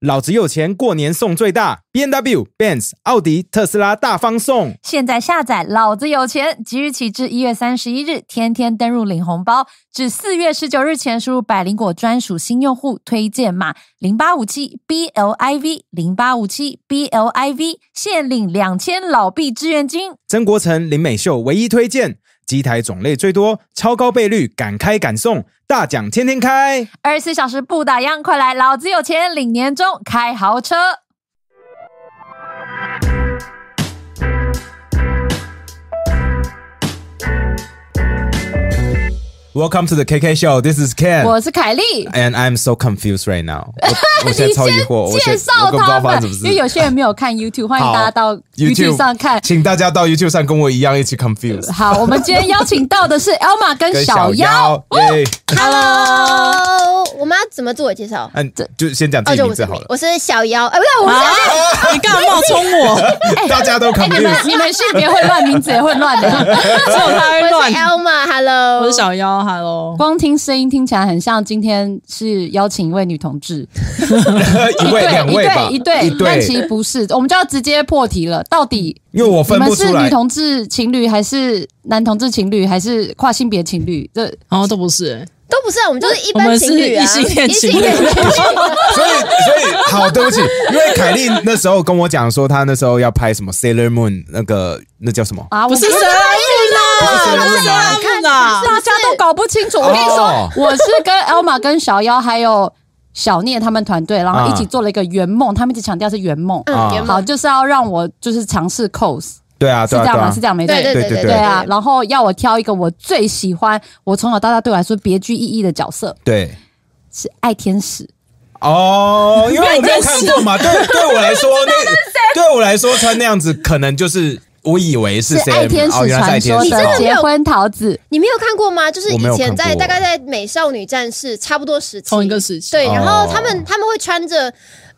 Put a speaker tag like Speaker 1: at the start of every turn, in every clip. Speaker 1: 老子有钱，过年送最大，B N W、Benz、奥迪、特斯拉大方送。
Speaker 2: 现在下载“老子有钱”，即日起至一月三十一日，天天登入领红包。至四月十九日前输入百灵果专属新用户推荐码零八五七 B L I V 零八五七 B L I V，限领两千老币支援金。
Speaker 1: 曾国成、林美秀唯一推荐，机台种类最多，超高倍率，敢开敢送，大奖天天开。
Speaker 2: 二十四小时不打烊，快来老子有钱领年终，开豪车！
Speaker 1: Welcome to the KK Show. This is Ken.
Speaker 2: 我是凯莉。
Speaker 1: And I'm so confused right now. 我我现在超疑惑，我
Speaker 2: 你
Speaker 1: 现
Speaker 2: 先介
Speaker 1: 在我
Speaker 2: 绍
Speaker 1: 根本不知
Speaker 2: 他
Speaker 1: 道发生
Speaker 2: 们
Speaker 1: 什么，
Speaker 2: 因为
Speaker 1: 事。
Speaker 2: 有些人没有看 YouTube，欢迎
Speaker 1: 好
Speaker 2: 大家到
Speaker 1: YouTube
Speaker 2: YouTube 上看。
Speaker 1: 请大家到 YouTube 上跟我一样一起 confused。
Speaker 2: 好，我们今天邀请到的是 Elma 跟
Speaker 1: 跟
Speaker 2: 小
Speaker 1: 小
Speaker 2: 妖。哦
Speaker 1: 妖，耶！
Speaker 2: Hello，
Speaker 3: Hello，我们要怎么自我介绍？
Speaker 1: 嗯，就先讲自
Speaker 3: 哦，
Speaker 1: 己
Speaker 3: 就
Speaker 1: 名
Speaker 3: 我
Speaker 1: 字
Speaker 3: 是
Speaker 1: 好 了。
Speaker 3: 我是小妖，哎，不是，我是小妖，
Speaker 4: 你干嘛冒充我？
Speaker 1: 大家 都
Speaker 2: 哎你们
Speaker 1: confused。
Speaker 2: 你们性别会乱，名字也会乱的。
Speaker 4: 只有他会
Speaker 3: 我
Speaker 4: 乱
Speaker 3: 是。Elma，Hello，
Speaker 4: 我是小妖，Hello。
Speaker 2: 光听声音听起来很像今天是邀请一位女同志，
Speaker 1: 一位、两
Speaker 2: 一
Speaker 1: 位吧，
Speaker 2: 对一对，
Speaker 1: 一
Speaker 2: 但其
Speaker 1: 对，
Speaker 2: 实不是，我们就要直接破题了。到底
Speaker 1: 因为我
Speaker 2: 你
Speaker 1: 分
Speaker 2: 们
Speaker 1: 不
Speaker 2: 是
Speaker 1: 出
Speaker 2: 女
Speaker 1: 来。
Speaker 2: 同志情侣，还是男同志情侣，还是跨性别情侣？这
Speaker 4: 然后都不是、欸，
Speaker 3: 都不是啊，我们就是一
Speaker 4: 我
Speaker 3: 般
Speaker 4: 们是
Speaker 3: 情侣啊，
Speaker 4: 异性恋情
Speaker 3: 异
Speaker 4: 侣
Speaker 3: 性恋情侣
Speaker 1: 所以，所以好，对不起，因为凯莉那时候跟我讲说，她那时候要拍什么《Sailor Moon》，那个那叫什么？
Speaker 2: 啊，我
Speaker 4: 不是
Speaker 2: 觉
Speaker 4: 谁
Speaker 2: 得
Speaker 4: 啦？
Speaker 1: 不
Speaker 4: 不
Speaker 1: 是
Speaker 4: 是
Speaker 1: 谁啦
Speaker 4: 谁啦？
Speaker 2: 大家都搞不清楚。我跟你
Speaker 1: 哦
Speaker 2: 说，我是跟 Elma、跟小妖还有小聂他们团队，然后一起做了一个圆梦，他们一直强调是圆梦。
Speaker 1: 啊
Speaker 3: 嗯，原
Speaker 2: 好，
Speaker 3: 本
Speaker 2: 就是要让我就是尝试 cos，
Speaker 1: 对啊，
Speaker 2: 是
Speaker 1: 对啊，
Speaker 2: 这样
Speaker 1: 对
Speaker 2: 吗？
Speaker 1: 啊
Speaker 2: 是，这样没
Speaker 3: 对
Speaker 1: 对
Speaker 3: 对对
Speaker 1: 对
Speaker 3: 对
Speaker 2: 对啊，然后要我挑一个我最喜欢，我从小到大对我来说别具意义的角色
Speaker 1: 对。
Speaker 2: 是爱天使。
Speaker 1: 哦，因为我没有看过 嘛，对对我来说，那对我来说穿那样子，可能就是我以为是
Speaker 2: 是爱
Speaker 1: Sailor
Speaker 2: 天
Speaker 1: Moon，哦，
Speaker 2: 使
Speaker 1: 原来是爱
Speaker 2: 传
Speaker 1: 天
Speaker 2: 说
Speaker 1: 使，
Speaker 3: 真
Speaker 2: 的
Speaker 3: 的没
Speaker 2: 结
Speaker 3: 有
Speaker 2: 婚桃子，
Speaker 3: 你没有看过吗？就是
Speaker 1: 我没有
Speaker 3: 以前在
Speaker 1: 看过
Speaker 3: 大概在美少女战士差不多时期，
Speaker 4: 同一个时期
Speaker 3: 对，然后他
Speaker 1: 哦
Speaker 3: 们他们会穿着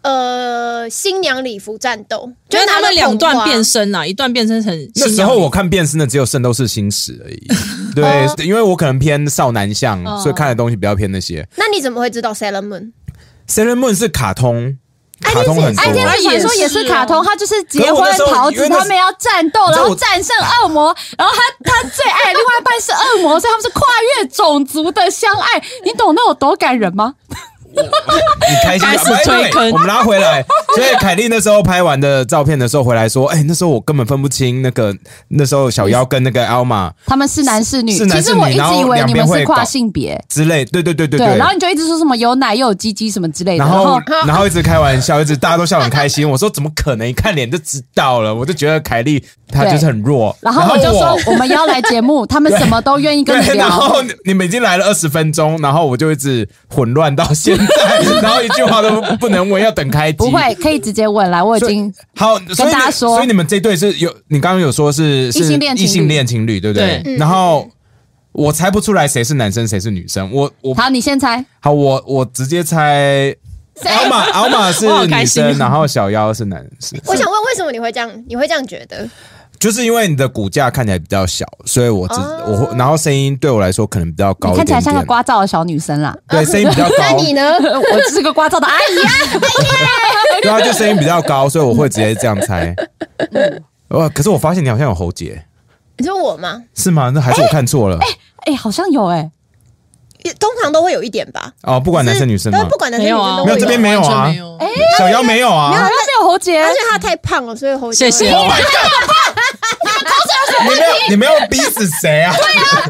Speaker 3: 呃新娘礼服战斗，就
Speaker 4: 就
Speaker 3: 是拿
Speaker 4: 他
Speaker 3: 着
Speaker 4: 们两段
Speaker 3: 捧花啊
Speaker 4: 变身啦，一段变身成
Speaker 1: 那
Speaker 4: 新
Speaker 1: 时
Speaker 4: 娘
Speaker 1: 候
Speaker 4: 子
Speaker 1: 我看变身的只有《圣斗士星矢》而 已，
Speaker 2: 哦
Speaker 1: 对，因为我可能偏少男向，所以看的东西比较偏那些。
Speaker 3: 那你怎么会知道 Sailor Moon？
Speaker 1: Sailor Moon 是卡通，卡通很多
Speaker 2: 爱。天使传说也是卡通，它就是结婚桃
Speaker 1: 啊可
Speaker 2: 子，
Speaker 1: 是我那时候因为那
Speaker 2: 他们要战斗，
Speaker 1: 你知
Speaker 2: 然
Speaker 1: 道我
Speaker 2: 后战胜恶魔，然后他他最爱的另外一半是恶魔，所以他们是跨越种族的相爱，你懂那有多感人吗？
Speaker 1: 你开心
Speaker 4: 开始
Speaker 1: 哎
Speaker 4: 推坑
Speaker 1: 对我们拉回来。所以凯莉那时候拍完的照片的时候回来说：“哎，那时候我根本分不清那个那时候小妖跟那个 Alma
Speaker 2: 他们是男是女，
Speaker 1: 是男
Speaker 2: 其实
Speaker 1: 是女
Speaker 2: 我一
Speaker 1: 然
Speaker 2: 直
Speaker 1: 后
Speaker 2: 以为
Speaker 1: 两
Speaker 2: 你
Speaker 1: 边
Speaker 2: 们
Speaker 1: 会
Speaker 2: 是跨
Speaker 1: 搞
Speaker 2: 性别，
Speaker 1: 之类。”对对对对
Speaker 2: 对，然后你就一直说什么有奶又有鸡鸡什么之类的，
Speaker 1: 然
Speaker 2: 然
Speaker 1: 后
Speaker 2: 后，
Speaker 1: 然后一直开玩笑，一直大家都笑得很开心。我说怎么可能？一看脸就知道了。我就觉得凯莉她就是很弱。
Speaker 2: 然后我就说
Speaker 1: 我
Speaker 2: 我们要来节 目，他们什么都愿意跟你
Speaker 1: 对，然
Speaker 2: 聊。
Speaker 1: 后你你们已经来了二十分钟，然后我就一直混乱到现 在，然后一句话都不能问，要等开机。
Speaker 2: 不会，可以直接问来，我已
Speaker 1: 所以
Speaker 2: 经
Speaker 1: 好，所以
Speaker 2: 大家
Speaker 1: 你
Speaker 2: 说
Speaker 1: 所以你们这对是有，你刚刚有说是是
Speaker 2: 异性恋情侣嗯
Speaker 1: 异性恋情侣，对不对？然后我猜不出来谁是男生谁是女生，我我
Speaker 2: 好，你先猜，
Speaker 1: 好我我直接猜。阿玛阿玛 是
Speaker 4: 我好
Speaker 1: 女
Speaker 4: 开心
Speaker 1: 生，然后小妖是男生，
Speaker 3: 我想问，为什么你会这样？你会这样觉得？
Speaker 1: 就是因为你的骨架看起来比较小，所以我只我会，然后声音对我来说可能比较高
Speaker 2: 你
Speaker 1: 一
Speaker 2: 哦看
Speaker 1: 点
Speaker 2: 起来
Speaker 1: 点，
Speaker 2: 像个聒噪的小女生啦。
Speaker 1: 对声音比较高，
Speaker 3: 那你呢？
Speaker 2: 我就是个聒噪的阿姨啊！
Speaker 1: 对啊，就声音比较高，所以我会直接这样 猜。哇！可是我发现你好像有喉结，
Speaker 3: 你说我吗？
Speaker 1: 是吗？那还是我看错了、
Speaker 2: 哎、好像有哎、
Speaker 3: 也通常都会有一点吧。
Speaker 1: 哦。不管男生女生
Speaker 3: 但
Speaker 1: 吗
Speaker 3: 不？管男
Speaker 4: 没
Speaker 3: 生女
Speaker 4: 有
Speaker 3: 生
Speaker 4: 啊，
Speaker 3: 都
Speaker 1: 没
Speaker 3: 会
Speaker 1: 有这边没有啊
Speaker 4: 完全没有
Speaker 2: 哎、
Speaker 1: 小妖没有
Speaker 2: 好
Speaker 1: 啊
Speaker 2: 像，没有喉结，
Speaker 3: 而且他太胖了，所以喉结
Speaker 4: 谢谢
Speaker 3: 会。。哎
Speaker 1: 你没有你没有逼死谁啊？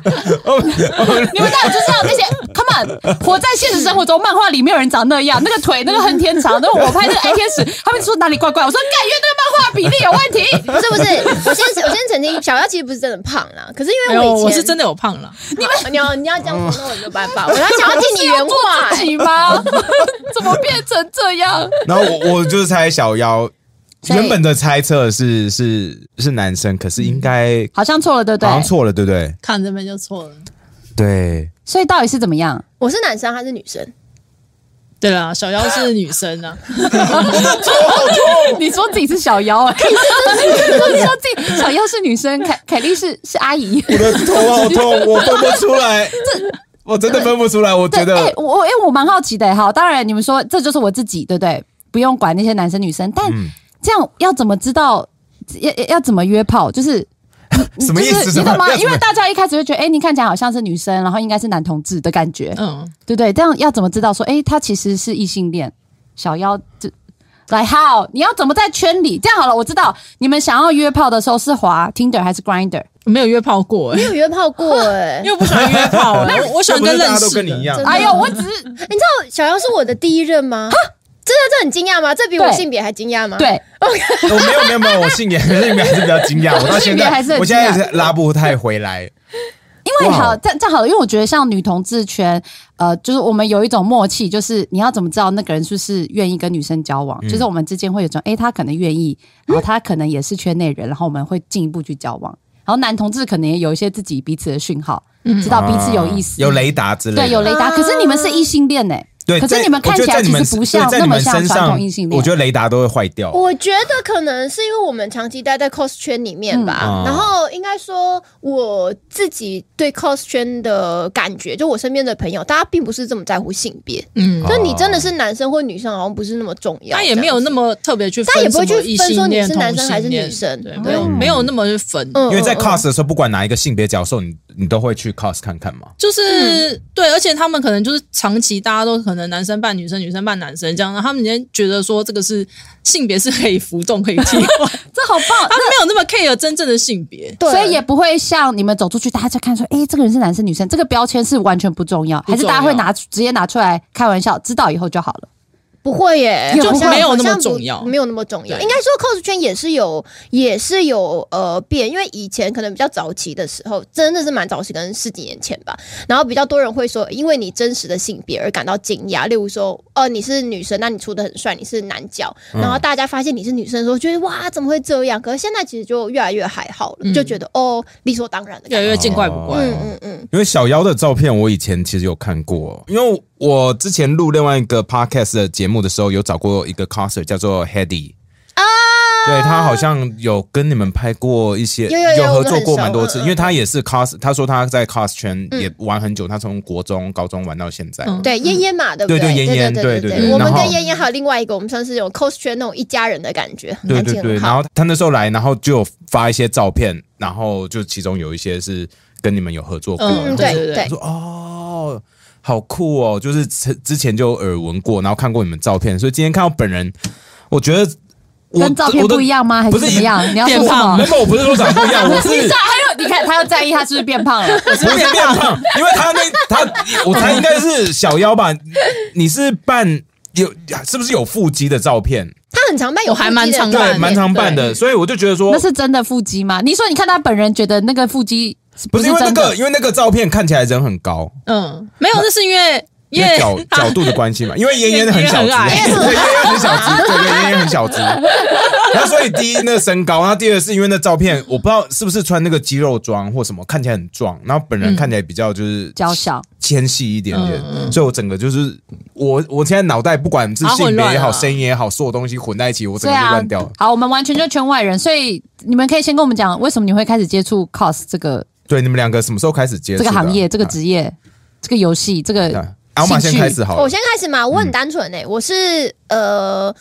Speaker 2: 你们那就是要那 些 come on，活在现实生活中，漫画里没有人长那样，那个腿那个恨天长，那个我拍那个爱天使，他们说哪里怪怪，我说干，因为那个漫画比例有问题，
Speaker 3: 不是不是，我先我先曾经小妖其实不是真的胖啦，可是因
Speaker 4: 没
Speaker 3: 为
Speaker 4: 有，
Speaker 3: 我以前
Speaker 4: 我是真的有哦胖了。
Speaker 3: 你们你要你要这样说，那我没有办法，我要想要听你原话哎
Speaker 2: 自。己吗？ 怎么变成这样？
Speaker 1: 然后我我就是猜小妖，
Speaker 2: 所以
Speaker 1: 原本的猜测是是是男生，可是应该
Speaker 2: 好像错了，对不对
Speaker 1: 好？像错了，对不对？
Speaker 4: 看这边就错了。
Speaker 1: 对，
Speaker 2: 所以到底是怎么样？
Speaker 3: 我是男生还是女生？
Speaker 4: 对啦，小妖是女生啊，
Speaker 2: 你说自己是小妖哎、你说自己小妖是女生，凯凯莉是是阿姨。
Speaker 1: 我的头好痛，我分不出来，我真的分不出来。我
Speaker 2: 对，
Speaker 1: 觉得
Speaker 2: 哎哎、我哎、我蛮好奇的、好，当然你们说这就是我自己，对不对？不用管那些男生女生。但
Speaker 1: 嗯
Speaker 2: 这样要怎么知道要要要怎么约炮？就是你
Speaker 1: 什么意思
Speaker 2: 就是你
Speaker 1: 什么
Speaker 2: 懂吗
Speaker 1: 要？怎么
Speaker 2: 因为大家一开始会觉得，哎、你看起来好像是女生，然后应该是男同志的感觉，
Speaker 4: 嗯，
Speaker 2: 对不对？这样要怎么知道说，哎、他其实是异性恋？小妖这。来，how？你要怎么在圈里？这样好了，我知道你们想要约炮的时候是滑 Tinder 还是 Grinder？
Speaker 4: 没有约炮过哎
Speaker 3: 没，有约炮过哎、
Speaker 4: 因为我不喜欢约炮 哎，我我喜
Speaker 1: 这
Speaker 4: 欢
Speaker 1: 不
Speaker 4: 跟
Speaker 1: 是大
Speaker 4: 认
Speaker 1: 家都
Speaker 4: 识
Speaker 1: 跟你一
Speaker 4: 的。
Speaker 1: 样
Speaker 3: 真，的
Speaker 2: 哎呦，我只是
Speaker 3: 你知道小妖是我的第一任吗？真的，这很惊讶吗？这比我
Speaker 2: 对
Speaker 3: 性别还惊讶吗？，
Speaker 2: 对，
Speaker 1: 我哦没有没有没有，我性别性别还是比较惊讶，我到现
Speaker 2: 性别
Speaker 1: 在
Speaker 2: 还是很
Speaker 1: 我现在
Speaker 2: 惊讶
Speaker 1: 是拉不太回来。
Speaker 2: 因为
Speaker 1: 哇
Speaker 2: 好，这样这样好了，因为我觉得像女同志圈，呃，就是我们有一种默契，就是你要怎么知道那个人是不是愿意跟女生交往？就是我们之间会有一种，诶，他可能愿意，然后他可能也是圈内人，然后我们会进一步去交往。然后男同志可能也有一些自己彼此的讯号，知道啊彼此有意
Speaker 1: 嗯
Speaker 2: 思，
Speaker 1: 啊有雷达之类的。
Speaker 2: 嗯对有雷达。可是你们是异性恋呢、
Speaker 1: 对，
Speaker 2: 可
Speaker 1: 在
Speaker 2: 是你们看起
Speaker 1: 我觉得
Speaker 2: 来
Speaker 1: 在你
Speaker 2: 其
Speaker 1: 们
Speaker 2: 实不像
Speaker 1: 对在
Speaker 2: 那
Speaker 1: 你
Speaker 2: 么
Speaker 1: 们
Speaker 2: 像
Speaker 1: 身
Speaker 2: 传
Speaker 1: 上
Speaker 2: 统异性，恋。
Speaker 1: 我
Speaker 2: 哦
Speaker 1: 觉得雷达都会坏掉。
Speaker 3: 我觉得可能是因为我们长期待在 cos 圈里面吧，
Speaker 1: 嗯
Speaker 3: 然后应该说我自己对 cos 圈的感觉，就我身边的朋友，大家并不是这么在乎性别，
Speaker 4: 嗯，
Speaker 3: 就你真的是男生或女生，好像不是那么重要。
Speaker 4: 他也没有那么特别去分
Speaker 3: 他也不会
Speaker 4: 什么
Speaker 3: 去
Speaker 4: 异
Speaker 3: 分说
Speaker 4: 性
Speaker 3: 你
Speaker 4: 恋
Speaker 3: 是男生
Speaker 4: 同
Speaker 3: 还是
Speaker 4: 性恋
Speaker 3: 女生
Speaker 4: 对，
Speaker 3: 对
Speaker 4: 没有没有那么去分，
Speaker 3: 这样子，
Speaker 1: 因为
Speaker 2: 哦
Speaker 1: 在
Speaker 3: 嗯嗯
Speaker 1: cos 的时候，不管哪一个性别角色，你你都会去 cos 看看嘛。
Speaker 4: 就是、对，而且他们可能就是长期大家都可能男生扮女生，女生扮男生这样，然后他们今觉得说这个是性别是可以浮动可以替换，
Speaker 2: 这好棒哦
Speaker 4: 他，们没有那么 care 真正的性别。
Speaker 3: 对，
Speaker 2: 所以也不会像你们走出去，大家就看说，诶，这个人是男生女生，这个标签是完全不重要，
Speaker 4: 重要
Speaker 2: 还是大家会拿出直接拿出来开玩笑，知道以后就好了。
Speaker 3: 不会耶，
Speaker 2: 就
Speaker 3: 好像
Speaker 4: 没有那么
Speaker 3: 好像不
Speaker 4: 重要
Speaker 3: 没有那么重要。
Speaker 4: 对
Speaker 3: 应该说 cos 圈也是有，也是有呃变，因为以前可能比较早期的时候，真的是蛮早期，可能十几年前吧。然后比较多人会说，因为你真实的性别而感到惊讶，例如说，哦、你是女生，那你出的很帅，你是男角，
Speaker 4: 嗯
Speaker 3: 然后大家发现你是女生的时候，觉得哇，怎么会这样？可是现在其实就越来越还好
Speaker 4: 嗯
Speaker 3: 了，就觉得哦，理所当然的
Speaker 4: 越
Speaker 3: 感
Speaker 4: 来
Speaker 3: 觉。
Speaker 4: 越见怪不怪，
Speaker 1: 哦
Speaker 3: 嗯嗯嗯，
Speaker 1: 因为小妖的照片，我以前其实有看过，因为我之前录另外一个 podcast 的节目的时候，有找过一个 coser 叫做 Hedy 啊，对他好像有跟你们拍过一些，
Speaker 3: 有有有
Speaker 1: 合作过
Speaker 3: 我们很熟
Speaker 1: 蛮多次，
Speaker 3: 嗯嗯
Speaker 1: 因为他也是 cos，他说他在 cos 圈
Speaker 2: 嗯
Speaker 1: 也玩很久，他从国中、高中玩到现在，
Speaker 4: 嗯
Speaker 3: 对，嫣嫣嘛，对不
Speaker 1: 对对
Speaker 3: 对
Speaker 1: 嫣嫣
Speaker 3: 对
Speaker 1: 对对
Speaker 4: 对
Speaker 3: 我们
Speaker 1: 然后
Speaker 3: 跟嫣嫣还有另外一个，我们算是有 cos 圈那种一家人的感觉，
Speaker 1: 对
Speaker 3: 感情
Speaker 1: 对
Speaker 3: 很
Speaker 1: 对，
Speaker 3: 好
Speaker 1: 然后他那时候来，然后就有发一些照片，然后就其中有一些是跟你们有合作过，
Speaker 4: 嗯
Speaker 3: 嗯，
Speaker 4: 对
Speaker 3: 对
Speaker 4: 对
Speaker 3: 对
Speaker 4: 对
Speaker 1: 我说哦，好酷哦，就是之之前就有耳闻过，然后看过你们照片，所以今天看到本人，我觉得我
Speaker 2: 跟照片不一，样哦吗？还
Speaker 1: 不
Speaker 2: 是
Speaker 1: 是
Speaker 2: 怎么样？你要说
Speaker 4: 变
Speaker 1: 我
Speaker 2: 什
Speaker 1: 的
Speaker 2: 么
Speaker 4: 胖
Speaker 1: 没？有，我不是说长不一样，我 是
Speaker 2: 你知道，还有你看，他要在意他是不是变胖了。
Speaker 1: 不是变胖，因为他那他我猜应该是小腰吧，你是扮有是不是有腹肌的照片？
Speaker 2: 嗯
Speaker 3: 他很常办，有
Speaker 4: 我还蛮
Speaker 3: 常
Speaker 4: 常办
Speaker 1: 对，
Speaker 4: 的
Speaker 1: 蛮常扮的，所以 我就觉得说
Speaker 2: 那是真的腹肌吗？你说你看他本人觉得那个腹肌是
Speaker 1: 不
Speaker 2: 是
Speaker 1: 是因为那
Speaker 2: 真
Speaker 1: 个，
Speaker 2: 的？
Speaker 1: 因为那个照片看起来人很高，
Speaker 4: 嗯，没有，那是因为
Speaker 1: 因
Speaker 4: 因
Speaker 1: 为
Speaker 4: 为
Speaker 1: 角
Speaker 2: 啊
Speaker 1: 角度的关系嘛。因为妍妍很小只，
Speaker 4: 妍妍很矮
Speaker 1: 对，妍妍很小只，对对，妍妍很小 只。然后所以第一那个身高，然后第二是因为那照片，我不知道是不是穿那个肌肉装或什么，看起来很壮，然后本人看起来比较就是
Speaker 2: 娇小，
Speaker 1: 纤细一点
Speaker 4: 嗯
Speaker 1: 点，所以我整个就是我我现在脑袋不管是性别也
Speaker 4: 啊混乱啊
Speaker 1: 好，声音也好，所有东西混在一起，我整
Speaker 2: 对
Speaker 1: 个就
Speaker 2: 啊
Speaker 1: 乱掉了。，
Speaker 2: 好，我们完全就圈外人，所以你们可以先跟我们讲，为什么你会开始接触 cos 这个
Speaker 1: 对，你们两个什么时候开始接
Speaker 2: 这
Speaker 1: 触的
Speaker 2: 个
Speaker 1: 啊
Speaker 2: 行业、这个职业、这个游戏、这
Speaker 1: 对
Speaker 2: 个
Speaker 1: 啊我马先
Speaker 2: 兴趣
Speaker 1: 开始好了
Speaker 3: 我。先开始嘛，我很
Speaker 1: 嗯
Speaker 3: 单纯诶、我是呃。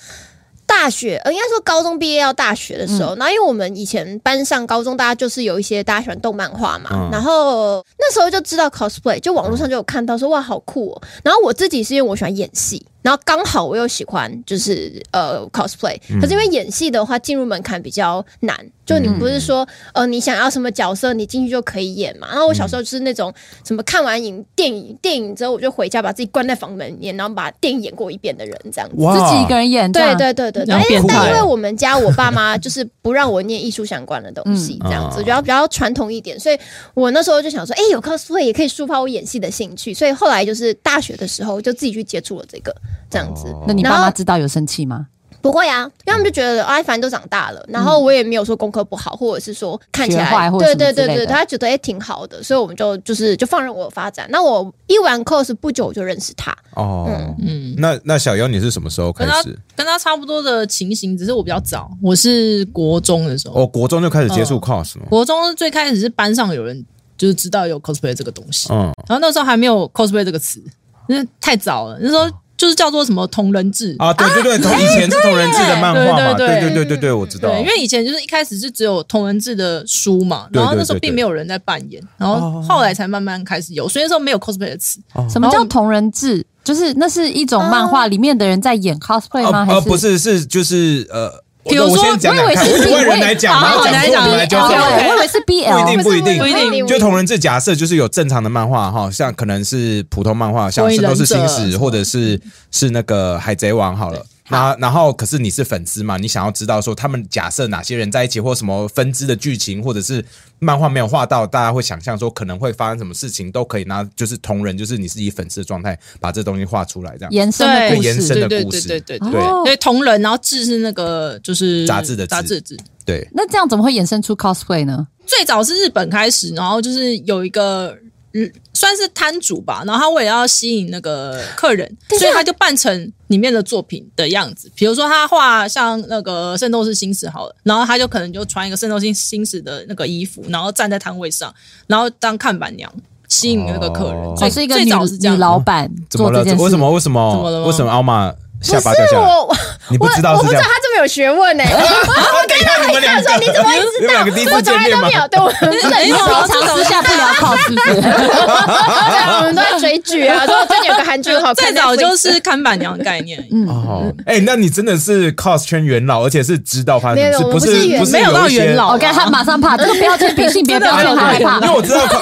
Speaker 3: 大学，呃，应该说高中毕业要大学的时候，然后因为我们以前班上高中大家就是有一些大家喜欢动漫画嘛，
Speaker 1: 嗯
Speaker 3: 然后那时候就知道 cosplay，就网络上就有看到说哇好酷哦。然后我自己是因为我喜欢演戏，然后刚好我又喜欢就是呃 cosplay，可是因为演戏的话进入门槛比较难，就你不是说呃你想要什么角色你进去就可以演嘛。然后我小时候就是那种什么看完影电影电影之后我就回家把自己关在房门里面，然后把电影演过一遍的人这样子。
Speaker 1: 哇
Speaker 2: 自己一个人演，这
Speaker 3: 对
Speaker 2: 样
Speaker 3: 对对对对，
Speaker 4: 然后
Speaker 3: 哎
Speaker 4: 变
Speaker 1: 态
Speaker 3: 但因为我们家我爸妈就是不让我念艺术相关的东西，
Speaker 1: 嗯
Speaker 3: 这样子，
Speaker 1: 啊
Speaker 3: 比较比较传统一点，所以我那时候就想说，哎、有 cosplay 也可以抒发我演戏的兴趣，所以后来就是大学的时候就自己去接触了这个，这样子。
Speaker 1: 哦
Speaker 2: 那你
Speaker 3: 然
Speaker 2: 爸妈
Speaker 3: 后
Speaker 2: 知道有生气吗？
Speaker 3: 不会啊，因为他们就觉得哎，反正都长大了，然后我也没有说功课不好，或者是说看起
Speaker 2: 学坏
Speaker 3: 来
Speaker 2: 或者
Speaker 3: 对
Speaker 2: 什么
Speaker 3: 对对
Speaker 2: 之类
Speaker 3: 对，
Speaker 2: 的
Speaker 3: 他觉得哎、挺好的，所以我们就就是就放任我发展。那我一玩 cos 不久我就认识他，
Speaker 1: 哦，
Speaker 4: 嗯
Speaker 1: 那那小妖你是什么时候开
Speaker 4: 跟他
Speaker 1: 始？
Speaker 4: 跟他差不多的情形，只是我比较早，我是国中的时候，
Speaker 1: 哦，国中就开始接触
Speaker 4: 嗯
Speaker 1: cos 吗？
Speaker 4: 国中最开始是班上有人就是知道有 cosplay 这个东西，
Speaker 1: 嗯，
Speaker 4: 然后那时候还没有 cosplay 这个词，因为太早了。那时候就是叫做什么同人志。
Speaker 1: 啊，对对对，从以前是同人志的漫画嘛，
Speaker 4: 对
Speaker 1: 对
Speaker 4: 对
Speaker 1: 对
Speaker 4: 对
Speaker 1: 对对对，我知道
Speaker 4: 对，。因为以前就是一开始是只有同人志的书嘛，
Speaker 1: 对
Speaker 4: 然后
Speaker 1: 对
Speaker 4: 那时
Speaker 1: 对
Speaker 4: 候
Speaker 1: 哦
Speaker 4: 并
Speaker 1: 对
Speaker 4: 没有人在扮演，然后后来才慢慢开始有，所以那时候没有 cosplay 的词，
Speaker 1: 哦
Speaker 2: 什么叫同人志？就是那是一种漫画里面的人在演 cosplay 吗？还
Speaker 1: 呃，不是，是就是呃，
Speaker 4: 比如
Speaker 1: 我
Speaker 4: 说
Speaker 1: 我先讲
Speaker 2: 我以
Speaker 1: 讲
Speaker 2: 为
Speaker 1: 看，
Speaker 2: 是
Speaker 1: 是外人来讲，然后
Speaker 4: 好
Speaker 1: 讲
Speaker 4: 来
Speaker 1: 出我
Speaker 4: 讲哦
Speaker 1: 们来就是
Speaker 2: BL，哦我以
Speaker 4: BL 对
Speaker 2: 为是
Speaker 1: 不一
Speaker 3: 哦
Speaker 1: 定
Speaker 2: BL，
Speaker 1: 不一定
Speaker 4: 不一定
Speaker 1: 就同人志假设就是有正常的漫画哈，像可能是普通漫画，像
Speaker 4: 火
Speaker 1: 《
Speaker 4: 影
Speaker 1: 圣斗士
Speaker 4: 忍
Speaker 1: 星
Speaker 4: 者
Speaker 1: 矢》或者是是那个《海贼王》好了。那然后，可是你是粉丝嘛？你想要知道说他们假设哪些人在一起，或什么分支的剧情，或者是漫画没有画到，大家会想象说可能会发生什么事情，都可以拿就是同人，就是你是以粉丝的状态把这东西画出来，这样
Speaker 2: 延伸的
Speaker 4: 对
Speaker 2: 故
Speaker 1: 延
Speaker 2: 事
Speaker 1: 伸。的
Speaker 4: 对对
Speaker 1: 故事
Speaker 4: 对对对
Speaker 1: 对
Speaker 2: 哦
Speaker 4: 对同人，然后志是那个就是
Speaker 1: 杂志的志
Speaker 4: 杂志的志，
Speaker 1: 对，
Speaker 2: 那这样怎么会衍生出 cosplay 呢？
Speaker 4: 最早是日本开始，然后就是有一个。嗯，算是摊主吧，然后他为了要吸引那个客人，所以他就扮成里面的作品的样子。比如说他画像那个《圣斗士星矢》好了，然后他就可能就穿一个《圣斗士星矢》的那个衣服，然后站在摊位上，然后当看板娘吸引那个客人。
Speaker 1: 哦
Speaker 4: 最
Speaker 2: 我是一个
Speaker 4: 最
Speaker 2: 女
Speaker 4: 早是这
Speaker 2: 女
Speaker 4: 样，
Speaker 2: 老板
Speaker 1: 怎么
Speaker 2: 做
Speaker 1: 了
Speaker 2: 这件？事，
Speaker 1: 为什么？为什么？
Speaker 4: 怎么了吗
Speaker 1: 为什么奥马下巴掉
Speaker 3: 不是
Speaker 1: 下来？
Speaker 3: 我，
Speaker 1: 你不
Speaker 3: 我
Speaker 1: 知道
Speaker 3: 我
Speaker 1: 是
Speaker 3: 不
Speaker 1: 这
Speaker 3: 知
Speaker 1: 样
Speaker 3: 道？他这么有学问欸 呢、
Speaker 1: 我等一下你们两个，
Speaker 3: 你怎么会知道
Speaker 1: 你们两个第一次
Speaker 3: 我从
Speaker 1: 见面
Speaker 3: 来都
Speaker 1: 吗
Speaker 3: 没？有，对，我们不是很
Speaker 4: 没有
Speaker 2: 平
Speaker 4: 啊
Speaker 2: 常私下不聊 cos 是不是？
Speaker 3: 对，我 们都在追剧啊，说最近有个韩剧好看，
Speaker 4: 最早就是看板娘的概念，
Speaker 2: 嗯
Speaker 3: 嗯
Speaker 1: 哦，哎、那你真的是 cos 圈元老，而且是知道发生什
Speaker 3: 没有
Speaker 1: 么
Speaker 3: 我
Speaker 1: 事，不
Speaker 3: 们不是元
Speaker 1: 不是
Speaker 4: 没有到
Speaker 1: 一些哎
Speaker 4: 元老啊
Speaker 2: 我看他马上啊 怕这个标签比性别标签，他害怕
Speaker 1: 因。为我知道 cos-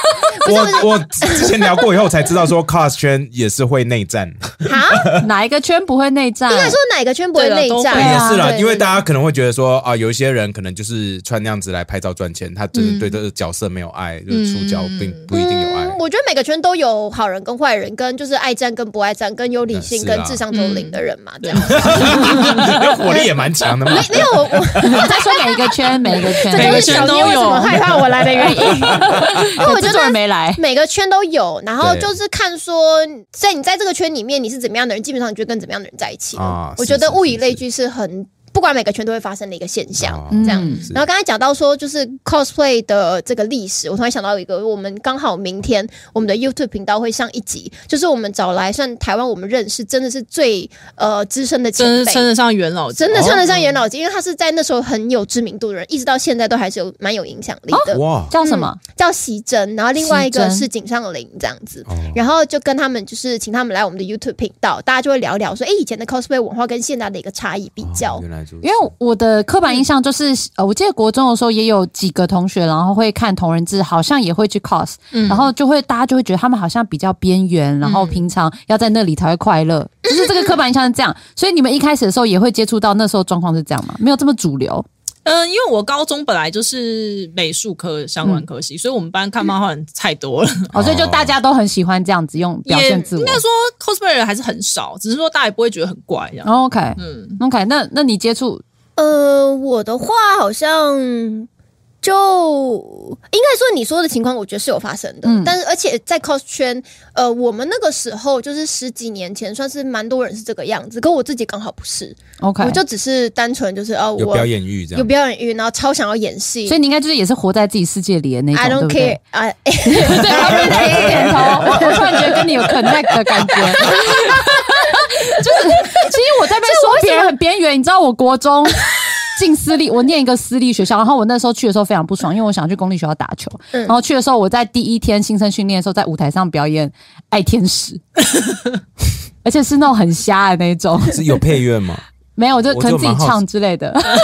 Speaker 1: 我我之前聊过以后我才知道说 cos 圈也是会内 战，
Speaker 3: 哈，
Speaker 2: 哪一个圈不会内战？
Speaker 3: 应该说哪个圈不会
Speaker 4: 对了
Speaker 3: 内
Speaker 4: 都
Speaker 3: 战
Speaker 4: 会
Speaker 1: 也
Speaker 3: 啊？
Speaker 1: 哎是啦，
Speaker 3: 对
Speaker 1: 因为大家可能会觉得说啊，有一些人可能就是穿那样子来拍照赚钱，他真的对这个角色没有爱，就是触角并不一定有爱
Speaker 3: 嗯。我觉得每个圈都有好人跟坏人，跟就是爱战跟不爱战，跟有理性
Speaker 1: 是啊
Speaker 3: 跟智商都零的人嘛，这样。
Speaker 1: 那火力也蛮强的嘛。
Speaker 3: 没没有我我
Speaker 2: 我在说每一个圈，每一个圈，
Speaker 4: 每
Speaker 3: 就
Speaker 4: 个
Speaker 3: 是
Speaker 4: 圈
Speaker 3: 小
Speaker 4: 都
Speaker 3: 妞为什
Speaker 4: 有
Speaker 3: 么害怕我来的原因。因为我
Speaker 2: 有
Speaker 3: 觉
Speaker 2: 制作人
Speaker 3: 得
Speaker 2: 没来。
Speaker 3: 每个圈都有，然后
Speaker 1: 对
Speaker 3: 就是看说，在你在这个圈里面你是怎么样的人，基本上你就跟怎么样的人在一起了。
Speaker 1: 啊
Speaker 3: 我
Speaker 1: 是
Speaker 3: 觉得
Speaker 1: 是
Speaker 3: 物
Speaker 1: 是
Speaker 3: 以类
Speaker 1: 是
Speaker 3: 聚是很不管每个圈都会发生的一个现象。
Speaker 1: 哦
Speaker 2: 嗯
Speaker 3: 这样
Speaker 1: 是
Speaker 3: 然后刚才讲到说，就是 cosplay 的这个历史，我突然想到一个，我们刚好明天我们的 YouTube 频道会上一集，就是我们找来算台湾我们认识真的是最呃资深的
Speaker 4: 真
Speaker 3: 前
Speaker 4: 是
Speaker 3: 辈，
Speaker 4: 称得上元老级。
Speaker 3: 真的
Speaker 1: 哦
Speaker 3: 称得上元老级，因为他是在那时候很有知名度的人，一直到现在都还是有蛮有影响力
Speaker 4: 哦
Speaker 3: 的。
Speaker 1: 哇，
Speaker 2: 叫什么？
Speaker 3: 叫席珍，然后另外一
Speaker 2: 席
Speaker 3: 个
Speaker 2: 珍
Speaker 3: 是井上林这样子
Speaker 1: 哦，
Speaker 3: 然后就跟他们就是请他们来我们的 YouTube 频道，大家就会聊一聊说，哎，以前的 cosplay 文化跟现在的一个差异比较
Speaker 1: 哦。原来如此
Speaker 2: 因为我的刻板印象就是，呃，我记得国中的时候也有几个同学，然后会看同人志，好像也会去 cos，、然后就会大家就会觉得他们好像比较边缘，然后平常要在那里才会快乐，就是这个刻板印象是这样。所以你们一开始的时候也会接触到那时候状况是这样吗？没有这么主流，
Speaker 4: 嗯，因为我高中本来就是美术科相关科系，所以我们班看漫画人太多了，
Speaker 2: 哦，所以就大家都很喜欢这样子用表
Speaker 4: 也
Speaker 2: 现自我
Speaker 4: 应。该说 cosplay 人还是很少，只是说大家也不会觉得很怪这样。
Speaker 2: 哦 OK
Speaker 4: 嗯，
Speaker 2: OK，那那你接触
Speaker 3: 呃，我的话好像。就应该说你说的情况，我觉得是有发生的，
Speaker 2: 嗯
Speaker 3: 但是而且在 cos 圈，呃，我们那个时候就是十几年前，算是蛮多人是这个样子，可我自己刚好不是，
Speaker 2: OK，
Speaker 3: 我就只是单纯就是哦，
Speaker 1: 有
Speaker 3: 我
Speaker 1: 表演欲这
Speaker 3: 有
Speaker 1: 样。
Speaker 3: 表演欲，然后超想要演戏，
Speaker 2: 所以你应该就是也是活在自己世界里的那种
Speaker 3: I
Speaker 2: 对
Speaker 3: don't
Speaker 2: 不
Speaker 3: care，
Speaker 2: 对？
Speaker 3: 啊，
Speaker 2: 对，旁边的一个 点头，我我突然觉得跟你有 connect 的感觉。 就是，其实我在被说别人很边缘，你知道，我国中进私立，我念一个私立学校，然后我那时候去的时候非常不爽，因为我想去公立学校打球，
Speaker 3: 嗯
Speaker 2: 然后去的时候我在第一天新生训练的时候，在舞台上表演《爱天使》，而且是那种很瞎的那种，
Speaker 1: 是有配乐吗？
Speaker 2: 没有，就
Speaker 1: 我
Speaker 2: 可
Speaker 1: 就
Speaker 2: 能自己
Speaker 1: 蛮好
Speaker 2: 唱之类的。 哎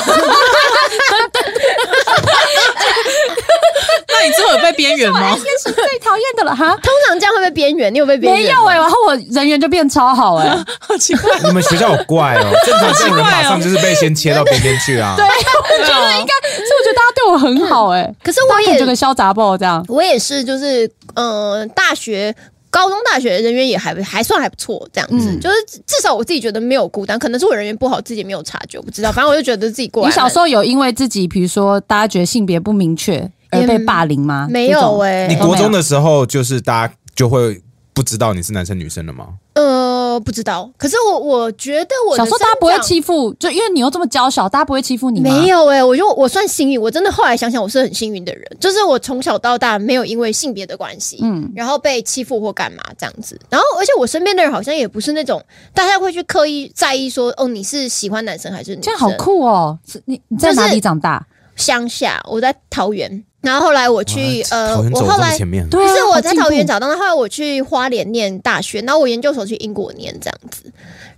Speaker 4: 那你之后有被边缘吗？
Speaker 2: 天使最讨厌的了哈。
Speaker 3: 通常这样会被边缘，你有被边缘？
Speaker 2: 没有哎、然后我人缘就变超 好哎、
Speaker 4: 好奇怪，
Speaker 1: 你们学校好怪哦，正常这种人马上就是被先切到边边去啊。对，
Speaker 4: 我觉得应该
Speaker 2: 所 以我觉得大家对我很好哎、
Speaker 3: 可是
Speaker 2: 大
Speaker 3: 我
Speaker 2: 家可能就跟
Speaker 3: 也
Speaker 2: 小杂报这 样。
Speaker 3: 我也是，就是呃，大学。高中、大学人缘也还还算还不错，这样子、
Speaker 2: 嗯
Speaker 3: 就是至少我自己觉得没有孤单，可能是我人缘不好，自己没有察觉，我不知道。反正我就觉得自己过
Speaker 2: 你
Speaker 3: 来了。
Speaker 2: 小时候有因为自己，比如说大家觉得性别不明确而被霸凌吗？
Speaker 3: 没有哎、
Speaker 1: 你
Speaker 2: 过
Speaker 1: 国中的时候就是大家就会不知道你是男生女生了吗？
Speaker 3: 呃，不知道。可是我我觉得我的
Speaker 2: 小时候大家不会
Speaker 3: 生长
Speaker 2: 欺负，就因为你又这么娇小，大家不会欺负你吗？
Speaker 3: 没有哎、我就我算幸运，我真的后来想想，我是很幸运的人，就是我从小到大没有因为性别的关系，
Speaker 2: 嗯
Speaker 3: 嗯，然后被欺负或干嘛这样子。然后，而且我身边的人好像也不是那种大家会去刻意在意说，哦，你是喜欢男生还是女生？
Speaker 2: 这样好酷哦！是你你在
Speaker 3: 就是
Speaker 2: 哪里长大？
Speaker 3: 乡下，我在桃园，然后后来我去
Speaker 1: 哇
Speaker 3: 呃，
Speaker 1: 桃园
Speaker 3: 我
Speaker 1: 走得
Speaker 3: 后
Speaker 1: 这么
Speaker 3: 来
Speaker 1: 前面，
Speaker 2: 对
Speaker 3: 不
Speaker 2: 啊，
Speaker 3: 是我在
Speaker 2: 好进
Speaker 3: 桃园
Speaker 2: 步
Speaker 3: 找到，然后后来我去花莲念大学，然后我研究所去英国念这样子，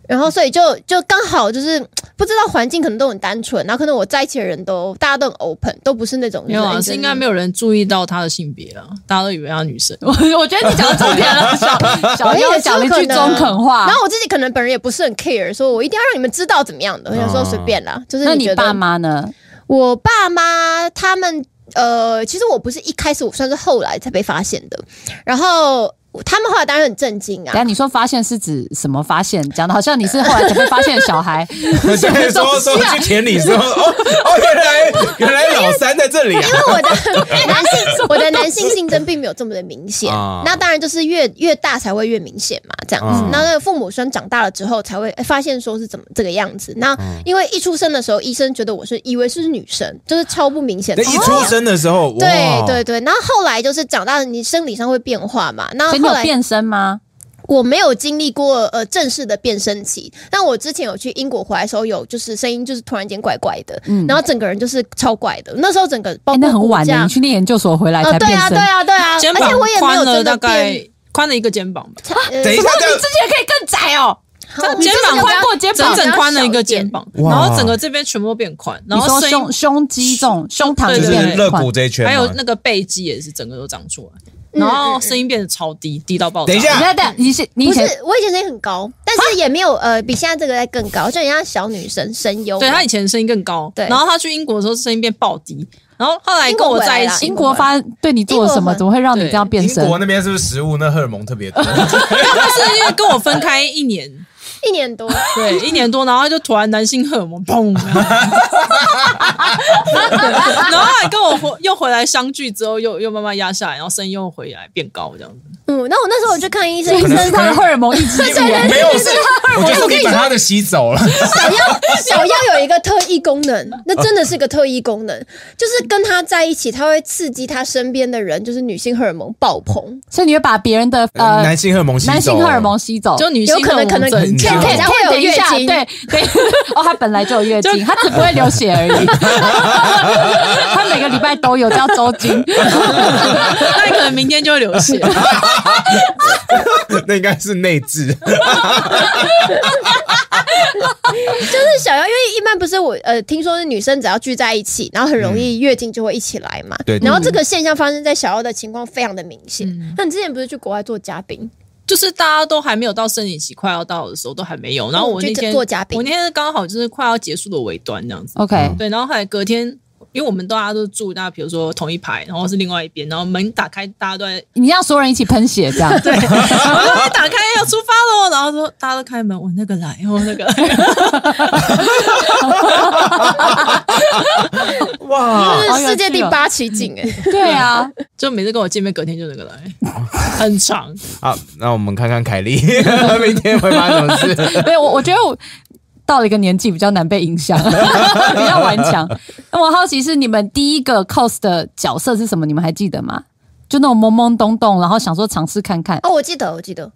Speaker 3: 然后所以就就刚好就是不知道环境可能都很单纯，然后可能我在一起的人都大家都很 open，都不是那种
Speaker 4: 没 有啊，是应该没有人注意到她的性别啊，大家都以为她女生。我
Speaker 2: 我觉得你讲到重点了，小小
Speaker 3: 我也
Speaker 2: 优
Speaker 3: 是
Speaker 2: 讲了一句
Speaker 3: 可
Speaker 2: 中
Speaker 3: 能
Speaker 2: 肯话。
Speaker 3: 然后我自己可能本人也不是很 care，说我一定要让你们知道怎么样的。我想
Speaker 2: 哦
Speaker 3: 说随便啦，就是
Speaker 2: 那
Speaker 3: 你
Speaker 2: 你
Speaker 3: 觉得
Speaker 2: 爸妈呢？
Speaker 3: 我爸妈他们呃，其实我不是一开始，我算是后来才被发现的。然后他们后来当然很震惊
Speaker 2: 等一下
Speaker 3: 啊，
Speaker 2: 你说发现是指什么发现？讲的好像你是后来才被发现的小 孩。什么
Speaker 1: 对，
Speaker 2: 东
Speaker 1: 说
Speaker 2: 西
Speaker 1: 说
Speaker 2: 啊
Speaker 1: 去田里说，哦哦，原来原来老三在这里啊
Speaker 3: 因！为我的 男性我的男性性征并没有这么的明显
Speaker 1: 啊。
Speaker 3: 那当然就是越越大才会越明显嘛，这样子
Speaker 1: 嗯。
Speaker 3: 那那个父母生长大了之后才会哎发现说是怎么这个样子。那
Speaker 1: 嗯
Speaker 3: 因为一出生的时候，医生觉得我是以为是女生，就是超不明显
Speaker 1: 那
Speaker 3: 的。
Speaker 1: 一出生的时候，
Speaker 3: 对
Speaker 1: 哇
Speaker 3: 对，对，然后后来就是长大，你生理上会变化嘛。那
Speaker 2: 所以你
Speaker 3: 后
Speaker 2: 有
Speaker 3: 来
Speaker 2: 变身吗？
Speaker 3: 我没有经历过呃正式的变声期，但我之前有去英国回来的时候，有就是声音就是突然间怪怪的，然后整个人就是超怪的。那时候整个包
Speaker 2: 嗯哎，
Speaker 3: 括
Speaker 2: 那很晚
Speaker 3: 这
Speaker 2: 呢，你去念研究所回来才
Speaker 3: 对
Speaker 2: 变
Speaker 3: 啊
Speaker 2: 身。
Speaker 3: 对啊对啊，
Speaker 4: 肩
Speaker 3: 而
Speaker 4: 膀
Speaker 3: 且我也没有
Speaker 4: 宽了
Speaker 3: 真
Speaker 4: 大
Speaker 3: 的
Speaker 4: 概
Speaker 3: 变。
Speaker 4: 宽了一个肩膀吧，
Speaker 3: 呃
Speaker 1: 等一下
Speaker 2: 哇，
Speaker 1: 哎这
Speaker 2: 你
Speaker 1: 样
Speaker 2: 之前可以更窄哦。
Speaker 3: 好
Speaker 4: 肩膀宽
Speaker 2: 过肩膀
Speaker 4: 整整宽了一个肩。膀，然
Speaker 1: 哇
Speaker 4: 后整个这边全部都变宽，然
Speaker 2: 你
Speaker 4: 后
Speaker 2: 说
Speaker 4: 声
Speaker 2: 胸
Speaker 4: 音
Speaker 2: 胸肌这种胸膛
Speaker 4: 对
Speaker 1: 就
Speaker 2: 这
Speaker 4: 对
Speaker 1: 是
Speaker 4: 对
Speaker 2: 边
Speaker 1: 肋骨这一圈嘛。
Speaker 4: 还有那个背肌也是整个都长出来，
Speaker 3: 嗯
Speaker 4: 然后
Speaker 3: 嗯嗯
Speaker 4: 声音变得超低，低到爆炸。
Speaker 1: 等一下
Speaker 2: 你在等你是你以
Speaker 3: 不是
Speaker 2: 前，
Speaker 3: 我以前声音很高，但是也没有呃比现在这个再更高，就很像小女生声优。
Speaker 4: 对他以前声音更高，
Speaker 3: 对
Speaker 4: 然后他去英国的时候声音变爆低，然后后来跟我在一起，
Speaker 2: 英国发对你做了什么，
Speaker 3: 英国很
Speaker 2: 怎么会让你这样变
Speaker 1: 英
Speaker 2: 身？
Speaker 1: 国那边是不是食物那荷尔蒙特别多？
Speaker 4: 他是因为跟我分开一年，
Speaker 3: 一年多，
Speaker 4: 对，一年多，然后他就突然男性荷尔蒙 砰，然后后来跟我回又回来相聚之后，又又慢慢压下来，然后声音又回来变高这样子。
Speaker 3: 嗯，那我那时候我去看医生，医
Speaker 2: 这
Speaker 3: 生
Speaker 2: 是他的荷尔蒙抑 制住了。
Speaker 1: 没有是，我觉得你把他的吸走了。
Speaker 3: 小 妖，小妖有一个特异功能，那真的是个特异功能，就是跟他在一起，他会刺激他身边的人，就是女性荷尔蒙爆棚，
Speaker 2: 所以你会把别人的呃
Speaker 1: 男性荷尔蒙吸走，
Speaker 2: 男性荷尔蒙吸走，
Speaker 4: 就女性
Speaker 3: 哦有可能可能
Speaker 4: 荷尔蒙
Speaker 3: 骗
Speaker 4: 增加
Speaker 1: 这样
Speaker 2: 可
Speaker 1: 这样
Speaker 2: 以等
Speaker 3: 人家会有
Speaker 2: 一
Speaker 3: 月
Speaker 2: 下，
Speaker 3: 经。
Speaker 2: 对对，哦，她本来就有月经，她只不会流血 而已，她每个礼拜都有叫周经，
Speaker 4: 那你可能明天就会流血。
Speaker 1: 那应该是内痔。
Speaker 3: 就是小妖，因为一般不是我呃，听说是女生只要聚在一起，然后很
Speaker 4: 嗯
Speaker 3: 容易月经就会一起来嘛。
Speaker 1: 对嗯
Speaker 3: 然后这个现象发生在小妖的情况非常的明显。那你之前不是去国外做嘉宾？
Speaker 4: 就是大家都还没有到生理期快要到的时候，都还没有。然后我那
Speaker 3: 就
Speaker 4: 天
Speaker 3: 做嘉宾
Speaker 4: 我那天刚好就是快要结束的尾端这样子。
Speaker 2: OK，
Speaker 4: 对，然后后来隔天，因为我们大家都住，大家比如说同一排，然后是另外一边，然后门打开，大家都在，
Speaker 2: 你让所有人一起喷血这样，对，
Speaker 4: 我说哎打开要出发喽，然后说大家都开门，我那个来，我那个来，
Speaker 1: 哇，
Speaker 2: 好有趣
Speaker 3: 这是
Speaker 2: 哦
Speaker 3: 世界第八奇景哎、
Speaker 2: 对啊，
Speaker 4: 就每次跟我见面，隔天就那个来，很长。
Speaker 1: 好，那我们看看凯莉 明天会发生什么事。
Speaker 2: 对我我觉得我到了一个年纪比较难被影响， 比较顽强。那我好奇是你们第一个 cos 的角色是什么？你们还记得吗？就那种懵懵懂懂，然后想说尝试看看
Speaker 3: 哦，我记得，我记得，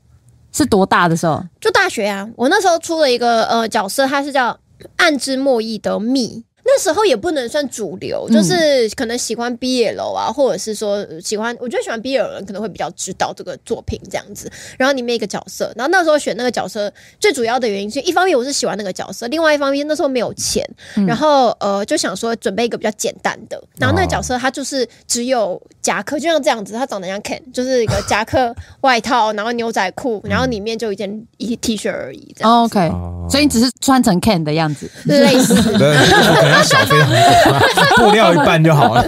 Speaker 2: 是多大的时候？
Speaker 3: 就大学啊，我那时候出了一个呃角色，它是叫暗之莫易的蜜。那时候也不能算主流，就是可能喜欢 BL 啊，或者是说呃喜欢，我觉得喜欢 BL 的人可能会比较知道这个作品这样子。然后里面一个角色，然后那时候选那个角色最主要的原因是，一方面我是喜欢那个角色，另外一方面那时候没有钱，然后呃就想说准备一个比较简单的。然后那个角色他就是只有夹克，就像这样子，他长得像 Ken，就是一个夹克外套，然后牛仔裤，然后里面就一件一 T 恤而已，这样、
Speaker 2: o k 哦所以你只是穿成 Ken 的样子。
Speaker 3: 类 似。
Speaker 1: 对，可能要小非常多，布料一半就好了。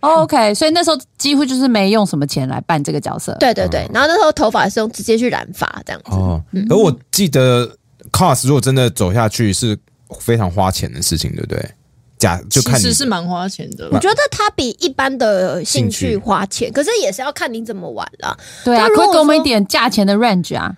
Speaker 2: 哦 OK，所以那时候几乎就是没用什么钱来办这个角色。，
Speaker 3: 对对对，然后那时候头发是用直接去染发这样子。
Speaker 1: 哦，可我记得 cos 如果真的走下去是非常花钱的事情，对不对？假 就
Speaker 4: 其
Speaker 1: 看你
Speaker 4: 实是蛮花钱的。
Speaker 3: 我觉得它比一般的
Speaker 1: 兴
Speaker 3: 兴
Speaker 1: 趣
Speaker 3: 趣花钱，可是也是要看你怎么玩啦。
Speaker 2: 对啊，
Speaker 3: 那如
Speaker 2: 可
Speaker 3: 果
Speaker 2: 以给我们一
Speaker 3: 说
Speaker 2: 点价钱的 range 啊。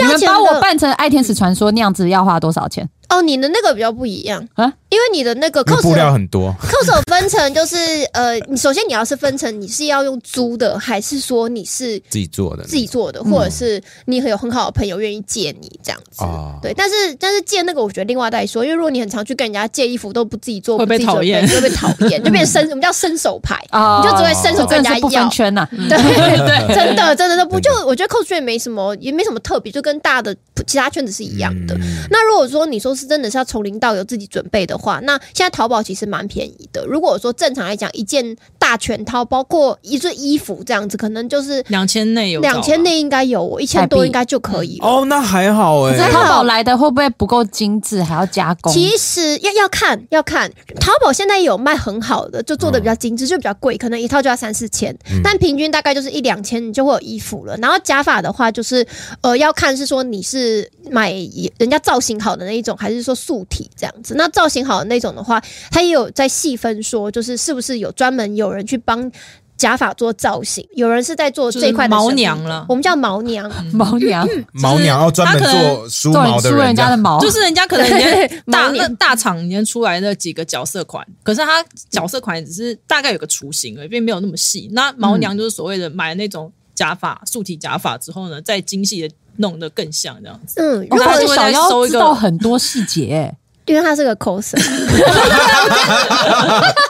Speaker 2: 你
Speaker 3: 价
Speaker 2: 们
Speaker 3: 钱
Speaker 2: 把我
Speaker 3: 的
Speaker 2: 办成爱天使传说那样子要花多少钱？
Speaker 3: 哦，你的那个比较不一样
Speaker 2: 啊
Speaker 3: 啊，因为你的那个
Speaker 1: 那
Speaker 3: cos
Speaker 1: 布料很多，
Speaker 3: cos 有分成就是呃，你首先你要是分成你是要用租的，还是说你是
Speaker 1: 自己做的，
Speaker 3: 自己做的，或者是你很有很好的朋友愿意借你这样子。
Speaker 1: 哦
Speaker 3: 对，但是但是借那个我觉得另外再说，因为如果你很常去跟人家借衣服都不自己做，
Speaker 4: 会被
Speaker 3: 不自己准备
Speaker 4: 讨厌
Speaker 3: 就会被讨厌，就变成伸我们叫伸手牌。
Speaker 2: 啊，
Speaker 3: 你就只会伸手
Speaker 2: 真
Speaker 3: 跟人
Speaker 2: 的
Speaker 3: 家
Speaker 2: 是不分
Speaker 3: 要
Speaker 2: 圈啊呐。
Speaker 3: 对对，真的真的都不
Speaker 1: 真
Speaker 3: 就
Speaker 1: 的
Speaker 3: 我觉得 cosplay 没什么，也没什么特别，就跟大的其他圈子是一样的。
Speaker 1: 嗯
Speaker 3: 那如果说你说是真的是要从零到有自己准备的话，那现在淘宝其实蛮便宜的。如果说正常来讲，一件大全套，包括一件衣服这样子，可能就是
Speaker 4: 两千内有
Speaker 3: 两千
Speaker 4: 内，
Speaker 3: 内应该有，我一
Speaker 2: 台
Speaker 3: 千
Speaker 2: 币
Speaker 3: 多应该就可
Speaker 4: 嗯
Speaker 3: 以了。
Speaker 1: 哦，那还好哎、
Speaker 2: 可是
Speaker 3: 还
Speaker 2: 淘
Speaker 3: 好
Speaker 2: 宝来的会不会不够精致，还要加工？
Speaker 3: 其实要要看要看，
Speaker 4: 嗯
Speaker 3: 淘宝现在也有卖很好的，就做的比较精致，就比较贵，可能一套就要三四千，
Speaker 4: 嗯
Speaker 3: 但平均大概就是一两千，你就会有衣服了。然后假发的话，就是呃要看是说你是买人家造型好的那一种，还是说素体这样子。那造型好的那种的话，它也有在细分说，就是是不是有专门有人去帮。假发做造型，有人是在做这一块的
Speaker 4: 就是
Speaker 3: 生意
Speaker 4: 毛娘嗯啦
Speaker 3: 我们叫毛娘，
Speaker 2: 毛娘
Speaker 3: 嗯
Speaker 1: 毛娘要专门
Speaker 4: 他可能
Speaker 1: 做梳
Speaker 2: 做
Speaker 1: 毛
Speaker 2: 你
Speaker 1: 的
Speaker 2: 梳人
Speaker 1: 人
Speaker 2: 家的毛，
Speaker 4: 就是人家可能已经大
Speaker 3: 毛
Speaker 4: 那
Speaker 3: 脸
Speaker 4: 大厂已经出来那几个角色款，可是他角色款只是大概有个雏形而已，并没有那么细。那毛
Speaker 1: 嗯
Speaker 4: 娘就是所谓的买那种假发、素体假发之后呢，再精细的弄得更像这样子。
Speaker 3: 嗯，
Speaker 2: 我
Speaker 3: 如
Speaker 2: 发
Speaker 3: 果
Speaker 2: 现
Speaker 4: 如果
Speaker 2: 小
Speaker 4: 再
Speaker 2: 妖
Speaker 4: 收一
Speaker 2: 知
Speaker 4: 个
Speaker 2: 道很多细节欸。
Speaker 3: 因为他是个 coser，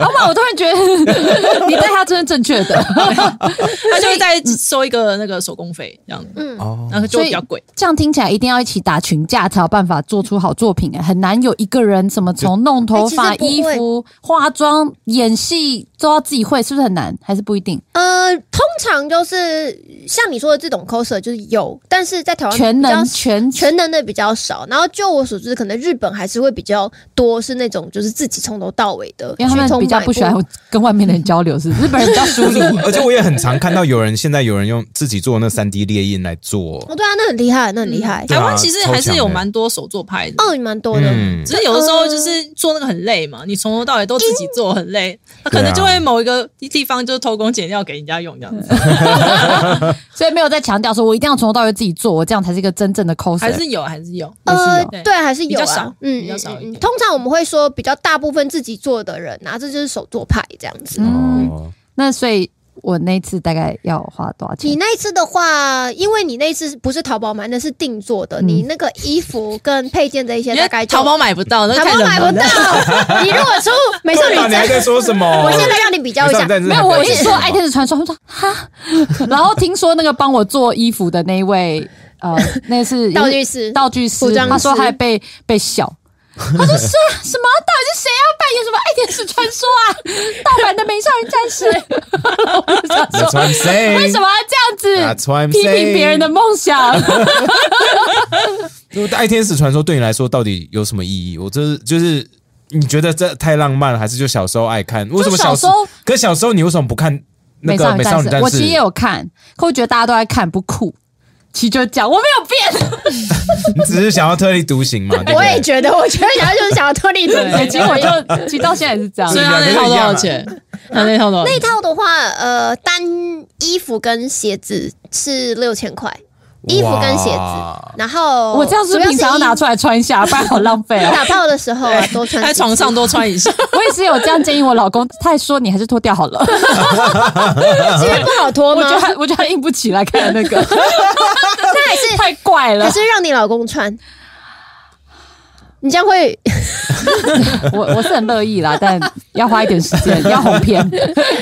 Speaker 2: 老板，我哦突然觉得你带他真是正确的。
Speaker 4: 他就会再收一个那个手工费这样子，
Speaker 3: 嗯，
Speaker 1: 哦，
Speaker 4: 然后就会比较贵。
Speaker 2: 这样听起来一定要一起打群架才有办法做出好作品哎，很难有一个人什么从弄头发、
Speaker 3: 哎其
Speaker 2: 衣
Speaker 3: 实不会
Speaker 2: 服、化妆、演戏都要自己会，是不是很难？还是不一定？
Speaker 3: 呃，通常就是像你说的这种 coser 就是有，但是在台湾
Speaker 2: 全
Speaker 3: 哦比较
Speaker 2: 能全
Speaker 3: 全能的比较少。然后就我所知，可能日本还是会比较多是那种就是自己从头到尾的，
Speaker 2: 因为他
Speaker 3: 去
Speaker 2: 们
Speaker 3: 从
Speaker 2: 比较
Speaker 3: 买
Speaker 2: 不喜欢
Speaker 3: 布
Speaker 2: 跟外面的人交流，是不是日本人比较疏离。
Speaker 1: 而且我也很常看到有人现在有人用自己做那三 D 列印来做，
Speaker 3: 哦，对啊，那很厉害，那很厉害，
Speaker 1: 对
Speaker 4: 台
Speaker 1: 啊
Speaker 4: 湾其实还是
Speaker 1: 超强
Speaker 4: 有
Speaker 1: 的
Speaker 4: 蛮多手作派的。
Speaker 3: 欸哦，呃你蛮多的。
Speaker 1: 嗯，
Speaker 4: 只是有的时候就是做那个很累嘛，你从头到尾都自己做很累，那可能就会某一个地方就偷工减料给人家用这样
Speaker 3: 嗯
Speaker 4: 子，
Speaker 2: 所以没有在强调说我一定要从头到尾自己做，我这样才是一个真正的 coser。
Speaker 4: 还是有还是有。
Speaker 2: 还是
Speaker 3: 呃
Speaker 2: 有，
Speaker 3: 对，还是
Speaker 4: 比
Speaker 3: 有
Speaker 4: 较
Speaker 3: 啊，
Speaker 4: 少
Speaker 3: 嗯，
Speaker 4: 比较少一
Speaker 3: 嗯嗯
Speaker 4: 点
Speaker 3: 通常我们会说比较大部分自己做的人啊，这就是手作派这样
Speaker 2: 嗯
Speaker 3: 子。
Speaker 1: 哦，
Speaker 2: 那所以，我那次大概要花多少
Speaker 3: 你
Speaker 2: 钱？
Speaker 3: 那一次的话，因为你那一次不是淘宝买，那是定做的，
Speaker 2: 嗯
Speaker 3: 你那个衣服跟配件这一些
Speaker 4: 因为
Speaker 3: 大概就
Speaker 4: 淘宝买不到，那
Speaker 3: 淘
Speaker 4: 太
Speaker 3: 宝
Speaker 4: 冷
Speaker 3: 买
Speaker 4: 门
Speaker 3: 不
Speaker 4: 了。
Speaker 3: 到，你如果出美少女
Speaker 1: 对啊你还
Speaker 3: 战
Speaker 1: 在
Speaker 3: 士，
Speaker 1: 说什么？
Speaker 3: 我现在让你比较一下，
Speaker 2: 没有，我一说爱天使传说，他们说哈，然后听说那个帮我做衣服的那一位，呃，那 是
Speaker 3: 道具师
Speaker 2: 道具师
Speaker 3: 服，装师
Speaker 2: 他说还被被笑。他说是 啊什么？到底是谁要扮演什么爱天使传说啊？盗版的美少女战
Speaker 3: 哎
Speaker 2: 士，
Speaker 1: That's what I'm saying.
Speaker 2: 为什么要这样
Speaker 1: That's
Speaker 2: 子
Speaker 1: what I'm
Speaker 2: 批评别人的梦想？
Speaker 1: 就爱天使传说对你来说到底有什么意义？我这是就是你觉得这太浪漫了，还是就小时候爱看？为什么
Speaker 2: 小
Speaker 1: 小
Speaker 2: 时候？
Speaker 1: 可是小时候你为什么不看那个美少女战士？
Speaker 2: 我其实也有看，可我觉得大家都在看不酷，其实就讲我没有变。
Speaker 1: 你只是想要特立独行嘛？对不
Speaker 3: 我
Speaker 1: 对
Speaker 3: 也觉得，我觉得想要 就是想要脱离自
Speaker 2: 对，
Speaker 3: 己。
Speaker 2: 结果就其实到现在也是这样
Speaker 4: 所。以
Speaker 1: 两
Speaker 4: 他
Speaker 1: 个
Speaker 4: 那
Speaker 1: 就
Speaker 4: 套
Speaker 1: 一
Speaker 4: 多
Speaker 1: 样
Speaker 4: 少
Speaker 1: 啊
Speaker 4: 钱？他那套多少
Speaker 3: 那
Speaker 4: 钱
Speaker 3: 一？套的话，呃，单衣服跟鞋子是六千块，衣服跟鞋
Speaker 1: 哇
Speaker 3: 子，然后
Speaker 2: 我这样是
Speaker 3: 主要
Speaker 2: 平常要拿出来穿一下，不然好浪费
Speaker 3: 衣
Speaker 2: 哦。
Speaker 3: 打炮的时候啊，多穿
Speaker 4: 在
Speaker 3: 几次
Speaker 4: 床上多穿一 下，
Speaker 2: 我也是有这样建议我老公，他还说你还是脱掉好 了。
Speaker 3: 是因为不好脱
Speaker 2: 我
Speaker 3: 吗
Speaker 2: 觉得？他我觉得他硬不起来看那个，
Speaker 3: 那还 是
Speaker 2: 太怪了
Speaker 3: 还。是让你老公穿？你这样会
Speaker 2: 我我是很乐意啦，但要花一点时 间，要哄骗，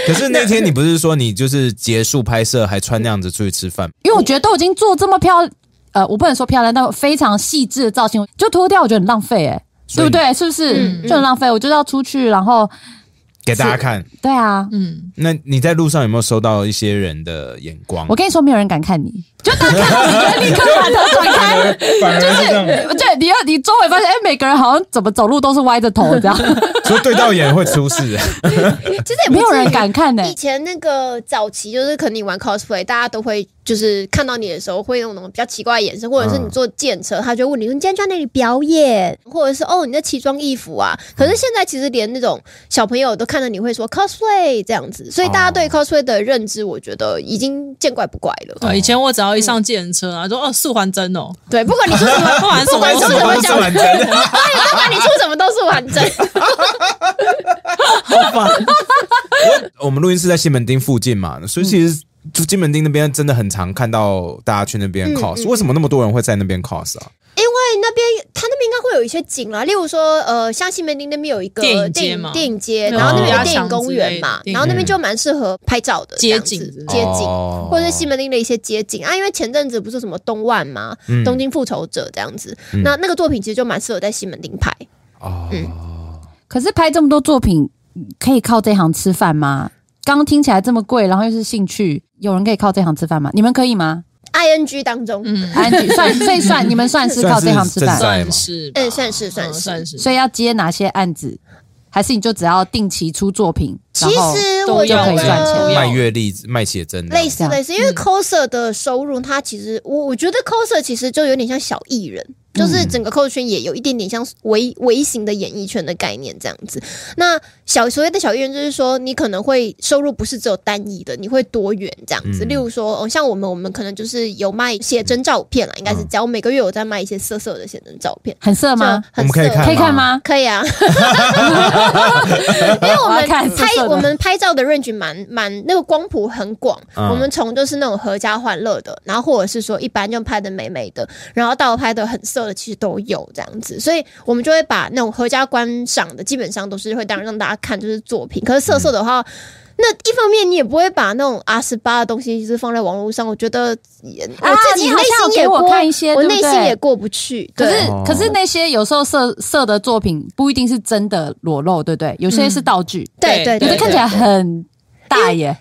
Speaker 1: 可是那天你不是说你就是结束拍摄还穿那样子出去吃饭？
Speaker 2: 因为我觉得都已经做这么漂，呃，我不能说漂亮，但非常细致的造型，就脱掉我觉得很浪费，哎，对
Speaker 1: 所以
Speaker 2: 不对？是不是就很浪费？我就是要出去，然后
Speaker 1: 给大家看。
Speaker 2: 对啊，
Speaker 4: 嗯，
Speaker 1: 那你在路上有没有收到一些人的眼光
Speaker 2: 我？跟你说，没有人敢看你，就大家看到你就立刻把头转开。
Speaker 1: 反而是这样，
Speaker 2: 对，你要你周围发现，哎，每个人好像怎么走路都是歪着头这样，
Speaker 1: 所以对到眼会出事。
Speaker 3: 其实也不
Speaker 2: 没有
Speaker 3: 至于
Speaker 2: 人敢看 呢、
Speaker 3: 以前那个早期就是可能你玩 cosplay，大家都会就是看到你的时候会用那种比较奇怪的眼神，或者是你坐电车，他就问你说你今天在哪里表演，或者是哦你在奇装异服啊。可是现在其实连那种小朋友都看到你会说 cosplay 这样子，所以大家对 cosplay 的认知，我觉得已经见怪不怪了。
Speaker 4: 对，以前我只要一上计程车
Speaker 3: 嗯
Speaker 4: 啊，说哦素还 真哦，
Speaker 3: 对，不管你说什么，
Speaker 4: 不然什
Speaker 3: 不管
Speaker 4: 么
Speaker 3: 你
Speaker 4: 什
Speaker 3: 说什
Speaker 4: 么
Speaker 3: 么
Speaker 1: 都是
Speaker 3: 讲，
Speaker 1: 完真
Speaker 3: 对，不管你出什么都是完整。
Speaker 1: 我们录音室在西门町附近嘛，所以其实就西门町那边真的很常看到大家去那边
Speaker 3: 嗯
Speaker 1: cos、为什么那么多人会在那边 cos 啊？
Speaker 3: 因为哎那边它那边应该会有一些景啦，例如说呃，像西门町那边有一个
Speaker 4: 电影街
Speaker 3: 电影
Speaker 4: 嘛
Speaker 3: 电影街，
Speaker 4: 嗯
Speaker 3: 然后那边有
Speaker 4: 嗯
Speaker 3: 电影公园嘛，
Speaker 4: 嗯
Speaker 3: 然后那边就蛮适合拍照的
Speaker 4: 街景
Speaker 3: 这样子
Speaker 4: 之类的
Speaker 3: 街景。
Speaker 1: 哦
Speaker 3: 或者是西门町的一些街景啊，因为前阵子不是什么东万嘛，
Speaker 1: 嗯
Speaker 3: 东京复仇者》这样子，那那个作品其实就蛮适合在西门町拍。
Speaker 1: 哦，
Speaker 2: 可是拍这么多作品，可以靠这行吃饭吗？刚听起来这么贵，然后又是兴趣，有人可以靠这行吃饭吗？你们可以吗？
Speaker 3: I N G 当中，嗯，
Speaker 2: 安 局算所以算你们算是靠这行吃
Speaker 1: 算
Speaker 2: 饭
Speaker 1: 是，在吗
Speaker 4: 算
Speaker 3: 哎算是
Speaker 4: 是吧，
Speaker 3: 算
Speaker 4: 嗯
Speaker 3: 是
Speaker 4: 算是。
Speaker 2: 所以要接哪些案子？还是你就只要定期出作品？
Speaker 3: 其
Speaker 2: 然后
Speaker 3: 实我
Speaker 4: 都
Speaker 3: 觉
Speaker 4: 要
Speaker 2: 可以赚钱
Speaker 3: 得
Speaker 4: 不要
Speaker 1: 卖月历、卖写真的，
Speaker 3: 类似
Speaker 2: 这样嗯
Speaker 3: 类似，因为 coser 的收入，它其实我我觉得 coser 其实就有点像小艺人，就是
Speaker 1: 嗯
Speaker 3: 整个 coser 圈也有一点点像微微型的演艺圈的概念这样子。那小所谓的小艺人，就是说你可能会收入不是只有单一的，你会多元这样子。
Speaker 1: 嗯
Speaker 3: 例如说，哦，像我们我们可能就是有卖写真照片啦，啊应该
Speaker 1: 嗯
Speaker 3: 是这样。我每个月有在卖一些色色的写真照片，
Speaker 2: 很色
Speaker 3: 就
Speaker 2: 吗？
Speaker 1: 我
Speaker 3: 很
Speaker 1: 们可以
Speaker 3: 色
Speaker 1: 看
Speaker 2: 可以看吗？
Speaker 3: 可以啊，因为我
Speaker 2: 我
Speaker 3: 们
Speaker 2: 要看色
Speaker 3: 拍
Speaker 2: 色的
Speaker 3: 我们拍照的 range 蛮蛮那个光谱很广，
Speaker 1: 嗯
Speaker 3: 我们从就是那种合家欢乐的，然后或者是说一般就拍的美美的，然后到拍的很色的，其实都有这样子，所以我们就会把那种合家观赏的，基本上都是会当让大家看就是作品，可是色色的话。那一方面，你也不会把那种阿十八的东西就是放在网络上，我觉得也
Speaker 2: 啊
Speaker 3: 我自己
Speaker 2: 你好
Speaker 3: 内
Speaker 2: 像有
Speaker 3: 心
Speaker 2: 给
Speaker 3: 也
Speaker 2: 我
Speaker 3: 过，
Speaker 2: 看一些
Speaker 3: 我
Speaker 2: 对不
Speaker 3: 内心
Speaker 2: 对
Speaker 3: 也过不去。
Speaker 2: 可
Speaker 3: 对
Speaker 2: 是
Speaker 1: 哦
Speaker 2: 可是那些有时候色色的作品不一定是真的裸露，对不对？有些是道具，
Speaker 3: 对对，
Speaker 2: 有
Speaker 3: 对
Speaker 2: 的看起来很大耶，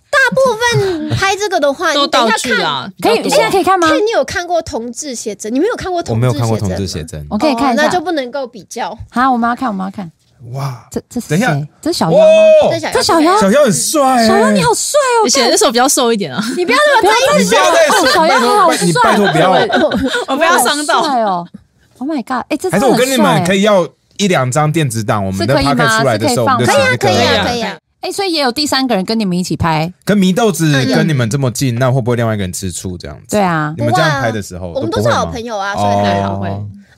Speaker 3: 拍这个的话，
Speaker 4: 都
Speaker 3: 你等
Speaker 4: 道
Speaker 3: 一
Speaker 4: 具
Speaker 3: 下看。
Speaker 4: 啊，
Speaker 2: 可
Speaker 4: 比较
Speaker 2: 以
Speaker 4: 多
Speaker 2: 现在可以看吗？
Speaker 3: 看你有看过同志写真，你没有看过
Speaker 1: 我
Speaker 3: 同
Speaker 1: 没
Speaker 3: 志
Speaker 1: 有看
Speaker 3: 写真吗？
Speaker 1: 过同志写真，哦
Speaker 2: 我可以看一
Speaker 3: 哦那
Speaker 2: 下
Speaker 3: 就。不能够比较。
Speaker 2: 好，我们要看，我们要看。
Speaker 1: 哇，
Speaker 2: 这这是
Speaker 1: 等一下
Speaker 2: 谁？这是小妖吗？
Speaker 1: 哇，
Speaker 3: 小
Speaker 2: 这小
Speaker 3: 妖
Speaker 2: 妖
Speaker 1: 小妖很帅，欸
Speaker 2: 小妖你，好帅哦！
Speaker 4: 而且那时候比较瘦一点啊，
Speaker 2: 你不要那么在意
Speaker 1: 你不要再
Speaker 2: 哦小
Speaker 1: 说，
Speaker 2: 妖
Speaker 1: 拜托，
Speaker 2: 好
Speaker 1: 拜
Speaker 2: 帅，
Speaker 1: 你拜托不要，
Speaker 4: 我不要伤
Speaker 2: 好
Speaker 4: 到。
Speaker 2: 帅哦！Oh my god！哎，这
Speaker 1: 还是
Speaker 2: 真的
Speaker 1: 我
Speaker 2: 很
Speaker 1: 跟你们
Speaker 2: 帅
Speaker 1: 可以要一两张电子档，我们的
Speaker 2: 是可以
Speaker 1: p
Speaker 2: 吗
Speaker 1: o c a 出来的时候，我们就
Speaker 2: 可以
Speaker 1: 是那
Speaker 3: 可以
Speaker 1: 个
Speaker 3: 啊，可以啊。
Speaker 2: 哎，所以也有第三个人跟你们一起拍，
Speaker 1: 跟祢豆子
Speaker 3: 啊
Speaker 1: 跟你们这么近，那会不会另外一个人吃醋这样子？
Speaker 2: 对啊
Speaker 1: 你。们这样拍的时候，
Speaker 3: 我们
Speaker 1: 都
Speaker 3: 都
Speaker 1: 不
Speaker 3: 是
Speaker 1: 会吗
Speaker 3: 好朋友啊，所以还好。
Speaker 1: 哦
Speaker 4: 会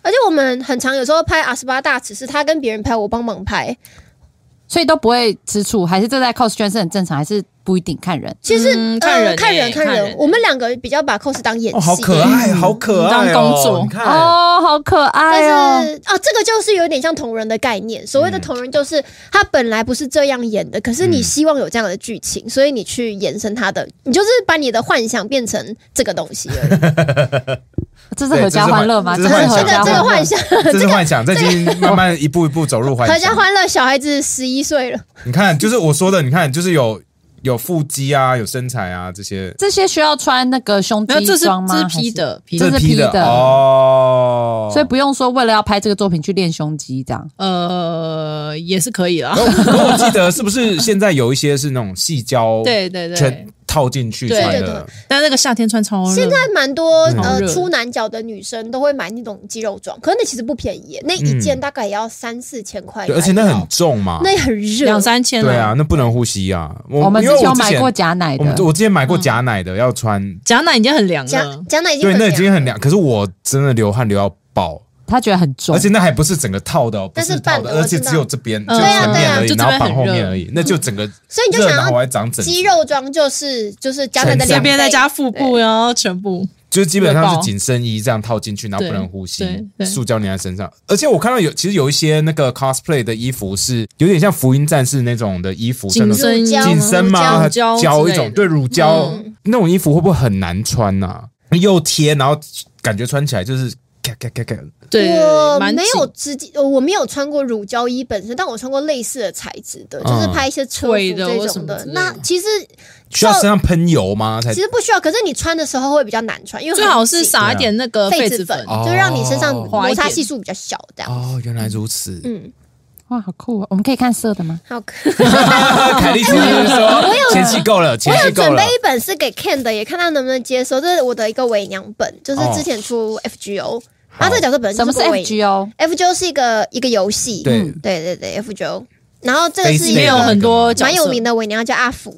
Speaker 3: 而且我们很常有时候拍阿十八大尺，是他跟别人拍，我帮忙拍。
Speaker 4: 嗯
Speaker 2: 所以都不会吃醋，还是这在 cos 圈是很正常，还是不一定看人？
Speaker 3: 其实呃
Speaker 4: 嗯看人欸
Speaker 3: 看人，看
Speaker 4: 看
Speaker 3: 人
Speaker 4: 人。
Speaker 3: 我们两个比较把 cos 当演
Speaker 1: 哦，
Speaker 3: 戏，
Speaker 1: 好可爱，好可爱哦！
Speaker 4: 当工作
Speaker 1: 你看，
Speaker 2: 哦，好可
Speaker 4: 哎
Speaker 3: 但
Speaker 2: 爱哦！
Speaker 3: 是哦，这个就是有点像同人的概念。所谓
Speaker 1: 嗯
Speaker 3: 的同人，就是他本来不是这样演的，可是你希望有这样的剧情，所以你去延伸他的，你就是把你的幻想变成这个东西 而已。
Speaker 2: 这是合家欢乐吗？
Speaker 1: 对
Speaker 2: 是
Speaker 1: 这是
Speaker 2: 合
Speaker 3: 这
Speaker 1: 幻
Speaker 3: 个
Speaker 2: 家
Speaker 1: 想
Speaker 3: 这个
Speaker 2: 欢
Speaker 3: 幻
Speaker 2: 乐。
Speaker 3: 想，
Speaker 1: 这是幻想，这已经慢慢一步一步走入幻
Speaker 3: 合家
Speaker 1: 想。
Speaker 3: 欢乐，小孩子十一岁了，
Speaker 1: 你看，就是我说的，你看，就是有有腹肌啊，有身材啊这些，
Speaker 2: 这些需要穿那个胸
Speaker 4: 没有，
Speaker 2: 肌
Speaker 4: 这是
Speaker 2: 装吗？
Speaker 4: 这是
Speaker 2: 还是
Speaker 4: P 的 P
Speaker 2: 这
Speaker 4: 的，
Speaker 2: 是
Speaker 1: 批
Speaker 2: P 的
Speaker 1: 哦。
Speaker 2: 所以不用说为了要拍这个作品去练胸肌这样。以
Speaker 4: 呃，也是可以啦。
Speaker 1: 可我记得是不是现在有一些是那种细胶
Speaker 4: 对对对
Speaker 1: 全，套进去
Speaker 4: 对
Speaker 1: 穿
Speaker 3: 对对
Speaker 1: 的？
Speaker 4: 但那个夏天穿超热，
Speaker 3: 现在蛮多
Speaker 1: 嗯
Speaker 3: 呃
Speaker 4: 好热
Speaker 3: 出男角的女生都会买那种肌肉装，可是那其实不便宜耶，那一件大概也要三四千块，
Speaker 1: 对，而且那很重嘛，
Speaker 3: 那很热，
Speaker 4: 两三千
Speaker 1: 对
Speaker 4: 了
Speaker 1: 啊，。那不能呼吸啊。我
Speaker 2: 我们
Speaker 1: 因
Speaker 2: 之
Speaker 1: 为
Speaker 2: 前有
Speaker 1: 我之
Speaker 2: 买
Speaker 1: 前
Speaker 2: 过假奶
Speaker 1: 我们
Speaker 2: 的，
Speaker 1: 我之前买过假奶的，要穿，
Speaker 4: 贾乃已经很凉了
Speaker 3: 讲，讲那已经
Speaker 1: 对，
Speaker 3: 很
Speaker 1: 那已
Speaker 3: 凉
Speaker 1: 经很凉，可是我真的流汗流到爆。
Speaker 2: 他觉得很重
Speaker 1: 而，且那还不是整个套的哦，不
Speaker 3: 那
Speaker 1: 套
Speaker 3: 是
Speaker 1: 的，
Speaker 3: 半的
Speaker 1: 而且
Speaker 3: 我知道
Speaker 1: 只有这边，就
Speaker 4: 嗯
Speaker 1: 前面而已，
Speaker 4: 对啊对啊就这
Speaker 1: 然
Speaker 4: 边
Speaker 1: 后绑后
Speaker 4: 很热
Speaker 1: 面而已，那就整个
Speaker 3: 所嗯以你就
Speaker 1: 热，
Speaker 3: 想
Speaker 1: 然后
Speaker 3: 要
Speaker 1: 还长整
Speaker 3: 肌，肉装，就是就是讲奶的
Speaker 1: 这
Speaker 4: 这
Speaker 3: 两倍
Speaker 4: 边再加腹部，然后全部
Speaker 1: 就是基本上是紧身衣这样套进去，然后不能呼
Speaker 4: 对
Speaker 1: 吸，
Speaker 4: 对
Speaker 1: 塑胶粘在身上。而且我看到有，其实有一些那个 cosplay 的衣服是有点像福音战士那种的衣服，
Speaker 4: 紧
Speaker 1: 真的
Speaker 4: 身
Speaker 3: 乳胶
Speaker 1: 紧身吗？
Speaker 4: 乳胶
Speaker 1: 胶
Speaker 4: 之
Speaker 1: 一
Speaker 4: 类
Speaker 1: 种，
Speaker 4: 的
Speaker 1: 对乳胶
Speaker 3: 嗯
Speaker 1: 啊那种衣服会不会很难穿呐？又贴，然后感觉穿起来就是嘎嘎嘎嘎，
Speaker 4: 对，
Speaker 3: 我
Speaker 4: 蛮
Speaker 3: 没
Speaker 4: 紧
Speaker 3: 有直接，呃我没有穿过乳胶衣本身，但我穿过类似的材质的，就
Speaker 1: 嗯
Speaker 3: 是拍一些车服
Speaker 4: 腿的或
Speaker 3: 这
Speaker 4: 什
Speaker 3: 种
Speaker 4: 么之类的
Speaker 3: 那其实
Speaker 1: 需要身上喷油吗？才
Speaker 3: 其实不需要，可是你穿的时候会比较难穿，因为
Speaker 4: 最
Speaker 3: 很
Speaker 4: 好是
Speaker 3: 紧
Speaker 4: 撒一点那个
Speaker 3: 痱
Speaker 4: 子
Speaker 3: 子
Speaker 4: 粉
Speaker 3: 粉，
Speaker 1: 哦
Speaker 3: 就让你身上摩
Speaker 4: 滑一点
Speaker 3: 擦系数比较小，这样。
Speaker 1: 哦，原来如此。
Speaker 3: 嗯，
Speaker 2: 哇，好酷哦！我们可以看色的吗？
Speaker 3: 好，
Speaker 1: 凯莉斯说：“前戏够了，前
Speaker 3: 我有
Speaker 1: 戏够
Speaker 3: 准
Speaker 1: 了
Speaker 3: 备。一本是给 Ken 的，也看他能不能接受。这是我的一个伪娘本，就是之
Speaker 1: 哦
Speaker 3: 前出 FGO，然后这个角色本
Speaker 2: 什
Speaker 3: 身
Speaker 2: 么是 FGO？
Speaker 3: FGO 是一个一个游戏，
Speaker 1: 对
Speaker 3: 嗯对对对，FGO。然后这个是一
Speaker 1: 没
Speaker 4: 也
Speaker 1: 有那
Speaker 4: 有
Speaker 1: 个
Speaker 3: 个
Speaker 4: 很多角色
Speaker 3: 蛮有名的伪娘叫阿福，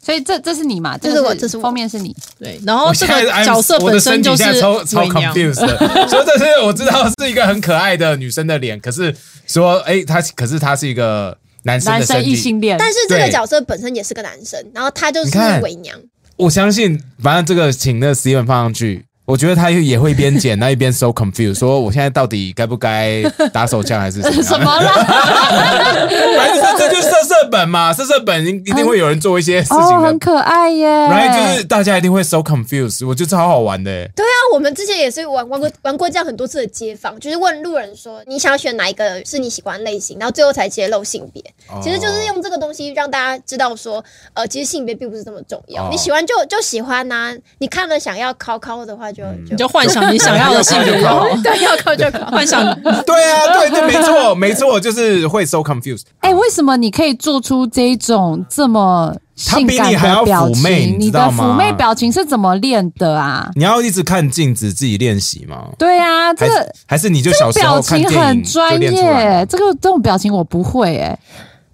Speaker 2: 所以这这是你嘛？
Speaker 3: 这是
Speaker 2: 个
Speaker 3: 我这是我
Speaker 2: 封面是你，
Speaker 4: 对，然后这
Speaker 1: 现在
Speaker 4: 个
Speaker 1: I'm-
Speaker 4: 角色
Speaker 1: 我
Speaker 4: 本
Speaker 1: 的
Speaker 4: 身
Speaker 1: 身
Speaker 4: 就
Speaker 1: 体
Speaker 4: 是
Speaker 1: 现在超超
Speaker 4: 伪娘
Speaker 1: confused，的说这是我知道是一个很可爱的女生的脸，可是说哎，她可是她是一个男生
Speaker 2: 男
Speaker 1: 的身
Speaker 2: 生异
Speaker 1: 体。
Speaker 2: 性恋。
Speaker 3: 但是这个
Speaker 1: 对
Speaker 3: 角色本身也是个男生，然后他就
Speaker 1: 你
Speaker 3: 是
Speaker 1: 看
Speaker 3: 伪娘。
Speaker 1: 我相信，反正这个请那个 Steven 放上去，我觉得他也会一边剪，那一边 so confused，说我现在到底该不该打手枪还是什么？
Speaker 2: 什么啦？
Speaker 1: 反正这这就是色色本嘛，色色本一定会有人做一些事情
Speaker 2: 哦，
Speaker 1: 的
Speaker 2: 很。可爱耶！
Speaker 1: 然后就是大家一定会 so confused，我觉得超好玩的、
Speaker 3: 对啊，我们之前也是玩玩过玩过这样很多次的街访，就是问路人说你想要选哪一个是你喜欢的类型，然后最后才揭露性别。
Speaker 4: 哦
Speaker 3: 其实就是用这个东西让大家知道说，呃，其实性别并不是这么重要，
Speaker 1: 哦
Speaker 3: 你喜欢就就喜欢呐、你看了想要考考的话就、
Speaker 4: 你
Speaker 3: 就
Speaker 4: 就幻想你想要的性别就好，
Speaker 3: 对要考就考。
Speaker 4: 嗯幻想
Speaker 1: 对啊，对对，没错没错，就是会 so confused。
Speaker 2: 哎、为什么你可以做出这种这么性
Speaker 1: 他比
Speaker 2: 感
Speaker 1: 你还要
Speaker 2: 的表
Speaker 1: 妩
Speaker 2: 情？
Speaker 1: 媚
Speaker 2: 你
Speaker 1: 你知
Speaker 2: 的
Speaker 1: 道吗
Speaker 2: 妩媚表情是怎么练的啊？
Speaker 1: 你要一直看镜子自己练习吗？
Speaker 2: 对啊，这
Speaker 1: 还
Speaker 2: 个
Speaker 1: 是还是你就
Speaker 2: 这
Speaker 1: 小
Speaker 2: 个
Speaker 1: 时候
Speaker 2: 表
Speaker 1: 看
Speaker 2: 情
Speaker 1: 电
Speaker 2: 很
Speaker 1: 影
Speaker 2: 专
Speaker 1: 就练出来
Speaker 2: 业，这个这种表情我不会哎、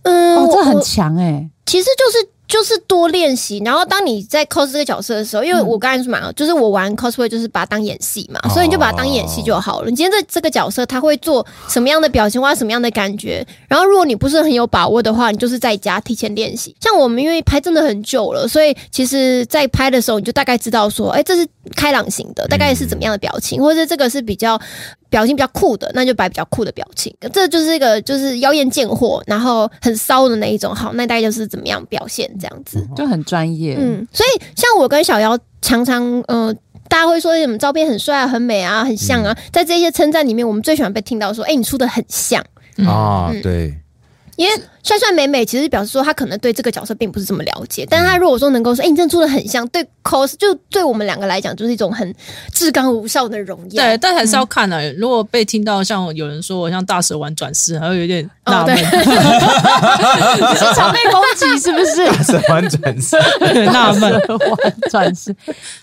Speaker 3: 嗯，
Speaker 2: 哦，这
Speaker 3: 我
Speaker 2: 很
Speaker 3: 我
Speaker 2: 强哎、
Speaker 3: 其实就是就是多练习，然后当你在 cos 这个角色的时候，因为我刚才说嘛，就是我玩 cosplay 就是把它当演戏嘛，所以你就把它当演戏就好了。你今天这这个角色他会做什么样的表情，或者什么样的感觉，然后如果你不是很有把握的话，你就是在家提前练习。像我们因为拍真的很久了，所以其实在拍的时候你就大概知道说，哎，这是开朗型的，大概是怎么样的表情，或者这个是比较表情比较酷的，那就摆比较酷的表情。这就是一个就是妖艳贱货，然后很骚的那一种。好，那大概就是怎么样表现这样子。
Speaker 2: 就很专业。
Speaker 3: 嗯，所以像我跟小妖常常，嗯、大家会说什么照片很帅啊、很美啊、很像啊，在这些称赞里面，我们最喜欢被听到说，哎、你出的很像。
Speaker 1: 啊，
Speaker 2: 嗯
Speaker 1: 对，
Speaker 3: 因为帅帅美美，其实表示说他可能对这个角色并不是这么了解，但是他如果说能够说，哎、你真的出的很像，对 cos 就对我们两个来讲，就是一种很至刚无上的荣耀。
Speaker 4: 对，但还是要看的、如果被听到像有人说我像大蛇丸转世，还会有点纳
Speaker 3: 哦，对
Speaker 4: 闷，，
Speaker 2: 经常被攻击是不是？
Speaker 1: 是完转身。
Speaker 4: 纳闷。
Speaker 2: 转世。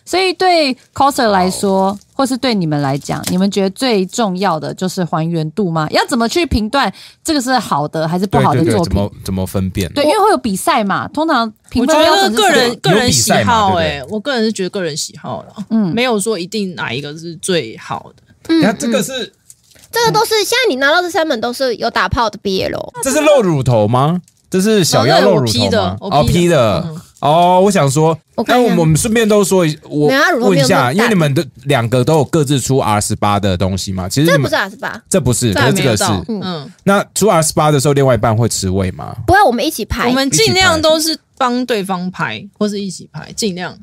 Speaker 2: 所以对 coser 来说，或是对你们来讲，你们觉得最重要的就是还原度吗？要怎么去评断这个是好的还是 不
Speaker 1: 对
Speaker 2: 好的
Speaker 1: 对对，
Speaker 2: 作
Speaker 1: 怎
Speaker 2: 品
Speaker 1: 么？怎么分辨？
Speaker 2: 对，因为会有比赛嘛，通常评
Speaker 4: 我觉
Speaker 2: 分标
Speaker 4: 得
Speaker 2: 准是
Speaker 4: 个
Speaker 2: 什
Speaker 4: 人
Speaker 2: 么
Speaker 4: 个人喜好、
Speaker 1: 有比赛嘛对不
Speaker 4: 欸，
Speaker 1: 对
Speaker 4: 我个人是觉得个人喜好了，
Speaker 2: 嗯
Speaker 4: 没有说一定哪一个是最好的。
Speaker 1: 你看这个是
Speaker 3: 这个都是现在你拿到这三本都是有打炮的 BL 咯
Speaker 1: 这是露乳头吗？这是小妖露乳头吗？
Speaker 4: 哦那我 P
Speaker 1: ，P
Speaker 4: 的
Speaker 1: 的。哦，我想说，
Speaker 3: 嗯我看
Speaker 1: 那
Speaker 3: 一
Speaker 1: 我
Speaker 3: 下
Speaker 1: 们我们顺便都说一，我
Speaker 3: 没有它乳头
Speaker 1: 问一
Speaker 3: 没有那
Speaker 1: 下，
Speaker 3: 么
Speaker 1: 因为
Speaker 3: 大
Speaker 1: 你们的两个都有各自出 R 十八的东西嘛？其实
Speaker 3: 这
Speaker 1: 你
Speaker 3: 不
Speaker 1: 们
Speaker 3: 是啊阿斯巴，
Speaker 1: 这不是，可
Speaker 4: 这还
Speaker 1: 是这
Speaker 4: 没有
Speaker 1: 个是
Speaker 4: 到，
Speaker 3: 嗯
Speaker 4: 嗯，
Speaker 1: 那出 R 十八的时候，另外一半会吃味吗？
Speaker 3: 不要我们一起拍。
Speaker 4: 我们尽
Speaker 1: 一起
Speaker 4: 量
Speaker 1: 拍
Speaker 4: 都是帮对方拍，或是一起拍，尽量。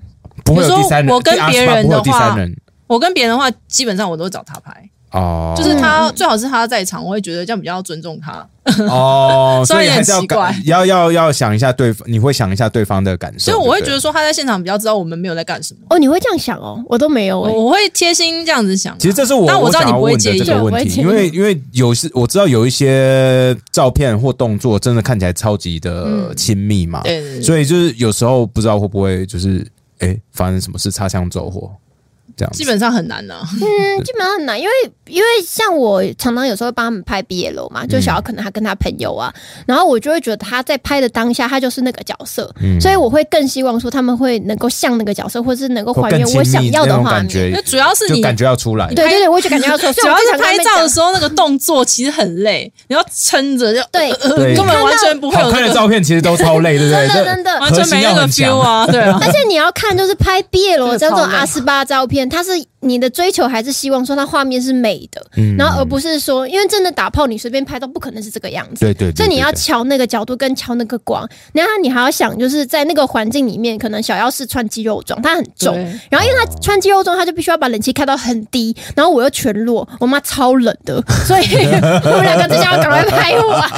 Speaker 1: 不会有第三
Speaker 4: 比
Speaker 1: 人，
Speaker 4: 如说我跟
Speaker 1: 第
Speaker 4: 别
Speaker 1: 28不
Speaker 4: 人的话
Speaker 1: 会有第三人
Speaker 4: 我跟别人的话，基本上我都会找他拍，
Speaker 1: 哦，
Speaker 4: 就是他最好是他在场，我会觉得这样比较尊重他。
Speaker 1: 哦，所以还是要
Speaker 4: 虽然
Speaker 1: 感
Speaker 4: 很奇
Speaker 1: 要要要想一下对方，你会想一下对方的感受，
Speaker 4: 所以我会
Speaker 1: 啊对
Speaker 4: 觉
Speaker 1: 不对
Speaker 4: 得说他在现场比较知道我们没有在干什么，
Speaker 3: 哦，你会这样想哦，我都没有哎、
Speaker 4: 我我会贴心这样子想啊。
Speaker 1: 其实这是我
Speaker 4: 但我知道
Speaker 1: 想
Speaker 4: 你
Speaker 1: 要
Speaker 4: 不会
Speaker 1: 问
Speaker 4: 介
Speaker 1: 的
Speaker 4: 意
Speaker 1: 这，个问题，
Speaker 3: 对我
Speaker 1: 因
Speaker 3: 会介
Speaker 1: 为因为有些我知道有一些照片或动作真的看起来超级的亲密嘛，
Speaker 4: 嗯对对对
Speaker 1: 所以就是有时候不知道会不会就是哎发生什么事擦枪走火这样子，
Speaker 4: 基本上很难呢、啊。
Speaker 1: 哎
Speaker 3: 嗯，基本上很难，因为因为像我常常有时候会帮他们拍 BL
Speaker 1: 嗯
Speaker 3: 嘛，就小姚可能他跟他朋友啊，然后我就会觉得他在拍的当下，他就是那个角色，
Speaker 1: 嗯
Speaker 3: 所以我会更希望说他们会能够像那个角色，或是能够
Speaker 1: 或
Speaker 3: 还
Speaker 1: 更
Speaker 3: 原
Speaker 1: 亲
Speaker 3: 我
Speaker 1: 密
Speaker 3: 想要
Speaker 1: 那
Speaker 3: 的
Speaker 1: 种
Speaker 3: 画
Speaker 1: 感
Speaker 3: 面。
Speaker 1: 觉，
Speaker 4: 主要是
Speaker 1: 就
Speaker 4: 你
Speaker 1: 感觉要出来，
Speaker 3: 对对对，我就感觉 要说，
Speaker 4: 主
Speaker 3: 所以
Speaker 4: 要
Speaker 3: 我就是常
Speaker 4: 拍
Speaker 3: 跟他们
Speaker 4: 照的
Speaker 3: 讲
Speaker 4: 时候那个动作其实很累，你要撑着就
Speaker 3: 对
Speaker 4: 呃
Speaker 1: 对
Speaker 4: 根本完全不会
Speaker 1: 好
Speaker 4: 有
Speaker 1: 看
Speaker 4: 那
Speaker 1: 的
Speaker 4: 个
Speaker 1: 照片其实都超累，对不对？
Speaker 3: 真的真的
Speaker 1: 这
Speaker 4: 完全没那个
Speaker 1: 核心要
Speaker 4: feel
Speaker 1: 很强
Speaker 4: 啊，对啊。
Speaker 3: 而且你要看，就是拍 BL
Speaker 2: 个
Speaker 3: 像这
Speaker 2: 超
Speaker 3: 种
Speaker 2: 累
Speaker 3: 阿斯巴照片面，它是你的追求还是希望说它画面是美的，
Speaker 1: 嗯
Speaker 3: 然后而不是说，因为真的打炮你随便拍到不可能是这个样子，
Speaker 1: 对对对，
Speaker 3: 所以你
Speaker 1: 对
Speaker 3: 要
Speaker 1: 对
Speaker 3: 瞧那个角度跟瞧那个光，然后你还要想，就是在那个环境里面，可能小妖是穿肌肉装，它很重，
Speaker 4: 对
Speaker 3: 然后因为他穿肌肉装，他就必须要把冷气开到很低，然后我又全裸，我妈超冷的，所以 我们两个之间要赶快拍完。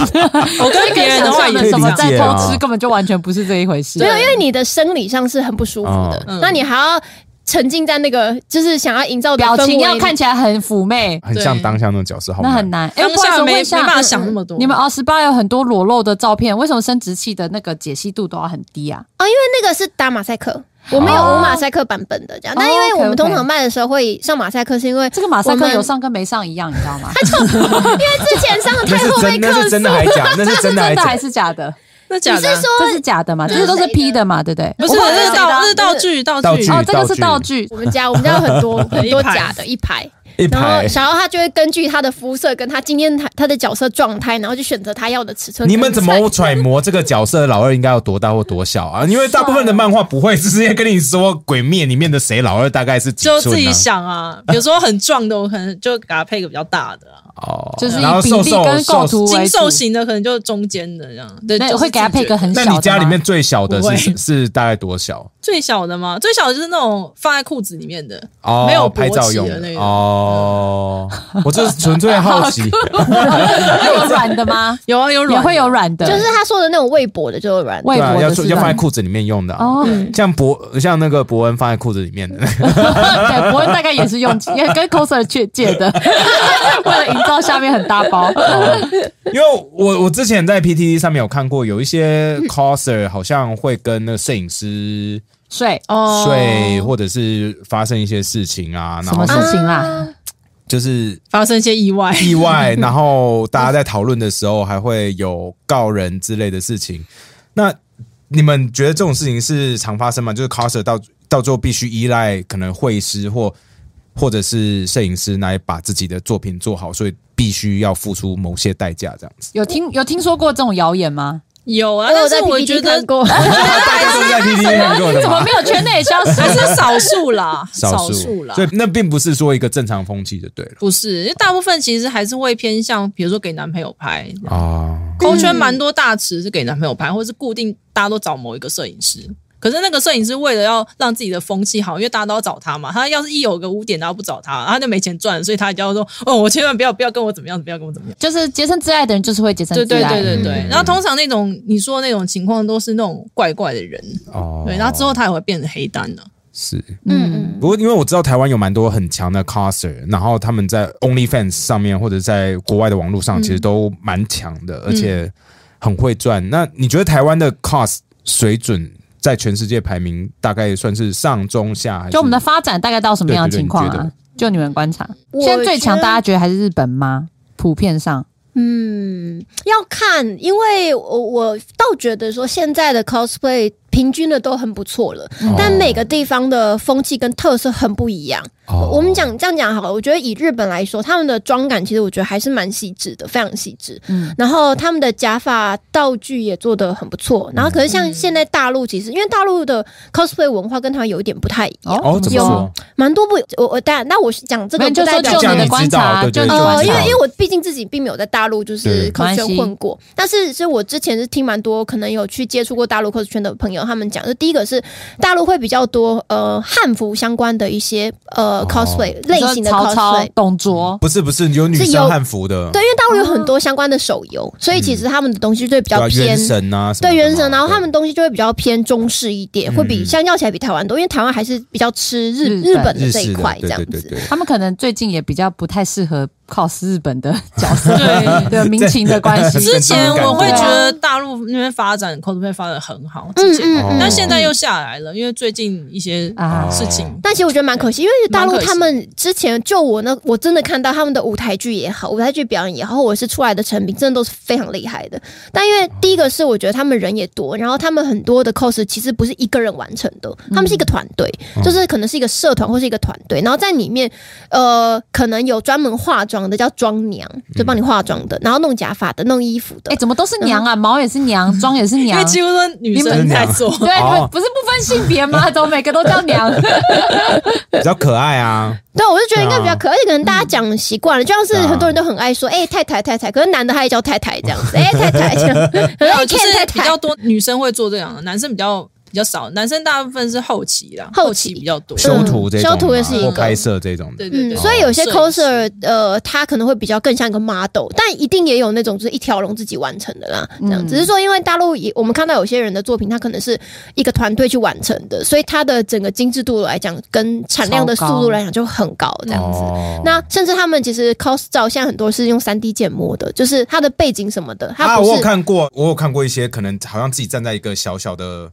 Speaker 4: 我跟别人的话
Speaker 2: 我
Speaker 4: 也
Speaker 2: 们
Speaker 4: 是
Speaker 2: 什
Speaker 4: 这
Speaker 2: 么
Speaker 1: 可以理
Speaker 2: 在
Speaker 4: 样，
Speaker 1: 解
Speaker 2: 偷
Speaker 1: 啊
Speaker 2: 吃，根本就完全不是这一回事
Speaker 3: 没。有，因为你的生理上是很不舒服
Speaker 1: 哦
Speaker 3: 的，
Speaker 4: 嗯
Speaker 3: 那你还要沉浸在那个就是想要营造的
Speaker 2: 表
Speaker 3: 氛围
Speaker 2: 情要
Speaker 3: 里
Speaker 2: 看起来很妩媚，
Speaker 1: 很像
Speaker 4: 对
Speaker 1: 当下那种角色，好
Speaker 2: 那
Speaker 1: 难
Speaker 2: 很难。哎，
Speaker 4: 当
Speaker 2: 不好意
Speaker 4: 下
Speaker 2: 思，
Speaker 4: 没
Speaker 2: 问一
Speaker 4: 没
Speaker 2: 下
Speaker 4: 办，法想那么多。
Speaker 2: 你们二十八有很多裸露的照片，为什么生殖器的那个解析度都要很低啊？
Speaker 3: 哦，因为那个是打马赛克。我们有无马赛克版本的这样，
Speaker 2: 哦
Speaker 3: 但因为我们
Speaker 2: OK，OK
Speaker 3: 通常卖的时候会上马赛克，是因为
Speaker 2: 这个马赛
Speaker 3: 我
Speaker 2: 克
Speaker 3: 们
Speaker 2: 有上跟没上一样，你知道吗？
Speaker 3: 因为之前上
Speaker 1: 那
Speaker 3: 太后
Speaker 1: 是
Speaker 3: 被
Speaker 1: 真，
Speaker 3: 克
Speaker 1: 那是
Speaker 3: 诉
Speaker 1: 真的还假？那 是真的
Speaker 2: 真
Speaker 1: 还
Speaker 2: 的
Speaker 1: 假？
Speaker 2: 还是假的？
Speaker 4: 那
Speaker 3: 你
Speaker 4: 假
Speaker 3: 是
Speaker 4: 的啊，
Speaker 2: 这
Speaker 3: 说
Speaker 2: 是假的嘛？这
Speaker 3: 那
Speaker 2: 些都是
Speaker 3: 谁的
Speaker 2: P 的嘛？对不对？
Speaker 4: 不是
Speaker 2: 我忘了
Speaker 4: 那是
Speaker 2: 谁的
Speaker 4: 道那是道具道
Speaker 1: 道具
Speaker 2: 哦，这个是道
Speaker 1: 道
Speaker 2: 具
Speaker 3: 我。们家我们家有很 多很多
Speaker 4: 一排
Speaker 3: 假的一排，
Speaker 1: 一
Speaker 3: 然后
Speaker 1: 排，
Speaker 3: 小妖他就会根据他的肤色跟他今天他他的角色状态，然后去选择他要的尺寸。
Speaker 1: 你们怎么？揣摩这个角色老二应该有多大或多小啊？因为大部分的漫画不会直接跟你说《鬼灭》里面的谁老二大概是几寸、
Speaker 4: 就
Speaker 1: 啊，
Speaker 4: 自己想啊。比如说很壮的，我可能就给他配个比较大的啊；
Speaker 1: 哦，
Speaker 2: 就是
Speaker 1: 然后
Speaker 2: 以比
Speaker 1: 瘦
Speaker 2: 例
Speaker 1: 瘦
Speaker 2: 跟构
Speaker 1: 瘦
Speaker 2: 图为
Speaker 4: 精
Speaker 2: 主
Speaker 4: 瘦型的可能就是中间的这样。对，
Speaker 2: 那
Speaker 4: 就是
Speaker 2: 会给他
Speaker 4: 自己
Speaker 2: 配个
Speaker 4: 觉得
Speaker 2: 很小
Speaker 1: 那
Speaker 2: 的吗。
Speaker 1: 你家里 面最小的
Speaker 4: 不会
Speaker 1: 是是是大概多小？
Speaker 4: 最小的吗？最小的就是那种放在裤子里面的，
Speaker 1: 哦，
Speaker 4: 没有
Speaker 1: 拍照用
Speaker 4: 勃起的那个
Speaker 1: 哦，我这是纯粹好奇，
Speaker 2: 会有软的吗？
Speaker 4: 有啊有
Speaker 2: 也
Speaker 4: 软的，
Speaker 2: 会有软的，
Speaker 3: 就是他说的那种微博的就是软
Speaker 2: 微
Speaker 1: 对
Speaker 2: 博
Speaker 1: 啊，要
Speaker 2: 的是
Speaker 1: 做
Speaker 2: 吧
Speaker 1: 要放在裤子里面用的啊、
Speaker 2: 哦，
Speaker 1: 像博像那个博文放在裤子里面的，
Speaker 2: 对，伯恩大概也是用也跟 coser 借借的， 为了营造下面很大包。
Speaker 1: 因为我我之前在 PTT 上面有看过，有一些
Speaker 2: 嗯
Speaker 1: coser 好像会跟那个摄影师
Speaker 2: 睡
Speaker 4: 哦
Speaker 1: 睡，或者是发生一些事情啊，
Speaker 2: 什
Speaker 1: 然
Speaker 2: 么
Speaker 1: 后
Speaker 2: 事情啦？
Speaker 1: 就是
Speaker 4: 发生一些意外。
Speaker 1: 意外，然后大家在讨论的时候还会有告人之类的事情。那你们觉得这种事情是常发生吗？就是 coser 到到最后必须依赖可能会师或或者是摄影师来把自己的作品做好，所以必须要付出某些代价，这样 子。
Speaker 2: 有听有听说过这种谣言吗？
Speaker 4: 有啊，
Speaker 3: 我有
Speaker 4: 但
Speaker 3: 在
Speaker 4: 是我
Speaker 3: PPT
Speaker 4: 觉得
Speaker 3: 看
Speaker 2: 嗯
Speaker 3: 过，
Speaker 1: 大家都在 P T 看过
Speaker 2: 你
Speaker 1: 的
Speaker 2: 怎么
Speaker 1: 吗
Speaker 2: 没？有圈内消息
Speaker 4: 还？是少数啦，
Speaker 1: 少
Speaker 4: 数啦
Speaker 1: 所。以那并不是说一个正常风气就对了
Speaker 4: 不是，因为大部分其实还是会偏向，比如说给男朋友拍，
Speaker 1: 啊。
Speaker 4: 勾圈蛮多大池是给男朋友拍，或是固定大家都找某一个摄影师。可是那个摄影师为了要让自己的风气好，因为大家都要找他嘛，他要是一有个污点，大家不找他，他就没钱赚，所以他就要说：“哦，我千万不要不要跟我怎么样，不要跟我怎么样。
Speaker 2: 就是洁身自爱的人，就是会洁”身
Speaker 4: 对
Speaker 2: 自
Speaker 4: 对
Speaker 2: 爱。
Speaker 4: 对对对。
Speaker 1: 嗯
Speaker 4: 然后通常那种你说的那种情况都是那种怪怪的人，
Speaker 1: 哦
Speaker 4: 对，然后之后他也会变成黑单的。
Speaker 1: 是
Speaker 2: 嗯，
Speaker 1: 不过，因为我知道台湾有蛮多很强的 coser，然后他们在 OnlyFans 上面或者在国外的网络上，其实
Speaker 3: 嗯
Speaker 1: 都蛮强的，而且很会赚。那你觉得台湾的 cos 水准在全世界排名大概算是上中下？还是
Speaker 2: 就我们的发展大概到什么样的
Speaker 1: 对对对
Speaker 2: 情况
Speaker 1: 你觉
Speaker 2: 啊
Speaker 1: 得？
Speaker 2: 就你们观察，
Speaker 3: 我
Speaker 2: 现在最强
Speaker 3: 觉得
Speaker 2: 大家觉得还是日本吗？普遍上，
Speaker 3: 嗯，要看，因为我我倒觉得说现在的 cosplay 平均的都很不错了，
Speaker 1: 哦
Speaker 3: 但每个地方的风气跟特色很不一样。
Speaker 1: 哦
Speaker 3: 我们讲这样讲好了，我觉得以日本来说，他们的妆感其实我觉得还是蛮细致的，非常细致。
Speaker 2: 嗯
Speaker 3: 然后他们的假发道具也做得很不
Speaker 2: 嗯
Speaker 3: 错。然后可是像现在大陆，其实因为大陆的 cosplay 文化跟台湾有一点不太一样，
Speaker 1: 哦，怎么
Speaker 2: 有
Speaker 1: 说？
Speaker 3: 蛮多不我我当然，那我讲这
Speaker 2: 没
Speaker 3: 个
Speaker 2: 有
Speaker 3: 不
Speaker 2: 就
Speaker 3: 代
Speaker 2: 说
Speaker 3: 表
Speaker 2: 就
Speaker 1: 这样你
Speaker 2: 你的
Speaker 1: 知
Speaker 2: 观察，
Speaker 1: 道对
Speaker 2: 就
Speaker 1: 对
Speaker 2: 你的
Speaker 1: 就
Speaker 3: 呃，
Speaker 2: 观
Speaker 1: 知
Speaker 3: 因
Speaker 1: 道
Speaker 3: 为
Speaker 2: 察
Speaker 3: 因。为我毕竟自己并没有在大陆就是
Speaker 1: 对
Speaker 3: cos
Speaker 2: 没关系
Speaker 3: 圈混过，但是是我之前是听蛮多可能有去接触过大陆 cos 圈的朋友，他们讲，就第一个是大陆会比较多呃汉服相关的一些呃
Speaker 1: 哦
Speaker 3: cosplay 类型
Speaker 2: 你
Speaker 3: 的
Speaker 2: 说曹操
Speaker 3: cosplay，、
Speaker 2: 董卓，
Speaker 1: 不是不是，有女
Speaker 3: 是
Speaker 1: 生
Speaker 3: 有
Speaker 1: 汉服的，
Speaker 3: 对，因为大陆有很多相关的手游，所以其实他们的东西就会比
Speaker 1: 嗯对
Speaker 3: 较
Speaker 1: 啊，
Speaker 3: 偏
Speaker 1: 原。神啊什么的嘛，
Speaker 3: 对原神，然后
Speaker 1: 对
Speaker 3: 他们东西就会比较偏中式一点，
Speaker 1: 嗯
Speaker 3: 会比相较起来比台湾多，因为台湾还是比较吃日
Speaker 2: 日
Speaker 3: 日
Speaker 2: 本
Speaker 3: 本的
Speaker 1: 日
Speaker 3: 这一
Speaker 1: 式的
Speaker 3: 块，这
Speaker 1: 对
Speaker 3: 样
Speaker 1: 对对
Speaker 3: 子。
Speaker 1: 对。
Speaker 2: 他们可能最近也比较不太适合 cos 日本的角色，
Speaker 4: 对
Speaker 2: 对民情的关系。
Speaker 4: 之前我会
Speaker 2: 对啊
Speaker 4: 觉得大陆那边发展 cosplay 发展很好，
Speaker 3: 嗯
Speaker 4: 之前，
Speaker 1: 哦
Speaker 4: 但现在又下来了，因为最近一些
Speaker 2: 啊
Speaker 4: 事情。
Speaker 3: 但其实我觉得蛮可惜，因为大陆
Speaker 4: 蛮可惜
Speaker 3: 他们之前就我那，我真的看到他们的舞台剧也好，舞台剧表演也好，或者是出来的成品，真的都是非常厉害的。但因为第一个是我觉得他们人也多，然后他们很多的 cos 其实不是一个人完成的，
Speaker 4: 嗯
Speaker 3: 他们是一个团队，就是可能是一个社团或是一个团队，然后在里面呃，可能有专门化妆妆的叫妆娘，就帮你化妆的，然后弄假发的、弄衣服的
Speaker 2: 哎，。怎么都是娘啊？毛也是娘，妆也是
Speaker 4: 因
Speaker 3: 啊
Speaker 2: 娘
Speaker 4: 为，几乎都是女生在 做。
Speaker 2: 对，
Speaker 1: 哦
Speaker 2: 你们不是不分性别吗？怎么每个都叫娘？
Speaker 1: 比较可爱啊，
Speaker 3: 对，我就觉得应该比较
Speaker 1: 对啊
Speaker 3: 可爱，而且可能大家讲习惯
Speaker 4: 嗯
Speaker 3: 了，就像是
Speaker 1: 对啊
Speaker 3: 很多人都很爱 说，哎，太太太太，可是男的他也叫太太这样子，哎，太太这样，可
Speaker 4: 没
Speaker 3: 是
Speaker 4: 有，
Speaker 3: 哎
Speaker 4: 啊就
Speaker 3: 太
Speaker 4: 是比
Speaker 3: 太
Speaker 4: 较多女生会做这样的，男生比较比较少，男生大部分是后期啦，
Speaker 3: 后期
Speaker 4: 后期比较多。
Speaker 1: 修图这种嘛，啊
Speaker 3: 修图也是一个
Speaker 1: 或拍摄这种的
Speaker 4: 对，对
Speaker 3: 嗯，
Speaker 4: 对，哦
Speaker 3: 所以有些
Speaker 4: 摄影师
Speaker 3: coser 呃，他可能会比较更像一个 model，但一定也有那种就是一条龙自己完成的啦。这样，
Speaker 2: 嗯
Speaker 3: 只是说因为大陆也我们看到有些人的作品，他可能是一个团队去完成的，所以它的整个精致度来讲，跟产量的速
Speaker 2: 超
Speaker 3: 度
Speaker 2: 高
Speaker 3: 来讲就很高这样子。
Speaker 1: 哦
Speaker 3: 那甚至他们其实 cos 照现在很多是用三 D 建模的，就是它的背景什么的，它
Speaker 1: 啊，
Speaker 3: 不
Speaker 1: 我
Speaker 3: 是
Speaker 1: 有看过，我有看过一些可能好像自己站在一个小小的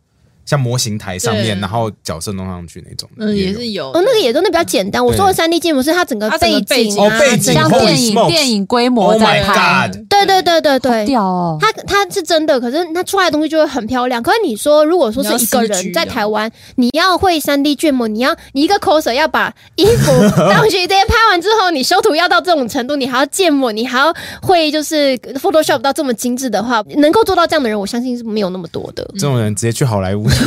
Speaker 1: 像模型台上面，
Speaker 4: 对
Speaker 1: 然后角色弄上去那种的，
Speaker 4: 嗯也
Speaker 1: 有
Speaker 4: 是有
Speaker 3: 哦，那个也真的比较简单。我说的三 D 建模是它整个
Speaker 4: 它整
Speaker 3: 背
Speaker 4: 个背
Speaker 3: 景
Speaker 4: 景
Speaker 3: 啊，
Speaker 1: 哦背景
Speaker 3: 整
Speaker 2: 像
Speaker 3: 个
Speaker 1: Holy
Speaker 2: 电影
Speaker 1: smokes
Speaker 2: 电影规模
Speaker 1: Oh
Speaker 2: 在
Speaker 1: my
Speaker 2: 拍，
Speaker 1: God！
Speaker 3: 对对对对对，
Speaker 2: 屌哦！
Speaker 3: 它它是真的，可是它出来的东西就会很漂亮。可是你说，如果说是一个
Speaker 4: 你要 CG
Speaker 3: 人
Speaker 4: 啊
Speaker 3: 在台湾，你要会三 D 建模，你要你一个 coser 要把衣服 上去这些拍完之后，你修图要到这种程度，你还要建模，你还要会就是 Photoshop 到这么精致的话，能够做到这样的人，我相信是没有那么多的。
Speaker 1: 这种人直接去好莱 坞，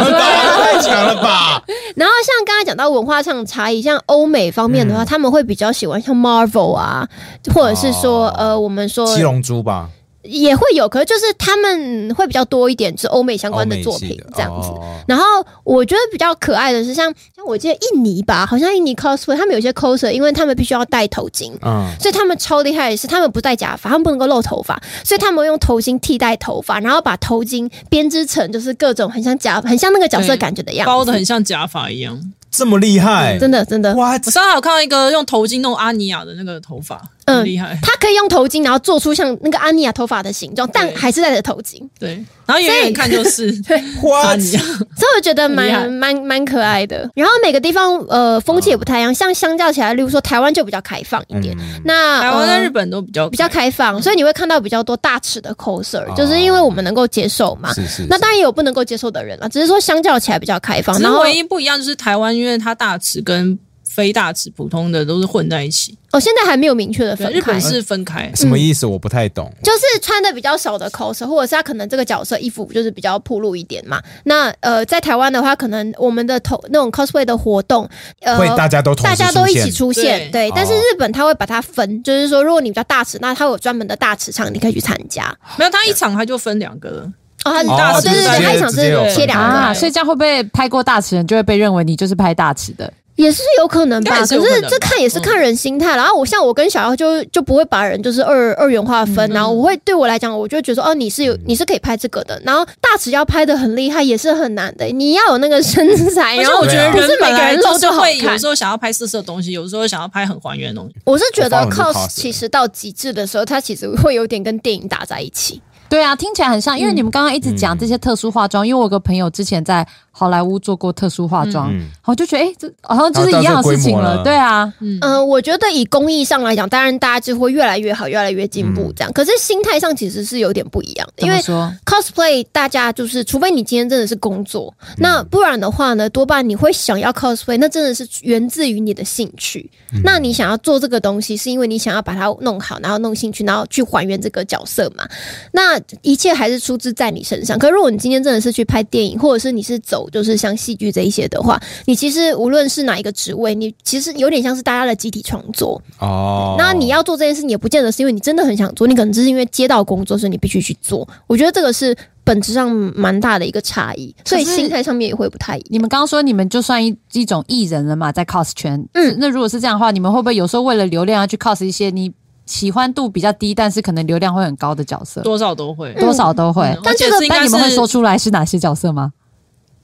Speaker 1: 太强了吧？
Speaker 3: 然后像刚才讲到文化上的差异，像欧美方面
Speaker 1: 嗯
Speaker 3: 的话，他们会比较喜欢像 Marvel 啊，或者是说、
Speaker 1: 哦
Speaker 3: 呃，我们说
Speaker 1: 七龙珠吧，
Speaker 3: 也会有，可是就是他们会比较多一点是欧美相
Speaker 1: 欧
Speaker 3: 关的
Speaker 1: 美
Speaker 3: 作
Speaker 1: 系
Speaker 3: 品
Speaker 1: 的
Speaker 3: 这样子。
Speaker 1: 哦
Speaker 3: 然后我觉得比较可爱的是像，像我记得印尼吧，好像印尼 cosplay，他们有些 coser，因为他们必须要戴头巾，
Speaker 1: 嗯，
Speaker 3: 所以他们超厉害的是，他们不戴假发，他们不能够露头发，所以他们用头巾替代头发，然后把头巾编织成就是各种很像假、很像那个角色
Speaker 4: 对
Speaker 3: 感觉的样子，
Speaker 4: 包的很像假发一样。
Speaker 1: 这么厉害，
Speaker 3: 真的真的，
Speaker 1: 哇！
Speaker 4: 我上次还有看到一个用头巾弄阿尼亚的那个头发，
Speaker 3: 嗯
Speaker 4: 很厉害。
Speaker 3: 他可以用头巾，然后做出像那个安妮亚头发的形状，但
Speaker 4: 对
Speaker 3: 还是戴着头巾，
Speaker 4: 对，然后远远看就是 阿
Speaker 1: 哇，
Speaker 4: 尼亚，
Speaker 3: 所以我觉得
Speaker 4: 很厉害
Speaker 3: 蛮蛮蛮可爱的。然后每个地方呃风气也不太一样，像相较起来，例如说台湾就比较开放一点，
Speaker 1: 嗯
Speaker 3: 那
Speaker 4: 台湾
Speaker 3: 呃
Speaker 4: 跟日本都比较
Speaker 3: 比较开放，所以你会看到比较多大尺的 coser，、
Speaker 1: 哦
Speaker 3: 就是因为我们能够接受嘛。
Speaker 1: 是是，
Speaker 3: 那当然也有不能够接受的人了，只是说相较起来比较开放。
Speaker 4: 只是
Speaker 3: 啊然后
Speaker 4: 唯一不一样就是台湾，因为它大尺跟非大尺普通的都是混在一起，
Speaker 3: 哦，现在还没有明确的
Speaker 4: 对，
Speaker 3: 分
Speaker 4: 日
Speaker 3: 开
Speaker 4: 本。是分开。
Speaker 1: 什么意思？我不太懂。
Speaker 3: 就是穿的比较少的 coser，或者是他可能这个角色衣服就是比较暴露一点嘛。那呃，在台湾的话，可能我们的头那种 cosplay 的活动，呃，
Speaker 1: 会大家都同
Speaker 3: 大
Speaker 1: 时
Speaker 3: 家都一起
Speaker 1: 现
Speaker 3: 出现，对。但是
Speaker 1: 哦
Speaker 3: 日本他会把它分，就是说，如果你比较大尺，那他有专门的大尺场，你可以去参加。
Speaker 4: 没有，它一场它就分两个了，
Speaker 3: 哦，他
Speaker 4: 哦
Speaker 3: 哦，对对
Speaker 4: 直接
Speaker 3: 对，他场
Speaker 1: 直接有
Speaker 3: 是切两个，
Speaker 2: 啊，
Speaker 4: 对
Speaker 2: 所以这样会不会拍过大尺人就会被认为你就是拍大尺的？
Speaker 3: 也是有可能吧，
Speaker 4: 应该
Speaker 3: 可
Speaker 4: 也是有可能吧
Speaker 3: 这看也是看人心态。然后我像我跟小妖就就不会把人就是二二元划
Speaker 4: 嗯
Speaker 3: 分，然后我会对我来讲，我就会觉得说哦，你是有你是可以拍这个的，然后大尺要拍的很厉害也是很难的，你要有那个身材，
Speaker 4: 而
Speaker 3: 然
Speaker 4: 且
Speaker 3: 后
Speaker 4: 我觉得
Speaker 3: 不
Speaker 4: 人
Speaker 3: 是每
Speaker 4: 本
Speaker 3: 个
Speaker 4: 来
Speaker 3: 人
Speaker 4: 就
Speaker 3: 露
Speaker 4: 是
Speaker 3: 就好
Speaker 4: 会有
Speaker 3: 看
Speaker 4: 时。候想要拍色色的东西，有时候想要拍很还原的东西。
Speaker 3: 我是觉得
Speaker 1: 我发了很多
Speaker 3: cos
Speaker 1: cos
Speaker 3: 其实到极致的时候，它其实会有点跟电影打在一起。
Speaker 2: 对啊，听起来很
Speaker 1: 嗯
Speaker 2: 像，因为你们刚刚一直讲这些特殊化妆，因为我有个朋友之前在好莱坞做过特殊化妆，
Speaker 1: 嗯嗯
Speaker 2: 然后就觉得哎、诶这好像就是一样的事情
Speaker 1: 然
Speaker 2: 了，
Speaker 1: 后到这个规模了
Speaker 2: 对啊，
Speaker 3: 嗯、我觉得以工艺上来讲，当然大家就会越来越好，越来越进步这样。可是心态上其实是有点不一样的，
Speaker 2: 怎
Speaker 3: 因
Speaker 2: 么
Speaker 3: 为
Speaker 2: 说
Speaker 3: cosplay 大家就是，除非你今天真的是工作，那不然的话呢，多半你会想要 cosplay，那真的是源自于你的兴趣。那你想要做这个东西，是因为你想要把它弄好，然后弄兴趣，然后去还原这个角色嘛？那一切还是出自在你身上。可如果你今天真的是去拍电影，或者是你是走就是像戏剧这一些的话，你其实无论是哪一个职位，你其实有点像是大家的集体创作。
Speaker 1: 哦。
Speaker 3: 那你要做这件事，你也不见得是因为你真的很想做，你可能只是因为接到工作，所以你必须去做。我觉得这个是本质上蛮大的一个差异，所以
Speaker 2: 可是
Speaker 3: 心态上面也会不太一
Speaker 2: 你
Speaker 3: 样。
Speaker 2: 们刚刚说你们就算一一种艺人了嘛，在 cos 圈，
Speaker 3: 嗯
Speaker 2: 嗯，那如果是这样的话，你们会不会有时候为了流量要去 cos 一些你喜欢度比较低，但是可能流量会很高的角色？
Speaker 4: 多少都会。
Speaker 2: 多少都
Speaker 3: 嗯
Speaker 2: 会，
Speaker 4: 但这个应
Speaker 2: 但
Speaker 4: 该
Speaker 2: 你
Speaker 4: 是
Speaker 2: 们会说出来是哪些角色吗？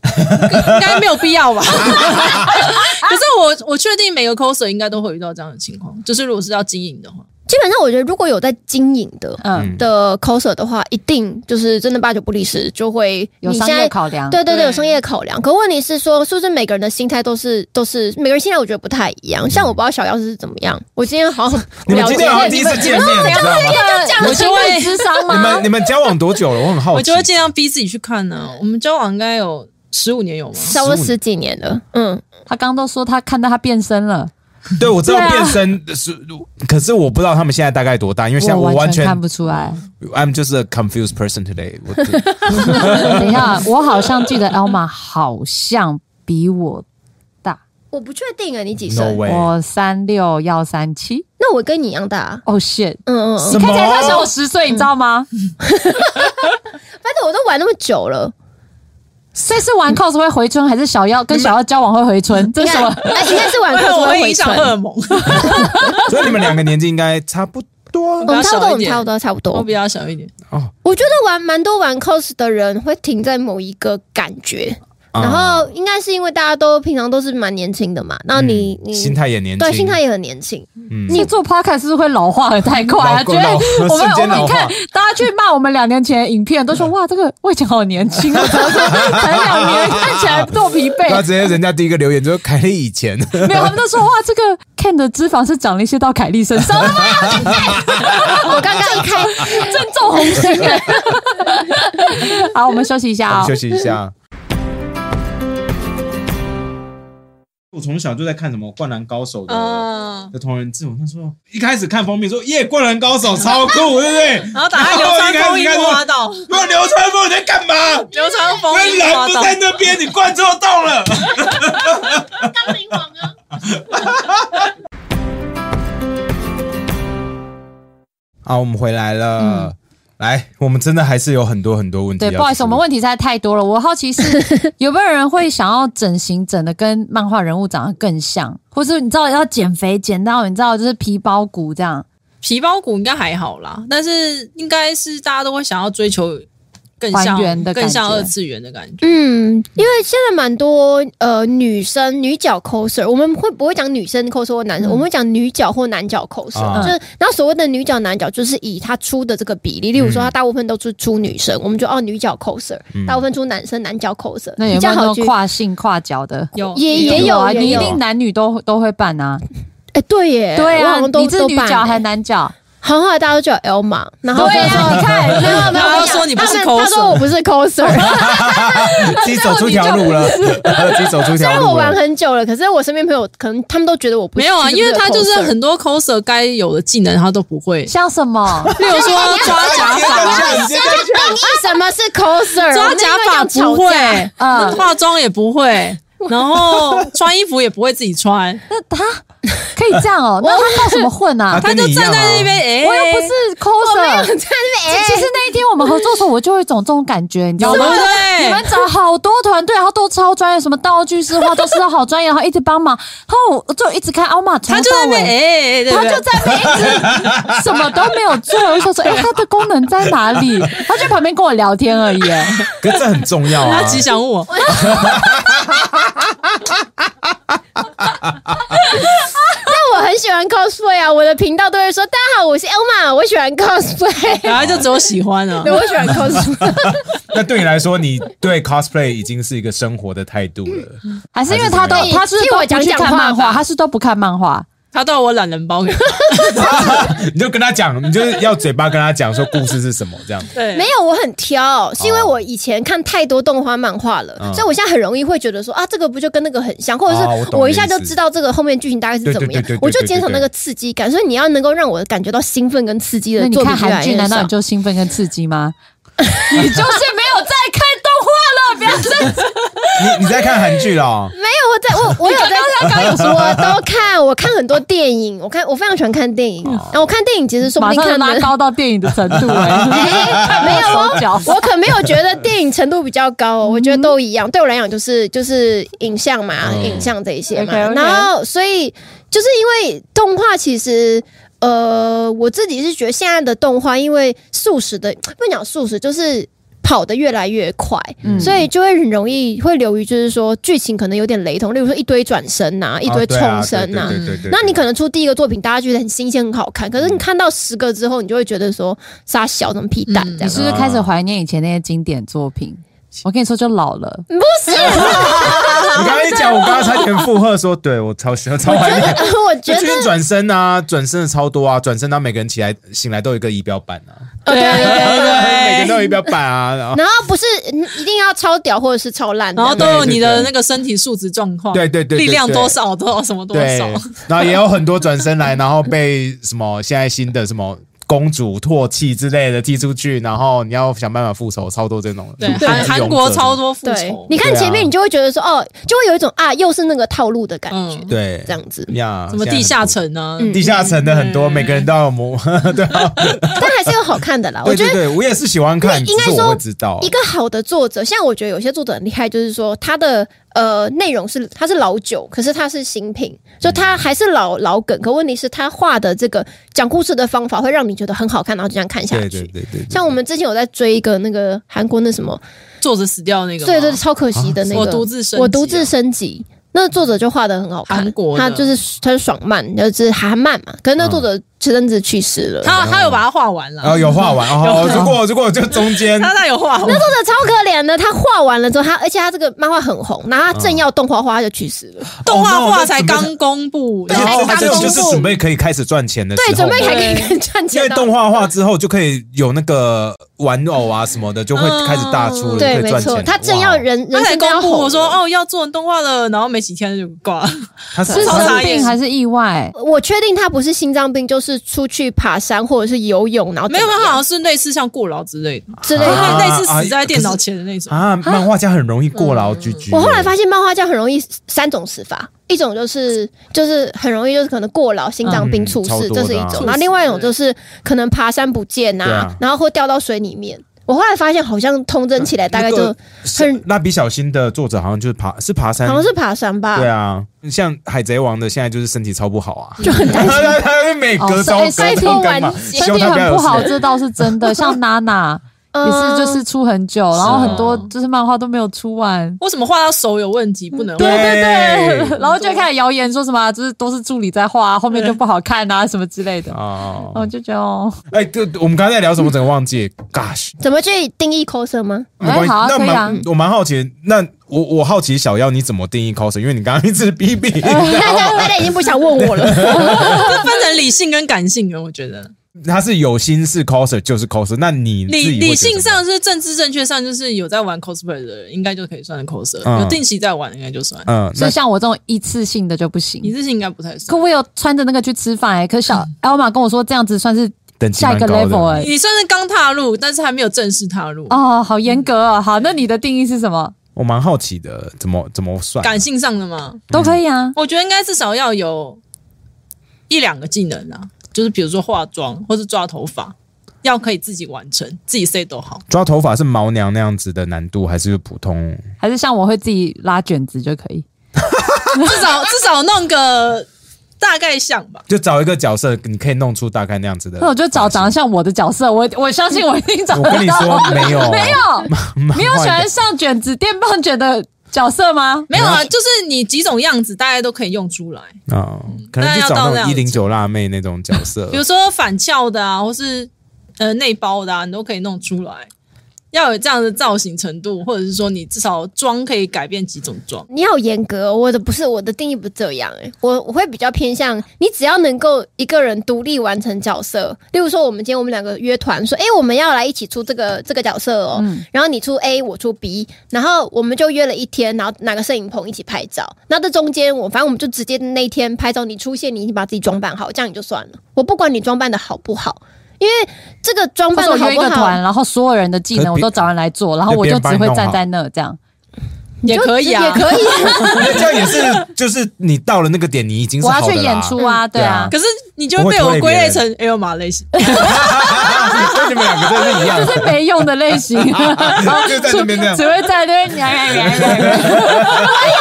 Speaker 4: 应该没有必要吧？ 可是我我确定每个 coser 应该都会遇到这样的情况，就是如果是要经营的话，
Speaker 3: 基本上，我觉得如果有在经营的
Speaker 2: 嗯，
Speaker 3: 的 coser 的话，一定就是真的八九不离十，就会
Speaker 2: 有
Speaker 3: 你
Speaker 2: 商
Speaker 3: 现
Speaker 2: 业
Speaker 3: 在。
Speaker 2: 考量，
Speaker 3: 对对对，
Speaker 4: 对
Speaker 3: 有商业考量。可问题是说，是不是每个人的心态都是都是每个人心态？我觉得不太一样。像我不知道小妖是怎么样，我今天好像
Speaker 1: 嗯你们
Speaker 3: 了解
Speaker 1: 今天好像第一次见面，你知道吗？
Speaker 2: 我就会智商
Speaker 1: 你
Speaker 2: 吗
Speaker 1: 们？你们交往多久了？我很好奇。
Speaker 4: 我就会尽量逼自己去看呢、我们交往应 该有十五年有吗？
Speaker 3: 差不多十几年了，嗯，
Speaker 2: 他刚刚都说他看到他变身了，
Speaker 1: 对，我知道
Speaker 2: 对啊
Speaker 1: 变身是，可是我不知道他们现在大概多大，因为现在
Speaker 2: 我
Speaker 1: 完
Speaker 2: 全
Speaker 1: 全
Speaker 2: 看不出来。
Speaker 1: I'm just a confused person today 我。
Speaker 2: 等一下，我好像记得 Elma 好像比我哦大，
Speaker 3: 我不确定啊，你几
Speaker 1: no
Speaker 3: 岁？
Speaker 1: way，
Speaker 2: 我三六幺三七。
Speaker 3: 那我跟你一样大、啊。
Speaker 2: 哦、shit！
Speaker 3: 嗯嗯，嗯
Speaker 1: 什
Speaker 2: 看起来他小我
Speaker 1: 么？
Speaker 2: 十岁，你知道吗？
Speaker 3: 反正我都玩那么久了，
Speaker 2: 所以是玩 cos 会回春，还是小妖跟小妖交往会回春？这
Speaker 3: 应
Speaker 2: 是
Speaker 3: 该
Speaker 2: 什么？
Speaker 3: 哎应该是 玩
Speaker 4: 不然
Speaker 3: cos
Speaker 4: 我会
Speaker 3: 回
Speaker 4: 影响
Speaker 3: 春
Speaker 4: 荷尔蒙。
Speaker 1: 所以你们两个年纪应该差不多
Speaker 3: 我
Speaker 1: 啊。
Speaker 3: 们差不多，
Speaker 4: 我
Speaker 3: 我
Speaker 4: 比
Speaker 3: 们差不
Speaker 4: 较小一点
Speaker 3: 多，差不
Speaker 4: 我
Speaker 3: 多
Speaker 4: 比。较小一点，
Speaker 3: 我觉得玩蛮多玩 cos 的人会停在某一个感觉，
Speaker 1: 啊
Speaker 3: 然后应该是因为大家都平常都是蛮年轻的嘛，那你
Speaker 1: 嗯
Speaker 3: 你
Speaker 1: 心态也年轻，
Speaker 3: 对心态也很年轻，
Speaker 1: 嗯
Speaker 2: 你做 podcast 是不是会老化的太快啊？
Speaker 1: 老
Speaker 2: 觉得
Speaker 1: 老
Speaker 2: 我们
Speaker 1: 瞬
Speaker 2: 我
Speaker 1: 间老
Speaker 2: 们
Speaker 1: 化
Speaker 2: 看大家去骂我们两年前的影片，都说哇，这个我以前好年轻啊，怎么 才两年看起来多疲
Speaker 1: 然 后直
Speaker 2: 惫？
Speaker 1: 接人家第一个留言就是凯莉以前，
Speaker 2: 没有，他们都说哇，这个 Ken 的脂肪是长了一些到凯莉身上，
Speaker 3: 我刚刚一开，
Speaker 2: 正中红心 哎。好，我们休息一下
Speaker 1: 我
Speaker 2: 哦
Speaker 1: 们休。息一下。 我从小就在看什么《灌篮高手》的
Speaker 4: 嗯，
Speaker 1: 的同人志，我那时候一开始看封面说耶，《灌篮高手》超酷，对不对？
Speaker 4: 然后打开流川枫一
Speaker 1: 然后一开始看
Speaker 4: 路
Speaker 1: 说
Speaker 4: 挖到，
Speaker 1: 哇，流川枫你在干嘛？
Speaker 4: 流川枫
Speaker 1: 那
Speaker 4: 一路挖
Speaker 1: 人不
Speaker 4: 到，
Speaker 1: 在那边，你灌错洞了。
Speaker 3: 当灵王啊，
Speaker 1: 好，我们回来
Speaker 3: 嗯
Speaker 1: 了。来，我们真的还是有很多很多问题。
Speaker 2: 对，不好意思，我们问题实在太多了。我好奇 是有没有人会想要整形整的跟漫画人物长得更像，或是你知道要减肥减到你知道就是皮包骨这样，
Speaker 4: 皮包骨应该还好啦，但是应该是大家都会想要追求更像
Speaker 2: 还原的感觉
Speaker 4: 更像二次元的感觉。
Speaker 3: 嗯，因为现在蛮多呃女生女角 coser，我们会不会讲女生 coser 或男生？我们会讲女角或男角 coser，、
Speaker 1: 啊
Speaker 3: 就是然后所谓的女角男角，就是以他出的这个比例，例如说他大部分都是出女生，我们就哦女角 coser，、大部分出男生男角 coser，
Speaker 2: 那有
Speaker 3: 比
Speaker 2: 没
Speaker 3: 较
Speaker 2: 有那
Speaker 3: 好
Speaker 2: 种
Speaker 3: 去。
Speaker 2: 跨性跨脚的？
Speaker 4: 有
Speaker 3: 也
Speaker 2: 也有啊，
Speaker 3: 也有
Speaker 2: 你一定男女都都会办啊。
Speaker 3: 哎、对耶，
Speaker 2: 对
Speaker 3: 我好
Speaker 2: 啊，
Speaker 3: 像都
Speaker 2: 你是女角还
Speaker 3: 都办耶
Speaker 2: 男角？
Speaker 3: 好后来大家都叫 L 嘛，然后
Speaker 2: 对啊
Speaker 3: 就说
Speaker 2: 你看
Speaker 3: 没有没有，
Speaker 4: 然后
Speaker 3: 我跟讲
Speaker 4: 说你不是
Speaker 3: 他们他
Speaker 4: coser
Speaker 3: 说我不是 coser，
Speaker 1: 自己走出条路了， 自己走出
Speaker 3: 虽
Speaker 1: 条
Speaker 3: 然
Speaker 1: 路
Speaker 3: 我玩
Speaker 1: 了。
Speaker 3: 很久了，可是我身边朋友可能他们都觉得我不是
Speaker 4: 没有啊，
Speaker 3: 其
Speaker 4: 因
Speaker 3: 实不
Speaker 4: 为他就是
Speaker 3: coser
Speaker 4: 很多 coser 该有的技能他都不会，
Speaker 2: 像什么？
Speaker 4: 例如说 抓假发，
Speaker 1: 你现在去
Speaker 3: 定义什么是 coser？
Speaker 4: 抓假发不会，
Speaker 2: 嗯，
Speaker 4: 化妆也不会，然后穿衣服也不会自己 穿，
Speaker 2: 那他可以这样哦？那他靠什么混啊？
Speaker 4: 他就站在那边，哎，
Speaker 2: 我又不是啊 coser。
Speaker 3: 真
Speaker 2: 其
Speaker 3: 的
Speaker 2: 实那一天我们合作的时候，我就有一种这种感觉，你知道
Speaker 4: 有对
Speaker 2: 吗
Speaker 4: 不？
Speaker 2: 你们
Speaker 4: 对？
Speaker 2: 找好多团队，然后都超专业，什么道具师、化妆师都好专业，然后一直帮忙，然后我就一直看奥马从
Speaker 4: 他
Speaker 2: 头
Speaker 4: 就在
Speaker 2: 到
Speaker 4: 那边，
Speaker 2: 尾。
Speaker 4: 哎，对
Speaker 2: 他
Speaker 4: 不
Speaker 2: 就
Speaker 4: 对？
Speaker 2: 在那边一直什么都没有做，我就想说，哎、他的功能在哪 里？他就在旁边跟我聊天而已。哎
Speaker 1: 可是这很重要啊
Speaker 4: 他。吉祥物，
Speaker 3: 那我很喜欢 cosplay 啊，我的频道都会说大家好，我是 Elma，我喜欢 cosplay，
Speaker 4: 然后就只有喜欢啊
Speaker 3: 对，。我喜欢 cosplay，
Speaker 1: 那对你来说，你对 cosplay 已经是一个生活的态度 了。
Speaker 2: 还是因为他都
Speaker 1: 还是
Speaker 3: 怎么样
Speaker 2: 他是
Speaker 3: 替
Speaker 2: 都
Speaker 3: 我
Speaker 2: 不
Speaker 3: 讲
Speaker 2: 去
Speaker 3: 讲
Speaker 2: 看
Speaker 3: 话
Speaker 2: 漫画，
Speaker 3: 吧
Speaker 2: 他是都不看漫画。
Speaker 4: 他到我懒人包 给他，
Speaker 1: 你就跟他讲，你就是要嘴巴跟他讲说故事是什么这样。
Speaker 4: 对，
Speaker 3: 没有，我很挑，是因为我以前看太多动画漫画了，
Speaker 1: 嗯
Speaker 3: 所以我现在很容易会觉得说啊，这个不就跟那个很像，或者
Speaker 1: 哦我
Speaker 3: 是
Speaker 1: 懂
Speaker 3: 我
Speaker 1: 你
Speaker 3: 一下
Speaker 1: 意思
Speaker 3: 就知道这个后面剧情大概是怎么
Speaker 1: 对对
Speaker 3: 样
Speaker 1: 对对对，
Speaker 3: 我就减少那个刺激感，所以你要能够让我感觉到兴奋跟刺激
Speaker 2: 那
Speaker 3: 的
Speaker 2: 你
Speaker 3: 作品
Speaker 2: 看
Speaker 3: 越来
Speaker 2: 韩
Speaker 3: 越
Speaker 2: 剧，难道
Speaker 3: 少
Speaker 2: 你就兴奋跟刺激 吗？你就是没有在看动 画了，不要再
Speaker 1: 你你在看韩剧了？哦
Speaker 3: 没有， 我在我我有在刚刚有说，我都看，我看很多电影，我看我非常喜欢看电影，然后我看电影其实说不
Speaker 2: 马
Speaker 3: 定
Speaker 2: 上就
Speaker 3: 看
Speaker 2: 拉
Speaker 3: 的。
Speaker 2: 高到电影的程度 哎、
Speaker 3: 哎没有
Speaker 2: 手脚
Speaker 3: 哦，我可没有觉得电影程度比较高哦，
Speaker 1: 嗯
Speaker 3: 我觉得都一样。对我来讲，就是就是影像嘛，
Speaker 1: 嗯
Speaker 3: 影像这一些嘛。
Speaker 2: OK，OK
Speaker 3: 然后，所以就是因为动画，其实呃，我自己是觉得现在的动画，因为速食的不能讲速食，就是跑得越来越快，
Speaker 2: 嗯
Speaker 3: 所以就会很容易会流于就是说剧情可能有点雷同，例如说一堆转身呐、一堆冲身呐、
Speaker 1: 啊哦对对对对对嗯
Speaker 3: 那你可能出第一个作品，大家觉得很新鲜、很好看，可是你看到十个之后，你就会觉得说傻小怎么屁
Speaker 1: 嗯
Speaker 3: 蛋这
Speaker 2: 你
Speaker 3: 样。
Speaker 2: 是不是
Speaker 3: 嗯
Speaker 1: 嗯
Speaker 2: 开始怀念以前那些经典作品？我跟你说，就老了。
Speaker 3: 不是，
Speaker 1: 你刚刚一讲，我刚刚差点附和说，对我超喜欢 超怀念。
Speaker 3: 我
Speaker 1: 就
Speaker 3: 觉得
Speaker 1: 最近转身啊，转身的超多啊，转身到每个人起来醒来都有一个仪表板啊，
Speaker 4: 对对
Speaker 1: 每个人
Speaker 4: 对对，
Speaker 1: 都有仪表板啊，然后
Speaker 3: 然后不是嗯一定要超屌或者是超烂的，
Speaker 4: 然后都有你
Speaker 1: 对对
Speaker 4: 的
Speaker 1: 对
Speaker 4: 那个身体素质状况，
Speaker 1: 对对对对对
Speaker 4: 力量多少多少什么多
Speaker 1: 对
Speaker 4: 少，，
Speaker 1: 然后也有很多转身来，然后被什么现在新的什么公主唾弃之类的踢出去，然后你要想办法复仇，超多这种
Speaker 4: 对韩韩国超，多复
Speaker 3: 对
Speaker 4: 仇，，
Speaker 3: 你看
Speaker 1: 啊
Speaker 3: 前面你就会觉得说，哦，就会有一种啊，又是那个套路的感觉，
Speaker 4: 嗯
Speaker 1: 对
Speaker 3: 这样子。
Speaker 1: 呀，
Speaker 4: 什么地下、城嗯啊，
Speaker 3: 嗯
Speaker 1: 地下城的很多，每个人都有魔，对啊，
Speaker 3: 但还是有好看的 啦。我
Speaker 1: 对
Speaker 3: 觉
Speaker 1: 对
Speaker 3: 得
Speaker 1: 对，我也是喜欢看，
Speaker 3: 应该
Speaker 1: 只是我
Speaker 3: 说
Speaker 1: 会知道
Speaker 3: 一个好的作者，像我觉得有些作者很厉害，就是说他的呃内容是他是老酒，可是他是新品，就他
Speaker 1: 嗯
Speaker 3: 还是老老梗，可问题是他画的这个讲故事的方法会让你觉得很好看，然后就这样看下
Speaker 1: 对对
Speaker 3: 去。
Speaker 1: 对对，
Speaker 3: 像我们之前有在追一个那个韩国那什么，
Speaker 4: 作者死掉那个吗，
Speaker 3: 对对，超可惜的那个，
Speaker 4: 我独自升级啊
Speaker 3: 我独自升级。那作者就画的很好看，
Speaker 4: 韩国的
Speaker 3: 他就是他是爽漫，就是韩漫嘛。可是那作者前阵子去世了，
Speaker 4: 嗯他他有把它画完了，
Speaker 1: 然后哦有画完 哦，如果如果就中间
Speaker 4: 他他有画完，
Speaker 3: 作者超可怜的，他画完了之后，他而且他这个漫画很红，然后他正要动画化，他就去世了。
Speaker 4: 动画化才刚公布，
Speaker 1: 而
Speaker 4: 然
Speaker 1: 且
Speaker 4: 后
Speaker 1: 他
Speaker 4: 刚
Speaker 1: 这种
Speaker 4: 公布
Speaker 1: 就是准备可以开始赚钱的时候
Speaker 3: 对，
Speaker 1: 嘛，
Speaker 3: 准备还可以赚
Speaker 1: 因为
Speaker 3: 钱的。
Speaker 1: 动画化之后就可以有那个玩偶啊什么的，就会开始大出了，
Speaker 3: 对，
Speaker 1: 可以
Speaker 3: 没
Speaker 1: 赚钱
Speaker 3: 错，
Speaker 1: 了。
Speaker 3: 他正要
Speaker 1: 哇，
Speaker 3: 人人
Speaker 4: 他才
Speaker 3: 生正
Speaker 4: 公
Speaker 3: 要
Speaker 4: 布
Speaker 3: 红。
Speaker 4: 我说，哦要做动画了，然后没几天就挂了，
Speaker 1: 他是
Speaker 2: 是
Speaker 4: 超
Speaker 2: 生
Speaker 4: 傻眼
Speaker 2: 病还是意外？
Speaker 3: 我确定他不是心脏病，就是出去爬山或者是游泳，然后
Speaker 4: 没有没有，
Speaker 3: 怎么
Speaker 4: 好
Speaker 3: 样
Speaker 4: 像是类似像过劳之类的，
Speaker 3: 之类
Speaker 4: 对，
Speaker 3: 的。
Speaker 1: 啊
Speaker 4: 类似死
Speaker 1: 啊
Speaker 4: 在电
Speaker 1: 可
Speaker 4: 脑
Speaker 1: 是
Speaker 4: 前的那种。
Speaker 1: 啊，漫画家很容易过劳居居。
Speaker 3: 我后来发现漫画家很容易三种死法，一种就是就是很容易就是可能过劳、心脏病
Speaker 1: 嗯
Speaker 3: 猝
Speaker 1: 超
Speaker 3: 死，
Speaker 1: 多
Speaker 3: 这是一
Speaker 1: 的啊
Speaker 3: 种；然后另外一种就是可能爬山不见
Speaker 1: 对
Speaker 3: 啊
Speaker 1: 啊，
Speaker 3: 然后或掉到水里面。我后来发现好像通真起来大概
Speaker 1: 那
Speaker 3: 就
Speaker 1: 个是
Speaker 3: 很
Speaker 1: 蜡笔小新的作者好像就是爬是爬山，
Speaker 3: 好像是爬山吧，
Speaker 1: 对啊，像海贼王的现在就是身体超不好啊，
Speaker 3: 就很担心。哦
Speaker 1: 他 他每隔周
Speaker 2: 哎
Speaker 1: 隔
Speaker 2: 身体
Speaker 1: 周更嘛，
Speaker 2: 身
Speaker 1: 希望
Speaker 2: 体
Speaker 1: 他要
Speaker 2: 很
Speaker 1: 有
Speaker 2: 不好，
Speaker 1: 事
Speaker 2: 这倒是真的。像娜娜
Speaker 3: 嗯
Speaker 2: 也是，就是出很久，然
Speaker 1: 啊
Speaker 2: 后很多就是漫画都没有出完。
Speaker 4: 为什么画到手有问题不能
Speaker 1: 对
Speaker 3: 啊
Speaker 4: 画？
Speaker 1: 对
Speaker 2: 然后就开始谣言说什么啊，就是都是助理在画啊，后面就不好看 啊，什么之类的。
Speaker 1: 哦，
Speaker 2: 我就觉得哦，
Speaker 1: 哎，对，我们刚才在聊什么？整个忘记，gosh，
Speaker 3: 怎么去定义 coser 吗？
Speaker 1: 没关系，
Speaker 2: 哎好啊
Speaker 1: 那
Speaker 2: 可以啊
Speaker 1: 蛮我蛮好奇，那我我好奇小妖你怎么定义 coser？因为你刚刚一直逼 逼，
Speaker 3: 大家大家已经不想问我了。
Speaker 4: 这分成理性跟感性啊了，我觉得
Speaker 1: 他是有心是 coser 就是 coser，那你自己会
Speaker 4: 理
Speaker 1: 觉得
Speaker 4: 理性
Speaker 1: 怎么样
Speaker 4: 上是政治正确上就是有在玩 cosplay 的人，应该就可以算 coser，、
Speaker 1: 嗯
Speaker 4: 有定期在玩应该就算。
Speaker 1: 嗯，
Speaker 2: 所
Speaker 1: 那
Speaker 2: 以像我这种一次性的就不
Speaker 4: 一
Speaker 2: 行。
Speaker 4: 次性应该不太
Speaker 2: 可
Speaker 4: 算，
Speaker 2: 我有穿着那个去吃饭哎、可
Speaker 1: 嗯
Speaker 2: 小 Elma 跟我说这样子算是
Speaker 1: 等级
Speaker 2: 下一
Speaker 1: 蛮
Speaker 2: 个
Speaker 1: 高的
Speaker 2: level 哎、
Speaker 4: 你算是刚踏入，但是还没有正式踏入。
Speaker 2: 哦，好严格
Speaker 1: 嗯
Speaker 2: 哦。好，那你的定义是什么？
Speaker 1: 我蛮好奇的，怎么怎么算？
Speaker 4: 感性上的嘛，
Speaker 2: 都可以啊。
Speaker 4: 我觉得应该至少要有一两个技能啊，就是比如说化妆或是抓头发，要可以自己完成，自己 say 都好。
Speaker 1: 抓头发是毛娘那样子的难度，还是普通？
Speaker 2: 还是像我会自己拉卷子就可 以。
Speaker 4: 至少至少弄个大概像吧。
Speaker 1: 就找一个角色，你可以弄出大概那样子的。
Speaker 2: 那我就找长得像我的角色，我我相信我一定找
Speaker 1: 我
Speaker 2: 得到。
Speaker 1: 跟你说，没有， 啊
Speaker 2: 没有，
Speaker 1: 漫画
Speaker 2: 没有喜欢上卷子、电棒卷的角色吗？
Speaker 4: 没有啊，就是你几种样子大概都可以用出来，
Speaker 1: 啊，可能就找那种一零九辣妹那种角色
Speaker 4: 比。如说反翘的啊，或是呃内包的啊，你都可以弄出来。要有这样的造型程度，或者是说你至少妆可以改变几种妆。
Speaker 3: 你好严格哦，我的不是我的定义不是这样哎、我我会比较偏向你只要能够一个人独立完成角色，例如说我们今天我们两个约团说，哎、我们要来一起出这个这个角色哦，
Speaker 2: 嗯
Speaker 3: 然后你出 A 我出 B，然后我们就约了一天，然后拿个摄影棚一起拍照，那这中间我反正我们就直接那一天拍照，你出现你已经把自己装扮好，这样你就算了，我不管你装扮的好不好，因为这个装
Speaker 2: 或
Speaker 3: 扮
Speaker 2: 者
Speaker 3: 的
Speaker 2: 我
Speaker 3: 好
Speaker 2: 约一
Speaker 3: 不
Speaker 2: 个
Speaker 3: 好
Speaker 2: 团，。然后所有人的技能我都找人来做，然后我就只会站在那这样。
Speaker 3: 你
Speaker 4: 也
Speaker 3: 就
Speaker 4: 可以啊
Speaker 3: 也可以、
Speaker 1: 那 这样也是，就是你到了那个点，你已经是
Speaker 2: 我
Speaker 1: 好
Speaker 2: 要
Speaker 1: 的
Speaker 2: 去演
Speaker 1: 啦
Speaker 2: 出啊，
Speaker 3: 嗯
Speaker 2: 对啊，
Speaker 4: 可是你就会被我归类成哎 L 码类型，
Speaker 1: 跟你们两个真的是一样
Speaker 2: 就。是没用的类型， 然 后
Speaker 1: 就在那边这样
Speaker 2: 只会在那边 呀 呀呀呀呀呀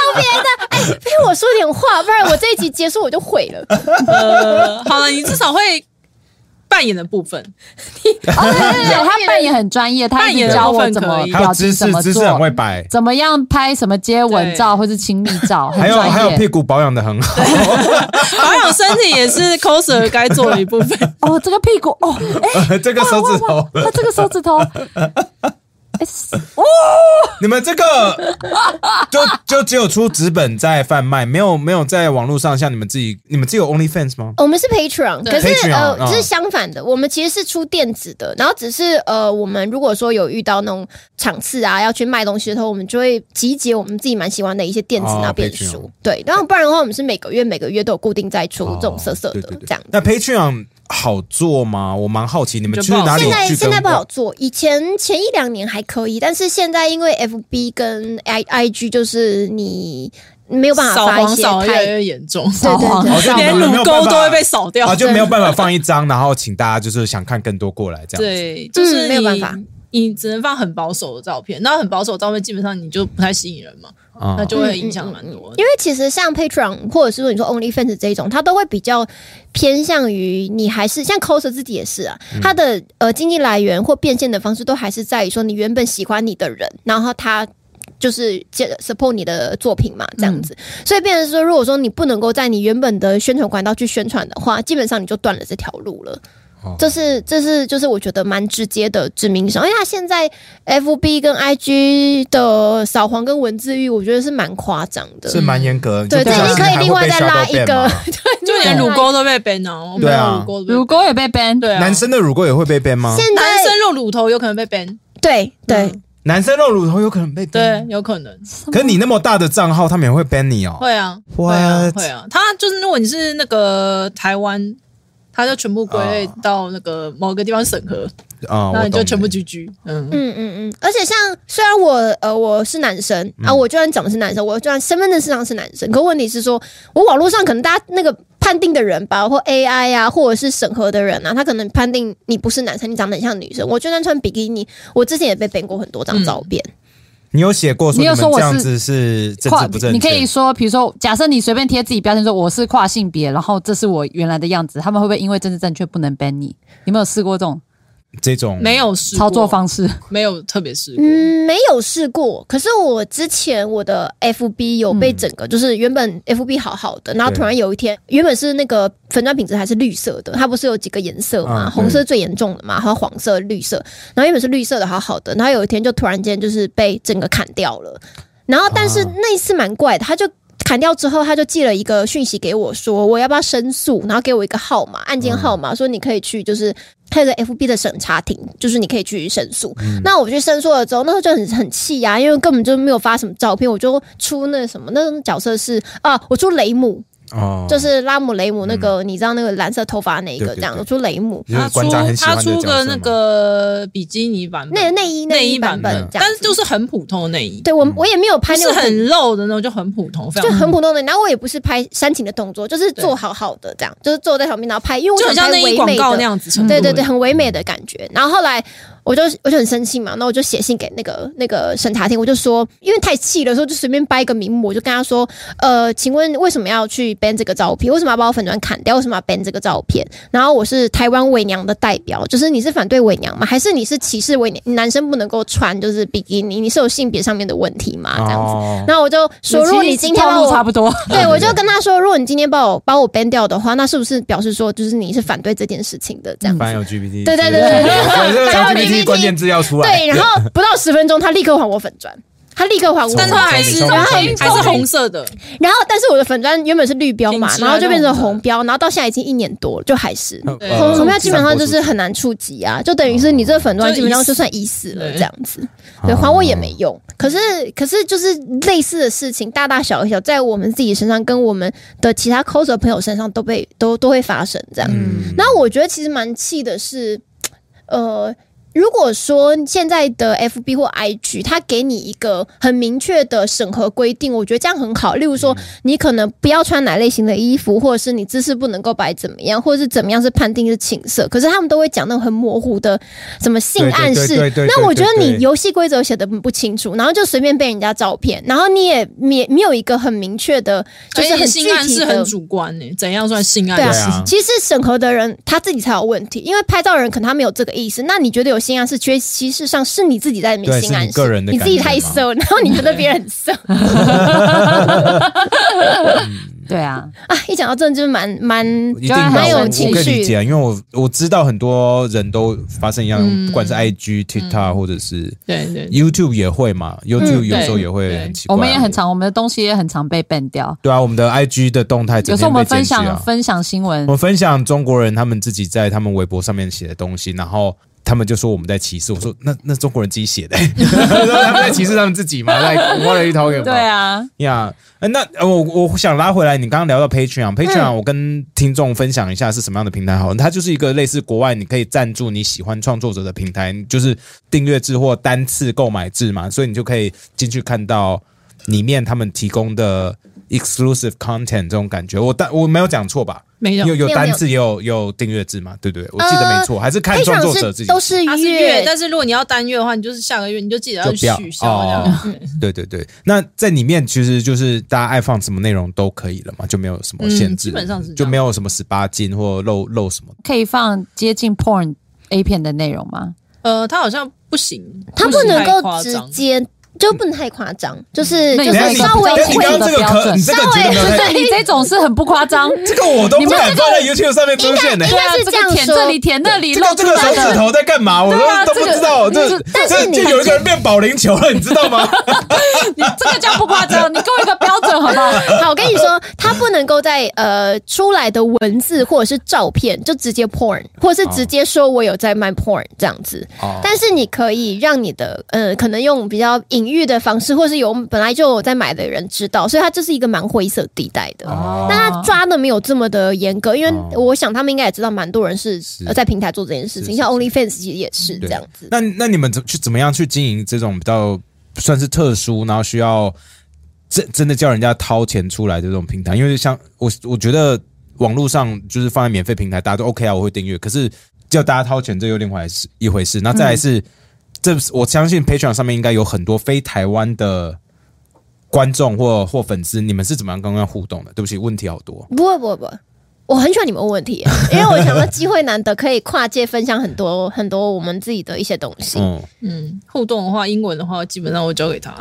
Speaker 3: 被我说点话，不然我这一集结束我就毁了。
Speaker 4: 呃，好了，你至少会扮演的部分，
Speaker 2: 哦对对对，他扮演很专业，他一直教我怎么
Speaker 1: 还有
Speaker 2: 表
Speaker 1: 姿
Speaker 2: 情怎
Speaker 1: 势
Speaker 2: 么，
Speaker 1: 姿势很会
Speaker 2: 做，
Speaker 1: 摆，
Speaker 2: 怎么样拍什么接吻照或是亲密 照，很
Speaker 1: 还有还有
Speaker 2: 专
Speaker 1: 屁
Speaker 2: 业。
Speaker 1: 股保养的很好。
Speaker 4: 保养身体也是 coser 该做的 一部分。
Speaker 2: 哦，这个屁股哦，哎，
Speaker 1: 这个手指头，
Speaker 2: 他这个手指头。
Speaker 1: 你们这个就就只有出纸本在贩卖，没有没有在网络上像你们自己，你们自己有 OnlyFans 吗？
Speaker 3: 我们是 Patreon，
Speaker 4: 对
Speaker 3: 可是
Speaker 1: Patreon，
Speaker 3: 呃，
Speaker 1: 嗯
Speaker 3: 这是相反的。我们其实是出电子的，然后只是呃，我们如果说有遇到那种场次啊，要去卖东西的时候，我们就会集结我们自己蛮喜欢的一些电子
Speaker 1: 哦
Speaker 3: 那边
Speaker 1: Patreon
Speaker 3: 书。对，然后不然的话，我们是每个月每个月都有固定在出这种色色
Speaker 1: 对
Speaker 3: 的
Speaker 1: 哦对对
Speaker 3: 这样。
Speaker 1: 那 Patreon 好做吗？我蛮好奇，你们去哪里
Speaker 3: 现在
Speaker 1: 去
Speaker 3: 现
Speaker 1: 跟
Speaker 3: 在不好做，以前前一两年还可以，但是现在因为 FB 跟 I IG 就是你没有办法
Speaker 4: 扫
Speaker 3: 发一
Speaker 4: 黄
Speaker 3: 些
Speaker 4: 扫得越来
Speaker 3: 太
Speaker 4: 越严重，
Speaker 3: 对
Speaker 2: 扫黄
Speaker 3: 对
Speaker 1: 哦
Speaker 3: 对
Speaker 1: 就
Speaker 4: 连
Speaker 1: 没有
Speaker 4: 乳
Speaker 1: 办
Speaker 4: 沟
Speaker 1: 法
Speaker 4: 都会被扫掉
Speaker 1: 啊，。就没有办法放一张，然后请大家就是想看更多过来这样子。
Speaker 4: 对，就是
Speaker 3: 嗯
Speaker 4: 你
Speaker 3: 没有办法
Speaker 4: 你只能放很保守的照片，那很保守的照片基本上你就不太吸引人嘛，
Speaker 1: 啊
Speaker 4: 那就
Speaker 3: 嗯
Speaker 4: 会影响蛮多的。
Speaker 3: 因为其实像 Patreon 或者是说你说 OnlyFans 这一种，它都会比较偏向于你还是像 coser 自己也是啊，它的呃经济来源或变现的方式都还是在于说你原本喜欢你的人，然后他。就是接 support 你的作品嘛，这样子，所以变成说，如果说你不能够在你原本的宣传管道去宣传的话，基本上你就断了这条路了。
Speaker 1: 哦
Speaker 3: 这是这是就是我觉得蛮直接的致命伤，因为他现在 F B 跟 I G 的扫黄跟文字狱，我觉得是蛮夸张的，
Speaker 1: 是蛮严格，
Speaker 3: 对，
Speaker 1: 你就不
Speaker 3: 这
Speaker 1: 小
Speaker 3: 已
Speaker 1: 心
Speaker 3: 经可以
Speaker 1: 还会
Speaker 3: 另外
Speaker 1: 被
Speaker 3: 再拉
Speaker 1: shadow
Speaker 3: 一个
Speaker 1: ban 嘛，
Speaker 3: 对啊
Speaker 4: 就连乳。沟都被 ban 了，我
Speaker 1: 对
Speaker 4: 们
Speaker 1: 啊
Speaker 4: 乳沟都
Speaker 2: 乳
Speaker 4: 被 ban
Speaker 2: 沟也被 ban，
Speaker 4: 对啊，
Speaker 1: 男生的乳沟也会被 ban 吗？
Speaker 3: 现
Speaker 4: 男
Speaker 3: 在
Speaker 4: 生露乳头有可能被 ban，
Speaker 3: 对对，
Speaker 1: 男生露乳头有可能被 ban
Speaker 4: 对，，有可能
Speaker 1: 可是你那么大的账号，他们也会 ban 你哦。
Speaker 4: 会啊，会啊，
Speaker 1: What？
Speaker 4: 会啊。他就是如果你是那个台湾，他就全部归类到那个某个地方审核，
Speaker 1: 啊，
Speaker 4: 那
Speaker 1: 我
Speaker 4: 你就
Speaker 1: 懂
Speaker 4: 全部居居，嗯，
Speaker 3: 嗯嗯嗯，而且像虽然我呃我是男生啊，
Speaker 1: 嗯
Speaker 3: 我就算长得是男生，我就算身份证上是男生，可问题是说我网络上可能大家那个判定的人吧，或 AI 啊，或者是审核的人啊，他可能判定你不是男生，你长得很像女生。我就算穿比基尼，我之前也被 ban 过很多
Speaker 4: 嗯
Speaker 3: 张照片，
Speaker 1: 你有写过说
Speaker 2: 你有
Speaker 1: 们
Speaker 2: 说
Speaker 1: 这
Speaker 2: 我
Speaker 1: 样
Speaker 2: 是
Speaker 1: 子是政
Speaker 2: 跨
Speaker 1: 治不正确？
Speaker 2: 你可以说，比如说，假设你随便贴自己标签，说我是跨性别，然后这是我原来的样子，他们会不会因为政治正确不能 ban 你？你没有试过这种
Speaker 1: 这种
Speaker 4: 没有试过
Speaker 2: 操作，方式？
Speaker 4: 没有特别试过。
Speaker 3: 嗯，没有试过。可是我之前我的 FB 有被整个，就是原本 FB 好好的，然后突然有一天，原本是那个粉砖品质还是绿色的，它不是有几个颜色嘛，
Speaker 1: 嗯
Speaker 3: 红色最严重的嘛，然后黄色、绿色，然后原本是绿色的好好的，然后有一天就突然间就是被整个砍掉了。然后，但是
Speaker 1: 啊
Speaker 3: 那一次蛮怪的，他就砍掉之后，他就寄了一个讯息给我说，我要不要申诉，然后给我一个号码，案件号
Speaker 1: 嗯
Speaker 3: 码，说你可以去，就是他有个 FB 的审查庭，就是你可以去申诉。
Speaker 1: 嗯
Speaker 3: 那我去申诉了之后，那时候就很很气呀、因为根本就没有发什么照片，我就出那什么，那种角色是啊，我出雷姆，
Speaker 1: 哦，
Speaker 3: 就是拉姆雷姆那个，你知道那个蓝色头发那一
Speaker 1: 嗯
Speaker 3: 个
Speaker 1: 对对
Speaker 3: 这样，
Speaker 1: 对
Speaker 3: 我出雷姆，
Speaker 1: 就是
Speaker 4: 他
Speaker 1: 馆长很
Speaker 4: 出
Speaker 1: 喜欢
Speaker 4: 他
Speaker 1: 的角色哦
Speaker 4: 出个
Speaker 1: 嘛
Speaker 4: 那个比基尼版
Speaker 3: 那个
Speaker 4: 本，
Speaker 3: 内衣
Speaker 4: 内
Speaker 3: 衣
Speaker 4: 衣
Speaker 3: 版
Speaker 4: 版
Speaker 3: 本
Speaker 4: 本，
Speaker 3: 这样
Speaker 4: 但是
Speaker 3: 子。
Speaker 4: 就是很普通的内衣，
Speaker 3: 对我我也没有拍
Speaker 4: 不
Speaker 3: 那
Speaker 4: 是
Speaker 3: 种
Speaker 4: 很露的那种，就很普通，非
Speaker 3: 就
Speaker 4: 常
Speaker 3: 很普通的，然后我也不是拍煽情的动作，就是做好好的这样，就是坐在旁边然后拍，因为我
Speaker 4: 就很
Speaker 3: 想
Speaker 4: 像
Speaker 3: 拍
Speaker 4: 内衣
Speaker 3: 唯
Speaker 4: 广
Speaker 3: 美
Speaker 4: 告
Speaker 3: 的
Speaker 4: 那样子程度。
Speaker 3: 对对对，很唯美的感觉。然后后来我就我就很生气嘛，那我就写信给那个那个审查厅，我就说，因为太气了，所以我就随便掰一个名目，我就跟他说，呃，请问为什么要去 ban 这个照片？为什么要把我粉砖砍掉？为什么要 ban 这个照片？然后我是台湾伪娘的代表，就是你是反对伪娘吗？还是你是歧视伪娘？男生不能够穿就是比基尼，你是有性别上面的问题吗？这样子。
Speaker 1: 哦
Speaker 3: 然后我就说，如 果你今天
Speaker 2: 套
Speaker 3: 把
Speaker 2: 路
Speaker 3: 我
Speaker 2: 差不多，
Speaker 3: 对，我就跟他说，如果你今天把我把我 ban 掉的话，那是不是表示说，就是你是反对这件事情的这样子？
Speaker 1: 反正有 GPT，
Speaker 3: 对对对对 对
Speaker 1: 这个
Speaker 3: 反正有
Speaker 1: LGBT
Speaker 3: LGBT
Speaker 1: 关键字要出来，
Speaker 3: 对，然后不到十分钟，他立刻还我粉砖，他立刻还我。
Speaker 4: 但
Speaker 1: 是
Speaker 4: 它还是
Speaker 1: 然
Speaker 4: 还
Speaker 1: 后
Speaker 4: 是还是红色的，
Speaker 3: 然后，但是我的粉砖原本是绿标嘛，
Speaker 4: 挺直啊
Speaker 3: 然后就变成
Speaker 4: 这种的
Speaker 3: 红标，然后到现在已经一年多了，就还是。
Speaker 4: 对
Speaker 1: 呃
Speaker 3: 红红标
Speaker 1: 散
Speaker 3: 基本上
Speaker 1: 播
Speaker 3: 就
Speaker 1: 出
Speaker 3: 是
Speaker 1: 去
Speaker 3: 很难触及啊，就等于是你这个粉砖
Speaker 4: 就
Speaker 3: 基本上
Speaker 4: 已死
Speaker 3: 就算已死了
Speaker 4: 对
Speaker 3: 这样子，对，
Speaker 1: 哦
Speaker 3: 还我也没用。可是可是就是类似的事情，大大小小，在我们自己身上跟我们的其他 coser 朋友身上都被都都会发生这样。
Speaker 1: 嗯
Speaker 3: 那我觉得其实蛮气的是，呃，如果说现在的 FB 或 IG，它给你一个很明确的审核规定，我觉得这样很好。例如说，
Speaker 1: 嗯
Speaker 3: 你可能不要穿哪类型的衣服，或者是你姿势不能够摆怎么样，或者是怎么样是判定是情色，可是他们都会讲那种很模糊的什么性
Speaker 1: 对
Speaker 3: 暗
Speaker 1: 对对
Speaker 3: 示
Speaker 1: 对对。
Speaker 3: 那我觉得
Speaker 1: 对对
Speaker 3: 你游戏规则写的不清楚，然后就随便被人家照片，然后你也没没有一个很明确的，就是
Speaker 4: 而且
Speaker 3: 很具
Speaker 4: 性暗
Speaker 3: 体
Speaker 4: 示
Speaker 3: 的
Speaker 4: 很主观呢，怎样算性
Speaker 3: 对
Speaker 4: 暗示？
Speaker 1: 啊
Speaker 3: 啊，其实审核的人他自己才有问题，因为拍照的人可能他没有这个意思。那你觉得有心暗示，其实其实上是你自己在里
Speaker 1: 对
Speaker 3: 面心暗
Speaker 1: 是你
Speaker 3: 示，
Speaker 1: 个人的
Speaker 3: 你自己
Speaker 1: 感觉
Speaker 3: 太
Speaker 1: 嘛
Speaker 3: 色，然后你觉得别人很色。
Speaker 2: 对啊，
Speaker 3: 啊，一讲到政治，蛮 蛮
Speaker 1: 一定的
Speaker 2: 蛮有
Speaker 1: 我
Speaker 3: 情
Speaker 1: 我可以
Speaker 3: 绪
Speaker 1: 理解啊，因为我我知道很多人都发生一样，
Speaker 4: 嗯
Speaker 1: 不管是 IG、TikTok
Speaker 2: 嗯
Speaker 1: 或者是
Speaker 4: 对对
Speaker 1: YouTube 也会嘛，YouTube
Speaker 3: 嗯
Speaker 1: 有时候
Speaker 4: 对
Speaker 1: 也会
Speaker 4: 对
Speaker 1: 很奇怪，啊
Speaker 2: 我们也很常，我们的东西也很常被 ban 掉。
Speaker 1: 对啊，我们的 IG 的动态整
Speaker 2: 有时候
Speaker 1: 天
Speaker 2: 我
Speaker 1: 被
Speaker 2: 们分
Speaker 1: 检举
Speaker 2: 享、
Speaker 1: 啊。
Speaker 2: 分享新闻
Speaker 1: 我，们分享中国人他们自己在他们微博上面写的东西，然后他们就说我们在歧视。我说那那中国人自己写的、欸， 他们在歧视他们自己嘛？Like what are you talking about？
Speaker 2: 对啊，
Speaker 1: 呀、呃那呃我我想拉回来，你刚刚聊到 Patreon，Patreon、我
Speaker 3: 嗯
Speaker 1: 跟听众分享一下是什么样的平台好了。它就是一个类似国外你可以赞助你喜欢创作者的平台，就是订阅制或单次购买制嘛，所以你就可以进去看到里面他们提供的 exclusive content 这种感觉。我但我没有讲错吧？
Speaker 4: 没有
Speaker 1: 有有
Speaker 3: 没有
Speaker 1: 单
Speaker 3: 没有
Speaker 1: 次也有有订阅制嘛？对不对？我记得
Speaker 3: 呃
Speaker 1: 没错，还是看
Speaker 3: 非
Speaker 1: 创
Speaker 3: 常
Speaker 1: 作者自
Speaker 3: 是
Speaker 1: 己
Speaker 3: 都是
Speaker 4: 它是月，
Speaker 3: 月，
Speaker 4: 但是如果你要单月的话，你就是下个月你就记得要
Speaker 1: 就不哦要
Speaker 4: 取消这样。
Speaker 1: 对对对，那在里面其实就是大家爱放什么内容都可以了嘛，就没有什么限制，
Speaker 4: 嗯基本上是这样
Speaker 1: 就没有什么十八禁或露露什么。
Speaker 2: 可以放接近 porn A 片的内容吗？
Speaker 4: 呃，它好像不行，
Speaker 3: 它不
Speaker 4: 行
Speaker 3: 能
Speaker 4: 太
Speaker 3: 够
Speaker 4: 夸
Speaker 3: 直
Speaker 4: 张
Speaker 3: 接，就不能太夸张，就是
Speaker 2: 那
Speaker 3: 就
Speaker 2: 你
Speaker 1: 等
Speaker 2: 那
Speaker 1: 一
Speaker 3: 是
Speaker 1: 下
Speaker 2: 个
Speaker 1: 你等一下
Speaker 3: 稍微
Speaker 1: 你
Speaker 3: 会
Speaker 1: 刚刚这个
Speaker 2: 标
Speaker 1: 可，
Speaker 2: 准
Speaker 1: 你这个觉得没有
Speaker 2: 不
Speaker 1: 太，
Speaker 2: 是哎你这种是很不夸 张，
Speaker 1: 这个我都不敢放在 YouTube 上面出现的、
Speaker 3: 应
Speaker 2: 对
Speaker 3: 该
Speaker 2: 啊，
Speaker 3: 是
Speaker 2: 这
Speaker 3: 这样
Speaker 2: 个舔
Speaker 3: 说
Speaker 2: 这里舔那里，
Speaker 1: 这
Speaker 2: 露
Speaker 1: 个这
Speaker 2: 出
Speaker 1: 个
Speaker 2: 来
Speaker 1: 手指
Speaker 2: 的，
Speaker 1: 头在干嘛？我都
Speaker 2: 对啊
Speaker 1: 都不知道，
Speaker 2: 这个
Speaker 1: 这
Speaker 3: 但是
Speaker 1: 这
Speaker 3: 你
Speaker 1: 这有一个人变保龄球了，你知道吗？
Speaker 2: 你这个叫不夸张，你给我一个标准好 不好？
Speaker 3: 好，我 跟你说，它不能够在呃出来的文字或者是照片就直接 porn，或者是直接说我有在卖 porn 这样子。
Speaker 1: 哦
Speaker 3: 但是你可以让你的呃，可能用比较隐喻的方式，或是有本来就有在买的人知道，所以它这是一个蛮灰色地带的。
Speaker 1: 哦
Speaker 3: 但他抓的没有这么的严格，因为
Speaker 1: 哦
Speaker 3: 我想他们应该也知道，蛮多人是呃在平台做这件事
Speaker 1: 是
Speaker 3: 情，
Speaker 1: 是
Speaker 3: 像
Speaker 1: 是
Speaker 3: OnlyFans 其实也是
Speaker 1: 对
Speaker 3: 这样子。
Speaker 1: 那那你们怎去怎么样去经营这种比较算是特殊，然后需要真真的叫人家掏钱出来的这种平台？因为像我我觉得网络上就是放在免费平台，大家都 OK 啊，我会订阅。可是叫大家掏钱，这又另外是一回事。那再
Speaker 4: 嗯
Speaker 1: 来是，这我相信 Patreon 上面应该有很多非台湾的。观众或或粉丝，你们是怎么样跟他互动的？对不起，问题好多。
Speaker 3: 不会不会不会，我很喜欢你们问问 题，因为我想说机会难得，可以跨界分享很多很多我们自己的一些东西。
Speaker 1: 嗯，
Speaker 4: 嗯，互动的话，英文的话，基本上我交给他。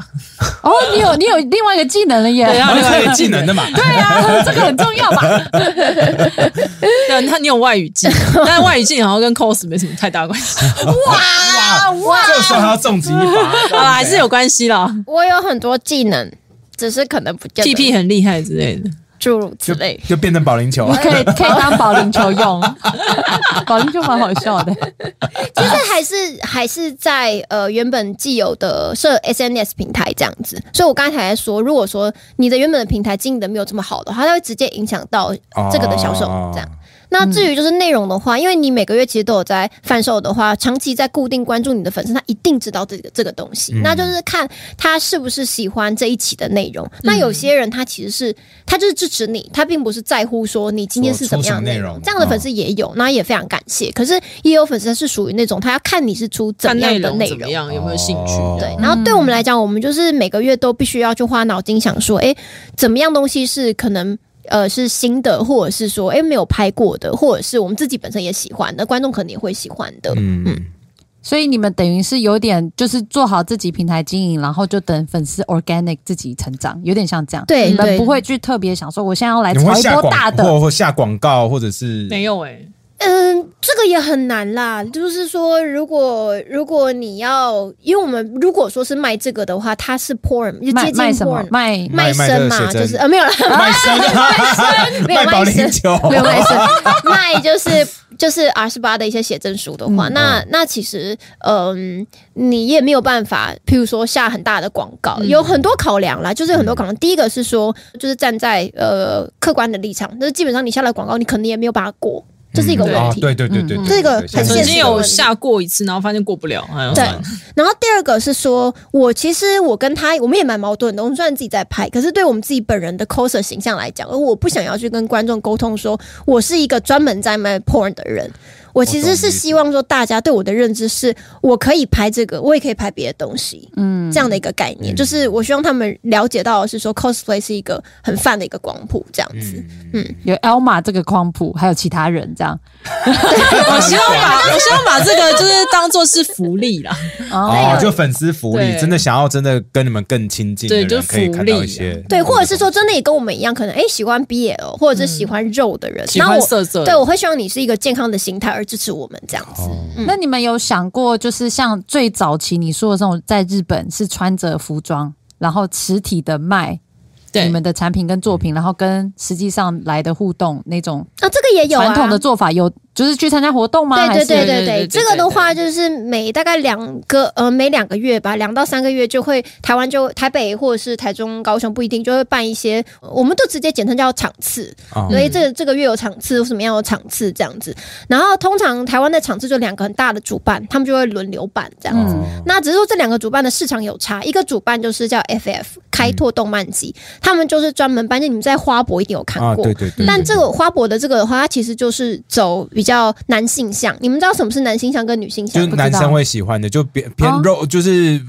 Speaker 2: 哦，你有你有另外一个技能了耶！
Speaker 4: 对啊
Speaker 1: 然后是有技能的嘛？
Speaker 2: 对啊， 这个很重要吧？
Speaker 4: 对啊，那你有外语技 能，但外语技能好像跟 cos 没什么太大关系，
Speaker 1: 哇哇！这时候还要重击一
Speaker 4: 好
Speaker 1: 把，
Speaker 4: 啦，还是有关 系啦。
Speaker 3: 我有很多技能，只是可能不见得
Speaker 4: PP 很厉害之类的，
Speaker 3: 诸如
Speaker 1: 就
Speaker 3: 此类。
Speaker 1: 就变成保龄球。啊
Speaker 2: 可以可以当保龄球 用，保龄球蛮好笑的。
Speaker 3: 其实还是还是在呃原本既有的设 SNS 平台这样子，所以我刚才在说，如果说你的原本的平台经营的没有这么好的话，它会直接影响到这个的销售
Speaker 1: 哦
Speaker 3: 这样。那至于就是内容的话，因为你每个月其实都有在贩售的话，长期在固定关注你的粉丝，他一定知道这个这个东西。那就是看他是不是喜欢这一期的内容。那有些人他其实是他就是支持你，他并不是在乎说你今天是怎么样的
Speaker 1: 说出什么内
Speaker 3: 内容嗯
Speaker 1: 容，
Speaker 3: 这样的粉丝也有，那也非常感谢。可是也有粉丝是属于那种他要看你是出怎
Speaker 4: 看
Speaker 3: 么
Speaker 4: 内
Speaker 3: 样的
Speaker 4: 容
Speaker 3: 内
Speaker 4: 怎么
Speaker 3: 容。
Speaker 4: 样，有没有兴趣？
Speaker 1: 哦
Speaker 3: 对，然后对我们来讲，我们就是每个月都必须要去花脑筋想说，哎，怎么样东西是可能呃是新的，或者是说哎没有拍过的，或者是我们自己本身也喜欢的，观众可能也会喜欢的。
Speaker 1: 嗯，
Speaker 2: 所以你们等于是有点就是做好自己平台经营，然后就等粉丝 organic 自己成长，有点像这样。
Speaker 3: 对
Speaker 2: 你们
Speaker 3: 对
Speaker 2: 不会去特别想说我现在要来
Speaker 1: 哎你们
Speaker 2: 炒
Speaker 1: 会
Speaker 2: 一
Speaker 1: 下
Speaker 2: 波大
Speaker 1: 广
Speaker 2: 的。
Speaker 1: 或或下广告，或者是
Speaker 4: 没有哎、
Speaker 3: 嗯，这个也很难啦。就是说，如果如果你要，因为我们如果说是卖这个的话，它是 porn，就接
Speaker 2: 卖
Speaker 3: 近
Speaker 2: 卖什么
Speaker 3: porn，？
Speaker 2: 卖
Speaker 1: 卖卖这
Speaker 3: 身嘛，
Speaker 1: 个写真
Speaker 3: 就是呃没有啦，
Speaker 1: 卖身，
Speaker 3: 没有
Speaker 1: 卖保
Speaker 3: 卖
Speaker 1: 龄
Speaker 3: 身，
Speaker 1: 球，
Speaker 3: 没有卖身，哦卖就是就是 R 十八的一些写真书的话，那那其实嗯，你也没有办法，譬如说下很大的广告，有很多考量啦，就是有很多考量。第一个是说，就是站在呃客观的立场，就是基本上你下了广告，你可能也没有把它过，这是一个
Speaker 1: 嗯
Speaker 3: 问
Speaker 1: 哦
Speaker 3: 题。
Speaker 1: 对对对对，对
Speaker 3: 这个
Speaker 1: 对对对
Speaker 3: 很
Speaker 4: 曾
Speaker 3: 现
Speaker 4: 经
Speaker 3: 实的
Speaker 4: 有
Speaker 3: 问题
Speaker 4: 下过一次，然后发现过不了，哎呦
Speaker 3: 对
Speaker 2: 哦
Speaker 4: 算了
Speaker 3: 然后第二个是说，我其实我跟他，我们也蛮矛盾的。我们虽然自己在拍，可是对我们自己本人的 coser 形象来讲，而我不想要去跟观众沟通说我是一个专门在卖 porn 的人。我其实是希望说大家对我的认知是，我可以拍这个，我也可以拍别的东西，
Speaker 2: 嗯，
Speaker 3: 这样的一个概念。就是我希望他们了解到的是说，cosplay 是一个很泛的一个光谱，这样子。
Speaker 2: 嗯有 Elma 这个光谱，还有其他人这 样。
Speaker 4: 我希望把我希望把这个就是当做是福利啦，
Speaker 1: 哦，就粉丝福利，
Speaker 4: 对
Speaker 1: 真的想要真的跟你们更亲近的
Speaker 4: 对就
Speaker 1: 人，
Speaker 4: 是
Speaker 1: 可以看
Speaker 4: 福
Speaker 1: 到
Speaker 4: 利
Speaker 1: 一些，
Speaker 3: 对，或者是说真的也跟我们一样，可能哎、诶喜欢 BL 或者
Speaker 2: 嗯
Speaker 3: 是喜欢肉的人，
Speaker 4: 喜
Speaker 3: 那
Speaker 4: 欢
Speaker 3: 我
Speaker 4: 色色的
Speaker 3: 对我会希望你是一个健康的心态而支持我们这样子。
Speaker 2: 那你们有想过，就是像最早期你说的这种，在日本是穿着服装，然后实体的卖
Speaker 4: 对
Speaker 2: 你们的产品跟作品，然后跟实际上来的互动那种
Speaker 3: 啊，这个也有啊
Speaker 2: 传统的做法，有就是去参加活动吗？
Speaker 3: 对对对
Speaker 2: 还是
Speaker 4: 对
Speaker 3: 对
Speaker 4: 对
Speaker 3: 对，
Speaker 4: 对
Speaker 3: 这个的话就是每大概两个呃每两个月吧，两到三个月就会台湾就台北或者是台中、高雄不一定就会办一些，呃我们就直接简称叫场次，
Speaker 1: 哦
Speaker 3: 啊所以这这个月有场次，有什么样的场次这样子。然后通常台湾的场次就两个很大的主办，他们就会轮流办这样子。
Speaker 1: 哦
Speaker 3: 那只是说这两个主办的市场有差，一个主办就是叫 FF
Speaker 1: 嗯
Speaker 3: 开拓动漫季，他们就是专门办，就你们在花博一定有看
Speaker 1: 啊，
Speaker 3: 过，
Speaker 1: 对对对，
Speaker 3: 但
Speaker 1: 对
Speaker 3: 这个花博的这个的话，它其实就是走比较男性向。你们知道什么是男性向跟女性
Speaker 1: 就
Speaker 3: 向
Speaker 1: 是
Speaker 3: 吗？
Speaker 1: 男生会喜欢的，就偏偏
Speaker 2: 哦
Speaker 1: 肉，就是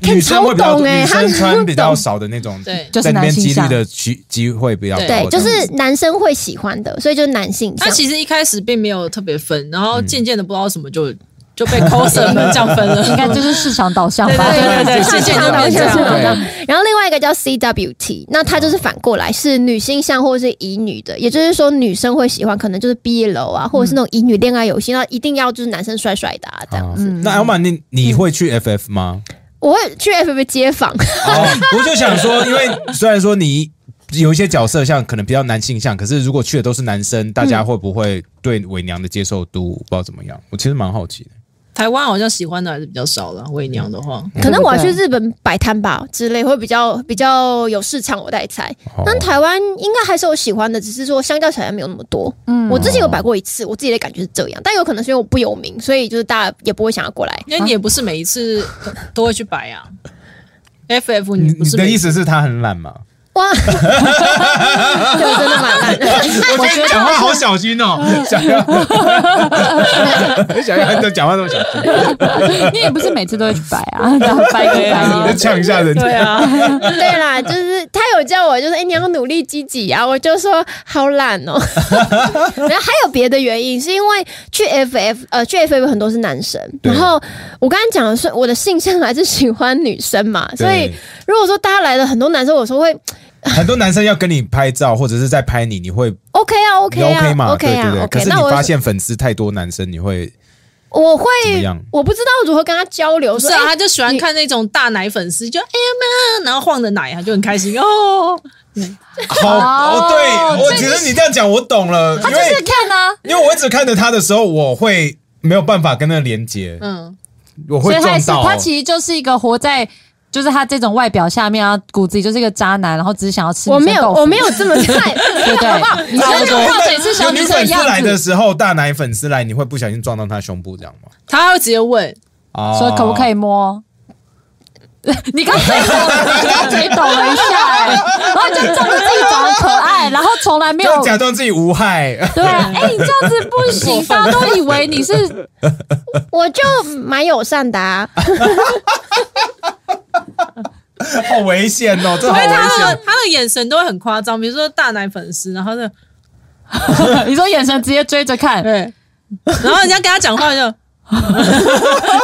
Speaker 3: 看
Speaker 1: 女生会比较
Speaker 3: 超
Speaker 1: 多，
Speaker 3: 懂欸
Speaker 1: 女
Speaker 3: 他
Speaker 1: 生穿比较
Speaker 3: 懂
Speaker 1: 少的那种，
Speaker 4: 对
Speaker 2: 就是
Speaker 1: 在那
Speaker 2: 男
Speaker 1: 边
Speaker 2: 性
Speaker 1: 几率
Speaker 2: 向
Speaker 1: 的机机会比较
Speaker 4: 对
Speaker 1: 高
Speaker 3: 对，
Speaker 1: 这
Speaker 3: 就
Speaker 1: 样
Speaker 3: 是男生会喜欢的，所以就是男性
Speaker 4: 他
Speaker 3: 向。
Speaker 4: 其实一开始并没有特别分，然后渐渐的不知道什么就就被 coser 们这样分 了，
Speaker 2: 应该就是市场导向
Speaker 4: 对
Speaker 2: 吧？
Speaker 4: 对对对，渐渐就变这
Speaker 3: 市场导
Speaker 4: 样了。
Speaker 3: 向然后另外一个叫 CWT，那它就是反过来是女性向或者是乙女的，也就是说女生会喜欢可能就是 BL 啊，或者
Speaker 1: 嗯
Speaker 3: 是那种乙女恋爱游戏，那一定要就是男生帅帅的啊这样。
Speaker 1: 啊那 Elma，你你会去 FF 吗？
Speaker 3: 我会去 FB 街访，
Speaker 1: 哦，我就想说，因为虽然说你有一些角色像可能比较男性向，可是如果去的都是男生，大家会不会对伪娘的接受度不知道怎么样？我其实蛮好奇的。
Speaker 4: 台湾好像喜欢的还是比较少了，伪娘的话，
Speaker 3: 可能我要去日本摆摊吧之类，会比较比较有市场，我在猜。
Speaker 1: 哦
Speaker 3: 但台湾应该还是有喜欢的，只是说相较起来没有那么多。
Speaker 2: 嗯
Speaker 3: 嗯，我之前有摆过一次，我自己的感觉是这样，但有可能是因为我不有名，所以就是大家也不会想要过来。
Speaker 4: 因为你也不是每一次都会去摆啊。FF，
Speaker 1: 你
Speaker 4: 你不
Speaker 1: 你
Speaker 4: 是
Speaker 1: 的
Speaker 4: 每
Speaker 1: 意思是他很懒吗？
Speaker 3: 哇， 对，真的蛮烂的。
Speaker 1: 我觉得讲话好小心哦，想要想要讲话那么小心，
Speaker 2: 你也不是每次都会去摆啊，然后摆一个摆
Speaker 1: 再
Speaker 2: 一个。
Speaker 1: 呛一下人家。
Speaker 4: 对啊，
Speaker 3: 对啦，就是他有叫我，就是哎、你要努力积极啊，我就说好懒 哦。然后还有别的原因，是因为去 FF 呃去 FF 很多是男生，
Speaker 1: 对
Speaker 3: 然后我刚刚讲的是我的性向还是喜欢女生嘛，所以
Speaker 1: 对
Speaker 3: 如果说大家来了很多男生，我说会
Speaker 1: 很多男生要跟你拍照，或者是在拍你，你会
Speaker 3: OK 啊
Speaker 1: 你
Speaker 3: OK 啊
Speaker 1: OK 嘛？对对
Speaker 3: 啊
Speaker 1: 对。可
Speaker 3: OK，
Speaker 1: 是你
Speaker 3: 那我
Speaker 1: 发现粉丝太多，男生你会
Speaker 3: 我会
Speaker 1: 怎么样
Speaker 3: 我不知道如何跟他交流，
Speaker 4: 不是
Speaker 3: 说
Speaker 4: 啊，
Speaker 3: 哎
Speaker 4: 他就喜欢看那种大奶粉丝，就哎呀妈，然后晃着奶，他就很开心哦。
Speaker 1: 好哦，对，我觉得你这样讲我懂了，因
Speaker 2: 就是
Speaker 1: 为
Speaker 2: 看啊，
Speaker 1: 因为我一直看着他的时候，我会没有办法跟那个连接，
Speaker 4: 嗯，
Speaker 1: 我会
Speaker 2: 所以他
Speaker 1: 撞
Speaker 2: 也是
Speaker 1: 到。
Speaker 2: 他其实就是一个活在。就是他这种外表下面啊，骨子里就是一个渣男，然后只是想要吃
Speaker 3: 我没
Speaker 2: 女生
Speaker 3: 有
Speaker 2: 豆腐
Speaker 3: 我没有这么菜，
Speaker 2: 对不对
Speaker 3: 好不好？
Speaker 2: 你
Speaker 1: 差
Speaker 2: 真
Speaker 1: 不
Speaker 2: 的
Speaker 1: 多
Speaker 2: 话嘴是小
Speaker 1: 有
Speaker 2: 女
Speaker 1: 女
Speaker 2: 生的
Speaker 1: 粉丝来
Speaker 2: 样
Speaker 1: 的
Speaker 2: 子，
Speaker 1: 时候，大奶粉丝来，你会不小心撞到他胸部这样吗？
Speaker 4: 他会直接问，
Speaker 1: 啊
Speaker 2: 说可不可以？摸？ 你刚才抖了，你刚才抖了一下、哎然后就仗着自己长得可爱，然后从来没有
Speaker 1: 就假装自己无害。
Speaker 2: 对啊，哎、你这样子不行，大家都以为你是
Speaker 3: 我就蛮友善的啊。
Speaker 1: 好危险哦，这
Speaker 4: 因
Speaker 1: 好
Speaker 4: 为
Speaker 1: 危
Speaker 4: 他
Speaker 1: 险
Speaker 4: 的。他的眼神都会很夸张，比如说大奶粉丝，然后就
Speaker 2: 你说眼神直接追着看，
Speaker 4: 对，然后人家跟他讲话就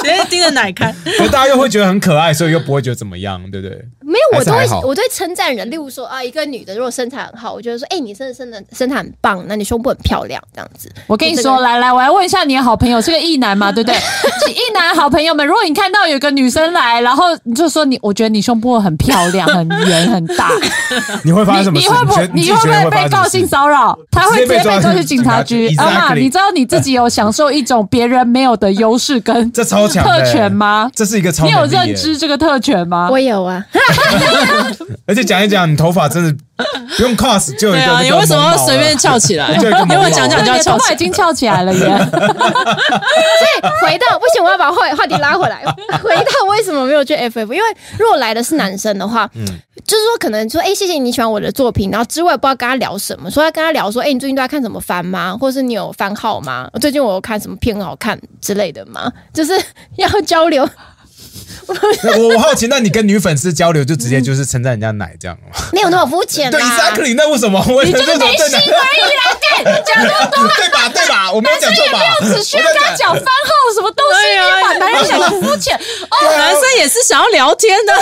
Speaker 4: 直接盯着奶 看，
Speaker 1: 可是大家又会觉得很可爱，所以又不会觉得怎么样，对不 对？
Speaker 3: 没
Speaker 1: 还
Speaker 3: 有，我
Speaker 1: 是
Speaker 3: 都
Speaker 1: 还
Speaker 3: 会
Speaker 1: 好
Speaker 3: 我都会称赞人，例如说啊，一个女的如果身材很好，我觉得说，哎、你真的身的身材很棒，那你胸部很漂亮，这样子。
Speaker 2: 我跟你
Speaker 3: 这
Speaker 2: 说，
Speaker 3: 个
Speaker 2: 来来，我来问一下你的好朋友是个异男嘛，对不对？ 异男好朋友们，如果你看到有个女生来，然后你就说你，我觉得你胸部很漂亮，很圆，很大，
Speaker 1: 你会发生什么
Speaker 2: 你
Speaker 1: 事？
Speaker 2: 你会不会
Speaker 1: 你
Speaker 2: 你
Speaker 1: 觉得
Speaker 2: 会
Speaker 1: 自己觉
Speaker 2: 不
Speaker 1: 得发
Speaker 2: 会被
Speaker 1: 生什
Speaker 2: 告
Speaker 1: 么事
Speaker 2: 性骚扰？他会
Speaker 1: 直接
Speaker 2: 直
Speaker 1: 被
Speaker 2: 接被
Speaker 1: 抓
Speaker 2: 抓
Speaker 1: 去
Speaker 2: 去警察局。
Speaker 1: 警察
Speaker 2: 阿
Speaker 1: 局
Speaker 2: 妈，
Speaker 1: exactly
Speaker 2: 你知道你自己 有享受一种别人没有的优势跟
Speaker 1: 这超强的欸
Speaker 2: 特权吗？
Speaker 1: 这是一个超
Speaker 2: 你有
Speaker 1: 能力耶欸
Speaker 2: 认知这个特权吗？
Speaker 3: 我有啊，
Speaker 1: 而且讲一讲，你头发真的不用 cos 就有一
Speaker 4: 对
Speaker 1: 个
Speaker 4: 啊，
Speaker 1: 那
Speaker 4: 你
Speaker 1: 个
Speaker 4: 为什么
Speaker 1: 毛
Speaker 4: 要
Speaker 1: 毛
Speaker 4: 随
Speaker 1: 了
Speaker 4: 便翘起来？
Speaker 1: 就有一个
Speaker 4: 因为我
Speaker 1: 毛毛
Speaker 4: 讲讲就
Speaker 2: 哦你
Speaker 4: 要
Speaker 2: 的头
Speaker 4: 翘
Speaker 2: 发
Speaker 4: 起
Speaker 2: 已
Speaker 4: 来。
Speaker 2: 经翘起来了耶！
Speaker 3: 所以回到不行，我要把话话题拉 回来，回到为什么没有去 FF？因为如果来的是男生的话，
Speaker 1: 嗯
Speaker 3: 就是说可能说，哎、谢谢你喜欢我的作品，然后之外不知道跟他聊什么，说要跟他聊说，哎、你最近都在看什么番吗？或是你有番号吗？最近我有看什么片好看之类的吗？就是要交 流，
Speaker 1: 那我我好奇，那你跟女粉丝交流就直接就是称赞人家奶这样吗？
Speaker 3: 没有那么肤浅
Speaker 1: 对
Speaker 3: 啦。
Speaker 1: ，exactly，那为什么？我也
Speaker 3: 你就
Speaker 1: 为什
Speaker 3: 是
Speaker 1: 么
Speaker 3: 没
Speaker 1: 对
Speaker 3: 心
Speaker 1: 奶？
Speaker 3: 而已啦，对，讲那么多
Speaker 1: 对吧？对吧？我没有讲错吧？
Speaker 2: 只需要跟他讲番号什么东西，
Speaker 4: 对啊
Speaker 2: 你把男人想的肤浅
Speaker 1: 啊
Speaker 2: 哦，
Speaker 4: 男生也是想要聊天的，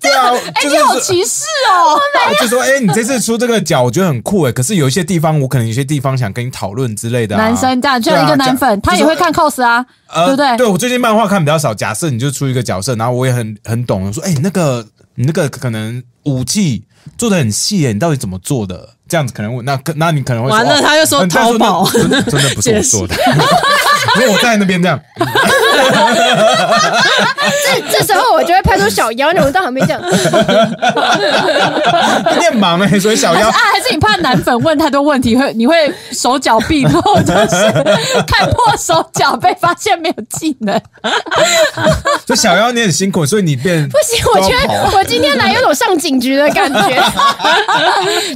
Speaker 1: 对啊，
Speaker 2: 哎，
Speaker 1: 就
Speaker 2: 你好
Speaker 1: 是
Speaker 2: 歧视哦！
Speaker 1: 就说，哎，你这次出这个脚，我觉得很酷哎。可是有一些地方，我可能有些地方想跟你讨论之类的啊。
Speaker 2: 男生这样，就像一个男粉，
Speaker 1: 对啊
Speaker 2: 他也会看 cos 啊，
Speaker 1: 呃
Speaker 2: 对不对？
Speaker 1: 对我最近漫画看比较少。假设你就出一个角色，然后我也很很懂，我说哎、那个你那个可能武器做的很细耶，你到底怎么做的？这样子可能我那那你可能会说
Speaker 4: 完了
Speaker 1: 哦
Speaker 4: 他又说
Speaker 1: 嗯但是
Speaker 4: 淘宝
Speaker 1: 那真真的不是我做的， 因为我在那边这样，
Speaker 3: 这时候我就会拍出小妖，你们到旁边这样，
Speaker 1: 有点忙哎、所以小
Speaker 2: 还是
Speaker 1: 妖
Speaker 2: 啊，还是你怕男粉问太多问题，会你会手脚并后，就是看破手脚，被发现没有技能。
Speaker 1: 所以小妖你很辛苦，所以你变
Speaker 3: 不行，我觉
Speaker 1: 啊
Speaker 3: 得我今天来有种上警局的 感觉。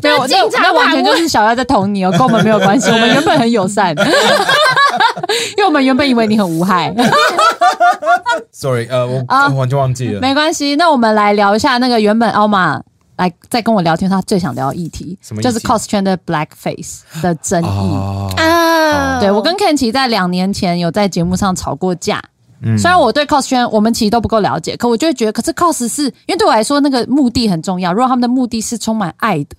Speaker 2: 没有，这
Speaker 3: 警察
Speaker 2: 那完全
Speaker 3: 盘
Speaker 2: 就
Speaker 3: 问
Speaker 2: 是小妖在捅你哦，跟我们没有关系。我们原本很友 善，因为我们原本以为你很无害。
Speaker 1: sorry 呃我、
Speaker 2: 啊
Speaker 1: 我完全忘记了
Speaker 2: 没关系，那我们来聊一下那个原本奥马来在跟我聊天，他最想聊的议题
Speaker 1: 什么，议题
Speaker 2: 就是 cos 圈的 blackface 的争议。
Speaker 1: 哦
Speaker 3: 啊
Speaker 2: 对我跟 Ken 奇在两年前有在节目上吵过架。虽然我对 cos 圈我们其实都不够了解，可我就会觉得，可是 cos 是因为对我来说那个目的很重要。如果他们的目的是充满爱的，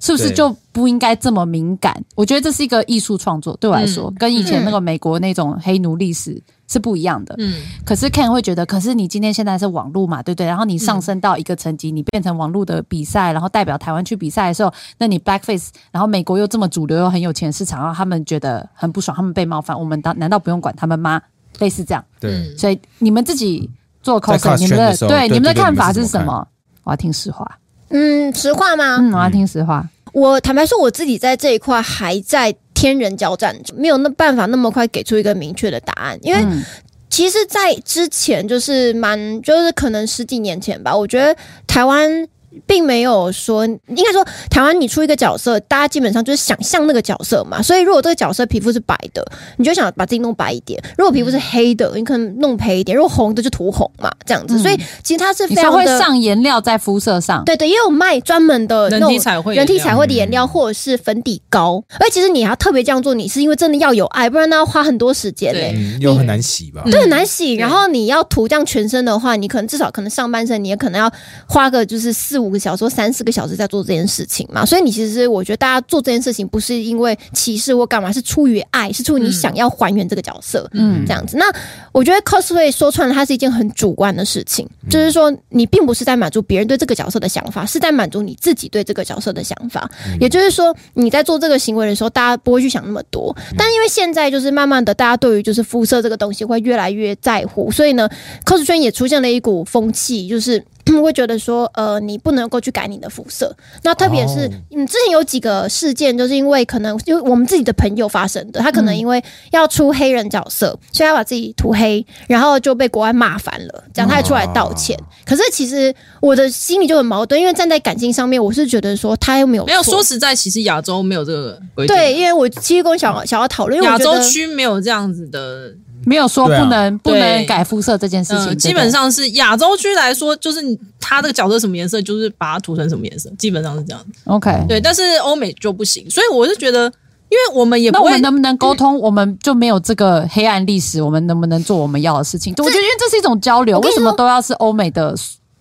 Speaker 2: 是不是
Speaker 1: 对
Speaker 2: 就不应该这么敏感？我觉得这是一个艺术创作，对我来说、跟以前那个美国那种黑奴历史是不一样的。
Speaker 4: 嗯，
Speaker 2: 可是 Ken 会觉得，可是你今天现在是网络嘛，对不对？然后你上升到一个层级，你变成网络的比赛，然后代表台湾去比赛的时候，那你 blackface，然后美国又这么主流又很有钱的市场，然后他们觉得很不爽，他们被冒犯，我们当难道不用管他们吗？类似这样，
Speaker 1: 对
Speaker 2: 所以你们自己做 coser，
Speaker 1: cos
Speaker 2: 你们
Speaker 1: 圈
Speaker 2: 的
Speaker 1: 的时候对
Speaker 2: 你们的
Speaker 1: 对对
Speaker 2: 看法
Speaker 1: 你
Speaker 2: 是
Speaker 1: 们是怎
Speaker 2: 什
Speaker 1: 么
Speaker 2: 么？我要听实话，
Speaker 3: 嗯，实话吗？
Speaker 2: 嗯，我要听实话，
Speaker 3: 我坦白说，我自己在这一块还在天人交战中，没有那办法那么快给出一个明确的答案，因为
Speaker 2: 嗯
Speaker 3: 其实，在之前就是蛮，就是可能十几年前吧，我觉得台湾。并没有说，应该说台湾你出一个角色，大家基本上就是想象那个角色嘛。所以如果这个角色皮肤是白的，你就想把自己弄白一点；如果皮肤
Speaker 2: 嗯
Speaker 3: 是黑的，你可能弄黑一点；如果红的就涂红嘛，这样子。
Speaker 2: 嗯
Speaker 3: 所以其实它是非
Speaker 2: 你说
Speaker 3: 常
Speaker 2: 会
Speaker 3: 的
Speaker 2: 上颜料在肤色上，
Speaker 3: 对对，也有卖专门的那
Speaker 4: 人
Speaker 3: 种
Speaker 4: 体彩绘，嗯
Speaker 3: 人体彩绘的颜料或者是粉底膏。而其实你还要特别这样做，你是因为真的要有爱，不然那要花很多时间嘞、
Speaker 4: 对
Speaker 1: 嗯又很难洗吧？
Speaker 3: 对，很难洗。
Speaker 4: 对
Speaker 3: 然后你要涂这样全身的话，你可能至少可能上半身，你也可能要花个就是四五个小时、或三四个小时在做这件事情嘛。所以你其实我觉得大家做这件事情不是因为歧视或干嘛，是出于爱，是出于你想要还原这个角色。
Speaker 2: 嗯
Speaker 3: 这样子。那我觉得 cosplay 说穿了，它是一件很主观的事情，就是说你并不是在满足别人对这个角色的想法，是在满足你自己对这个角色的想法。也就是说，你在做这个行为的时候，大家不会去想那么多。但因为现在就是慢慢的，大家对于就是肤色这个东西会越来越在乎，所以呢，cos 圈也出现了一股风气，就是。 会觉得说，呃，你不能够去改你的肤色。那特别是
Speaker 1: 哦，
Speaker 3: 嗯，之前有几个事件，就是因为可能因为我们自己的朋友发生的，他可能因为要出黑人角色，所以他把自己涂黑，然后就被国外骂烦了，这样他还出来道歉。可是其实我的心里就很矛盾，因为站在感情上面，我是觉得说他又没有错
Speaker 4: 没有说实在，其实亚洲没有这个规定，
Speaker 3: 对，，因为我其实跟我想想要讨论，因为
Speaker 4: 亚
Speaker 3: 我觉
Speaker 4: 洲
Speaker 3: 得
Speaker 4: 区没有这样子的，
Speaker 2: 没有说
Speaker 1: 对啊
Speaker 2: 不能不能
Speaker 4: 对
Speaker 2: 改肤色这件事情，
Speaker 4: 嗯，基
Speaker 2: 对不对
Speaker 4: 本上是亚洲区来说，就是你他这个角色什么颜色，就是把它涂成什么颜色，基本上是这样。
Speaker 2: OK。
Speaker 4: 对，但是欧美就不行，所以我是觉得，因为我们也
Speaker 2: 那
Speaker 4: 不
Speaker 2: 我
Speaker 4: 会
Speaker 2: 们能不能沟通？我们就没有这个黑暗历史，我们能不能做我们要的事情？我觉得，因为这是一种交流，
Speaker 3: 我跟
Speaker 2: 为
Speaker 3: 你
Speaker 2: 什
Speaker 3: 说
Speaker 2: 么都要是欧美的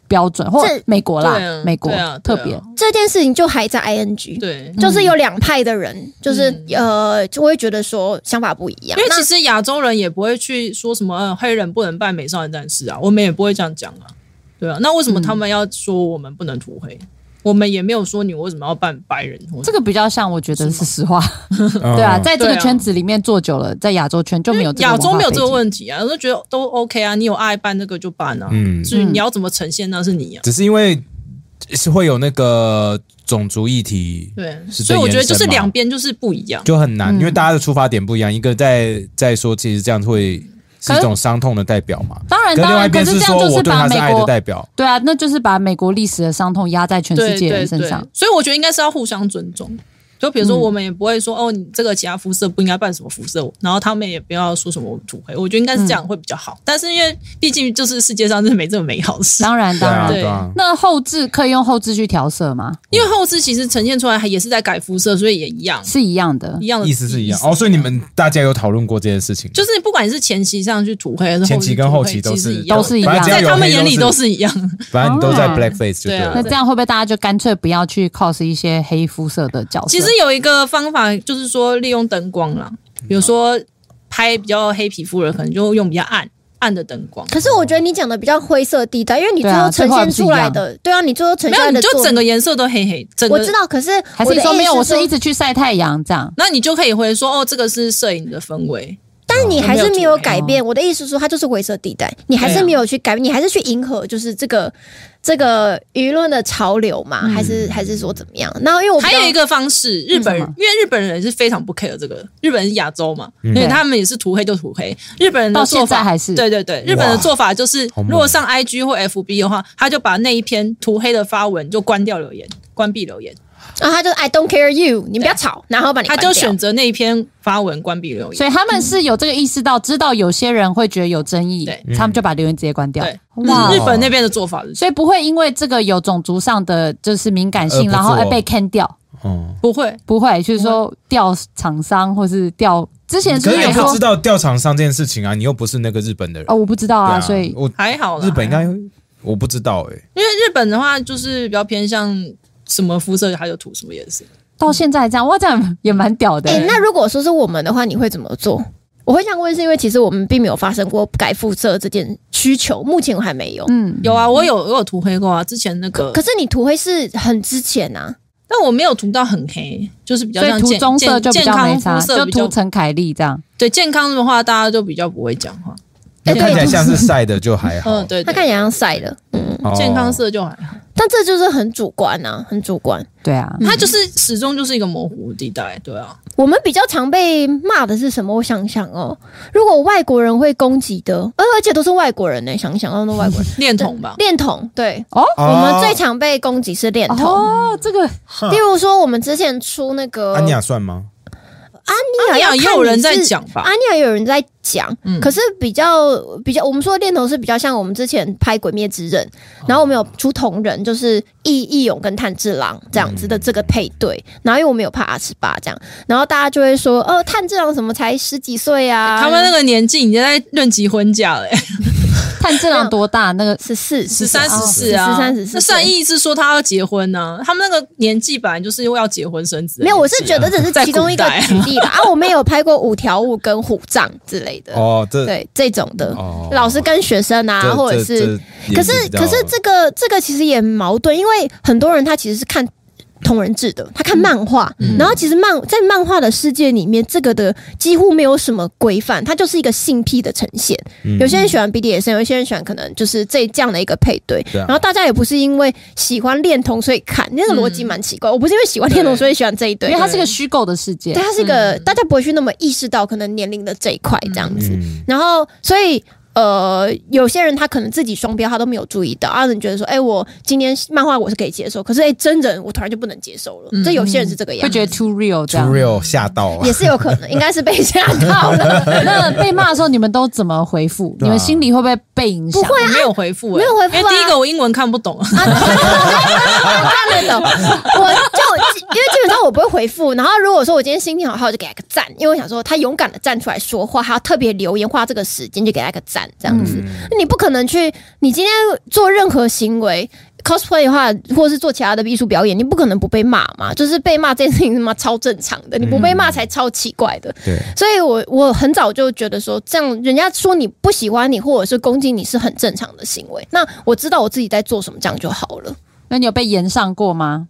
Speaker 2: 标准或
Speaker 3: 这
Speaker 2: 美国啦
Speaker 4: 对啊？
Speaker 2: 美国
Speaker 4: 对啊
Speaker 2: 特
Speaker 4: 对
Speaker 2: 别
Speaker 4: 啊
Speaker 3: 这件事情就还在 ing，
Speaker 4: 对。嗯
Speaker 3: 就是有两派的人，就是、呃，就会觉得说想法不一样。
Speaker 4: 因为
Speaker 3: 那
Speaker 4: 其实亚洲人也不会去说什么、呃、黑人不能扮美少女战士啊，我们也不会这样讲啊，对啊，那为什么他们要说我们不能涂黑？我们也没有说你为什么要扮白人或者，
Speaker 2: 这个比较像，我觉得是实话。
Speaker 1: 对
Speaker 2: 对啊，在这个
Speaker 4: 对啊
Speaker 2: 圈子里面做久了，在亚洲圈就没有这个
Speaker 4: 亚洲
Speaker 2: 文化
Speaker 4: 没有这个
Speaker 2: 背景
Speaker 4: 问题啊，我就觉得都 OK 啊，你有爱办那个就办啊，
Speaker 1: 嗯
Speaker 4: 至于你要怎么呈现那是你啊，
Speaker 1: 只是因为是会有那个种族议题，
Speaker 4: 对，
Speaker 1: 是
Speaker 4: 所
Speaker 1: 最
Speaker 4: 以我觉得
Speaker 1: 延
Speaker 4: 就是
Speaker 1: 伸嘛
Speaker 4: 两边就是不一样。
Speaker 1: 就很难，因为大家的出发点不一样。一个在在说，其实这样会是一种伤痛的代表嘛。
Speaker 2: 当然
Speaker 1: 跟另
Speaker 2: 当
Speaker 1: 外一
Speaker 2: 然，可
Speaker 1: 边
Speaker 2: 是这样
Speaker 1: 说，
Speaker 2: 就是
Speaker 1: 我对
Speaker 2: 把
Speaker 1: 他是
Speaker 2: 美
Speaker 1: 爱的
Speaker 2: 国
Speaker 1: 代表。
Speaker 2: 对啊，那就是把美国历史的伤痛压在全世
Speaker 4: 对
Speaker 2: 界
Speaker 4: 对
Speaker 2: 人身
Speaker 4: 对
Speaker 2: 上。，嗯
Speaker 4: 所以我觉得应该是要互相尊重。就比如说，我们也不会说、哦，你这个其他肤色不应该办什么肤色，然后他们也不要说什么土黑，我觉得应该是这
Speaker 2: 嗯
Speaker 4: 样会比较好。但是因为毕竟就是世界上是没这么美好的事，
Speaker 2: 当然
Speaker 1: 对
Speaker 2: 当
Speaker 1: 啊，
Speaker 2: 然，
Speaker 4: 对
Speaker 1: 对啊。
Speaker 2: 那后置可以用后置去调色吗？
Speaker 4: 因为后世其实呈现出来还也是在改肤色，所以也一样
Speaker 2: 是一样的
Speaker 4: 一。样的
Speaker 1: 意思是一样哦，所以你们大家有讨论过这件事情，
Speaker 4: 就是不管是前期上去土黑还是
Speaker 1: 前期跟后
Speaker 4: 后
Speaker 1: 期
Speaker 4: 期
Speaker 1: 都
Speaker 4: 土黑其实
Speaker 1: 是
Speaker 2: 都是一样
Speaker 1: 反正只要
Speaker 4: 在
Speaker 1: 有
Speaker 4: 他们
Speaker 1: 黑
Speaker 4: 眼里
Speaker 1: 都
Speaker 4: 都，是一 样。
Speaker 1: 反正你都在
Speaker 2: 哦
Speaker 1: blackface 就对了。
Speaker 4: 对
Speaker 2: 那
Speaker 4: 啊
Speaker 2: 这样会不会大家就干脆不要去 cos 一些黑肤色的角色？
Speaker 4: 其实有一个方法就是说利用灯光啦，比如说拍比较黑皮肤的人，可能就用比较暗暗的灯光。
Speaker 3: 可是我觉得你讲的比较灰色地带，因为你最
Speaker 2: 啊
Speaker 3: 后呈现出来的，对啊，你最后呈
Speaker 4: 没
Speaker 3: 现
Speaker 4: 有，
Speaker 3: 出来的
Speaker 4: 你就
Speaker 3: 作
Speaker 4: 整个颜色都黑黑，整
Speaker 3: 我知
Speaker 4: 个。
Speaker 3: 道，可是
Speaker 2: 还是你
Speaker 3: 的
Speaker 2: 说
Speaker 3: 意思
Speaker 2: 没有？我
Speaker 3: 是
Speaker 2: 是一，直去晒太阳这样。
Speaker 4: 那你就可以回说哦，这个是摄影的氛围，
Speaker 3: 但是你还是没有改
Speaker 2: 没有
Speaker 3: 变。我的意思是说，它就是灰色地带，你还
Speaker 4: 哦对
Speaker 3: 是
Speaker 4: 啊
Speaker 3: 没有去改变，你还是去迎合，就是这个这个舆论的潮流嘛？还是还是说怎么样？那因为我比
Speaker 4: 嗯还
Speaker 3: 较
Speaker 4: 有一个方式，日本人
Speaker 2: 嗯什么
Speaker 4: 因为日本人是非常不 care 这个，日本人是亚洲嘛，
Speaker 1: 嗯
Speaker 4: 所以他们也是涂黑就涂黑。日本人的
Speaker 2: 到
Speaker 4: 做
Speaker 2: 现在
Speaker 4: 法
Speaker 2: 还是
Speaker 4: 对对对，日本的做法就是
Speaker 1: 好，猛
Speaker 4: 如果上 IG 或 FB 的话，他就把那一篇涂黑的发文就关掉留言，关闭留言，
Speaker 3: 然后他就 I don't care you，你不要吵，然后把你
Speaker 4: 他
Speaker 3: 关掉
Speaker 4: 就选择那一篇发文关闭留言。
Speaker 2: 所以他们是有这个意识到，知道有些人会觉得有争议
Speaker 4: 对，
Speaker 2: 他们就把留言直接关掉
Speaker 4: 对。
Speaker 2: 哇
Speaker 1: 嗯
Speaker 4: 日，本那边的做法是
Speaker 2: 所以不会因为这个有种族上的就是敏感性，
Speaker 1: 呃
Speaker 2: 然后
Speaker 1: 不
Speaker 2: 而
Speaker 1: 做
Speaker 2: 被 can 掉，
Speaker 1: 哦，
Speaker 4: 不会，
Speaker 2: 不会，就是说调厂商或是调之前是
Speaker 1: 可
Speaker 2: 不
Speaker 1: 是
Speaker 2: 是
Speaker 1: 你
Speaker 2: 有
Speaker 1: 不
Speaker 2: 说
Speaker 1: 知道调厂商这件事情啊，你又不是那个日本的人
Speaker 2: 哦，我不知道
Speaker 1: 对啊
Speaker 2: 啊，所以
Speaker 1: 我
Speaker 4: 还好啦。
Speaker 1: 日本应该我不知道哎，
Speaker 4: 因为日本的话就是比较偏向什么肤色他就涂什么颜
Speaker 3: 嗯
Speaker 4: 色。
Speaker 2: 到现在这样，哇，这样也蛮屌的
Speaker 3: 哎、
Speaker 2: 欸。
Speaker 3: 那如果说是我们的话，你会怎么做？我会想问，是因为其实我们并没有发生过改肤色这件需求，目前我还没有。
Speaker 2: 嗯，
Speaker 4: 有啊，我有我有涂黑过啊，之前那个，
Speaker 3: 可是你涂黑是很之前啊，
Speaker 4: 但我没有涂到很黑，就是比较
Speaker 2: 所以
Speaker 4: 像
Speaker 2: 涂
Speaker 4: 健
Speaker 2: 棕色
Speaker 4: 健
Speaker 2: 就比
Speaker 4: 健
Speaker 2: 较没
Speaker 4: 康
Speaker 2: 差，
Speaker 4: 肤色
Speaker 2: 就
Speaker 4: 比
Speaker 2: 涂
Speaker 4: 较
Speaker 2: 成凯莉这样。
Speaker 4: 对健康的话，大家就比较不会讲话。
Speaker 3: 哎、
Speaker 1: 看起来
Speaker 3: 对，
Speaker 1: 像是晒的就还好。
Speaker 4: 嗯，对，
Speaker 3: 它
Speaker 4: 对
Speaker 3: 看起来像晒的，嗯
Speaker 1: 哦
Speaker 4: 健康色就还好，
Speaker 3: 但这就是很主观啊，很主观。
Speaker 2: 对啊，
Speaker 3: 嗯
Speaker 4: 它就是始终就是一个模糊地带，对啊。
Speaker 3: 我们比较常被骂的是什么？我想想哦，如果外国人会攻击的，呃而而且都是外国人呢、想想到都是外国人，
Speaker 4: 恋童吧，
Speaker 3: 恋童，对、
Speaker 1: 哦
Speaker 3: 我们最常被攻击是恋童。
Speaker 2: 哦，这个
Speaker 3: 例如说，我们之前出那个
Speaker 1: 安妮亚啊算吗？
Speaker 3: 安妮亚
Speaker 4: 安妮亚
Speaker 3: 要看
Speaker 4: 啊也有人
Speaker 3: 你
Speaker 4: 在
Speaker 3: 是啊
Speaker 4: 讲吧
Speaker 3: 安妮亚有人在讲，
Speaker 4: 嗯
Speaker 3: 可是比较比较，我们说的恋童是比较像我们之前拍《鬼灭之刃》，然后我们有出同人，就是义义勇跟炭治郎这样子的这个配对，然后因为我们有拍阿十八这样，然后大家就会说，呃，炭治郎怎么才十几岁啊？
Speaker 4: 他们那个年纪已经在论及婚嫁
Speaker 3: 哦
Speaker 4: 了、
Speaker 2: 炭治郎多大？那个
Speaker 3: 十四、
Speaker 4: 十三十四啊，
Speaker 3: 十三十四，
Speaker 4: 那善意是说他要结婚呢、他们那个年纪本来就是要结婚生子的
Speaker 3: 没
Speaker 4: 年纪啊。
Speaker 3: 有，我是觉得这是
Speaker 4: 在
Speaker 3: 其中一个
Speaker 4: 古代
Speaker 3: 举 例啦。啊，我们也有拍过五条悟跟虎杖之类的，
Speaker 1: 哦，这
Speaker 3: 对这种的，
Speaker 1: 哦
Speaker 3: 老师跟学生啊，
Speaker 1: 这
Speaker 3: 或者
Speaker 1: 这
Speaker 3: 是
Speaker 1: 这也
Speaker 3: 可是
Speaker 1: 比较
Speaker 3: 可是这个这个其实也矛盾，因为很多人他其实是看。同人志的，他看漫画，
Speaker 1: 嗯
Speaker 3: 然后其实漫在漫画的世界里面，这个的几乎没有什么规范，它就是一个性癖的呈现。有些人喜欢 BDSM，有些人喜欢可能就是这这样的一个配对。
Speaker 1: 对啊
Speaker 3: 然后大家也不是因为喜欢恋童所以看，那个逻辑蛮奇怪。我不是因为喜欢恋童所以喜欢这 一对，
Speaker 2: 因为它是个虚构的世界
Speaker 3: 对，，它啊是一个、大家不会去那么意识到可能年龄的这一块这样子。
Speaker 1: 嗯
Speaker 3: 然后，所以呃，有些人他可能自己双标，他都没有注意到。啊，你觉得说，哎、我今天漫画我是可以接受，可是哎、真人我突然就不能接受了。这有些人是这个
Speaker 2: 会
Speaker 3: 样子，
Speaker 2: 觉得 too real 这
Speaker 1: too
Speaker 2: 样。
Speaker 1: real 吓到啊了
Speaker 3: 也。是有可能，应该是被吓 到了。
Speaker 2: 那被骂的时候，你们都怎么回复？
Speaker 1: 对啊
Speaker 2: 你们心里会不会被影响？
Speaker 4: 我没有回复、欸，
Speaker 3: 没有回复啊啊
Speaker 4: 因为第一个我英文看不懂，啊
Speaker 3: 看得懂，我就因为基本上我不会回复。然后如果说我今天心情好，好我就给他个赞，因为我想说他勇敢的站出来说话，还要特别留言，花这个时间就给他个赞，这样子。你不可能去，你今天做任何行为。cosplay 的话，或是做其他的艺术表演，你不可能不被骂嘛。就是被骂这件事情他妈超正常的，你不被骂才超奇怪的。
Speaker 1: 对，
Speaker 3: 所以我我很早就觉得说，这样人家说你不喜欢你或者是攻击你是很正常的行为。那我知道我自己在做什么，这样就好了。
Speaker 2: 那你有被延上过吗？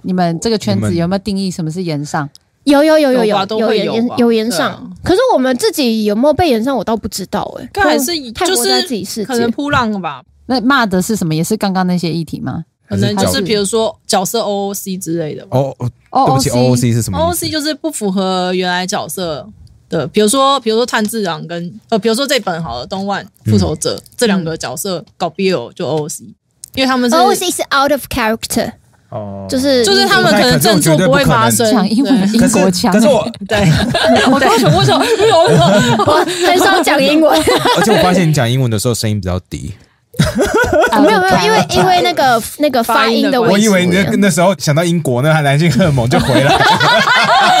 Speaker 2: 你们这个圈子有没有定义什么是延上？
Speaker 3: 有有有有
Speaker 4: 有吧
Speaker 3: 有
Speaker 4: 都
Speaker 3: 有
Speaker 4: 会
Speaker 3: 延
Speaker 4: 有吧
Speaker 3: 延有延
Speaker 4: 对啊
Speaker 3: 上，可是我们自己有没有被延上，我倒不知道哎、
Speaker 4: 但还是
Speaker 3: 太
Speaker 4: 就
Speaker 3: 活在自
Speaker 4: 是
Speaker 3: 己世
Speaker 4: 可能
Speaker 3: 界。
Speaker 4: 扑浪吧，
Speaker 2: 那骂的是什么？也是刚刚那些议题吗？
Speaker 4: 可能
Speaker 1: 还
Speaker 4: 就是是
Speaker 1: 角
Speaker 4: 比如说角色 OOC 之类的吧。
Speaker 1: 哦，哦
Speaker 2: 哦
Speaker 1: 对不起
Speaker 2: OOC
Speaker 1: ，OOC 是什么意思
Speaker 4: OOC 就是不符合原来角色的，比如说比如说炭治郎跟呃，比如说这本好了，东万复仇者、
Speaker 3: 嗯
Speaker 4: 这两个角色搞 BL 就 OOC，因为他们是
Speaker 3: O C 是 out of character，
Speaker 1: 哦
Speaker 3: 就是
Speaker 4: 就是他们可能振作不会发生，
Speaker 2: 讲英文，
Speaker 4: 对
Speaker 2: 英
Speaker 1: 可是
Speaker 2: 国腔欸，
Speaker 1: 可是我，
Speaker 4: 对， 啊我为什么为什 么为什么为什么？
Speaker 3: 我很少讲英文，
Speaker 1: 而且我发现你讲英文的时候声音比较低，
Speaker 2: 啊
Speaker 3: 没有没有，因为因为那个那个
Speaker 4: 发
Speaker 3: 发
Speaker 4: 音的
Speaker 3: 音的
Speaker 4: 关
Speaker 3: 问
Speaker 1: 我
Speaker 3: 题
Speaker 1: 以
Speaker 3: 不
Speaker 1: 为
Speaker 3: 一
Speaker 1: 你
Speaker 3: 样，
Speaker 1: 那那时候想到英国那男性荷尔蒙就回来，
Speaker 3: 讲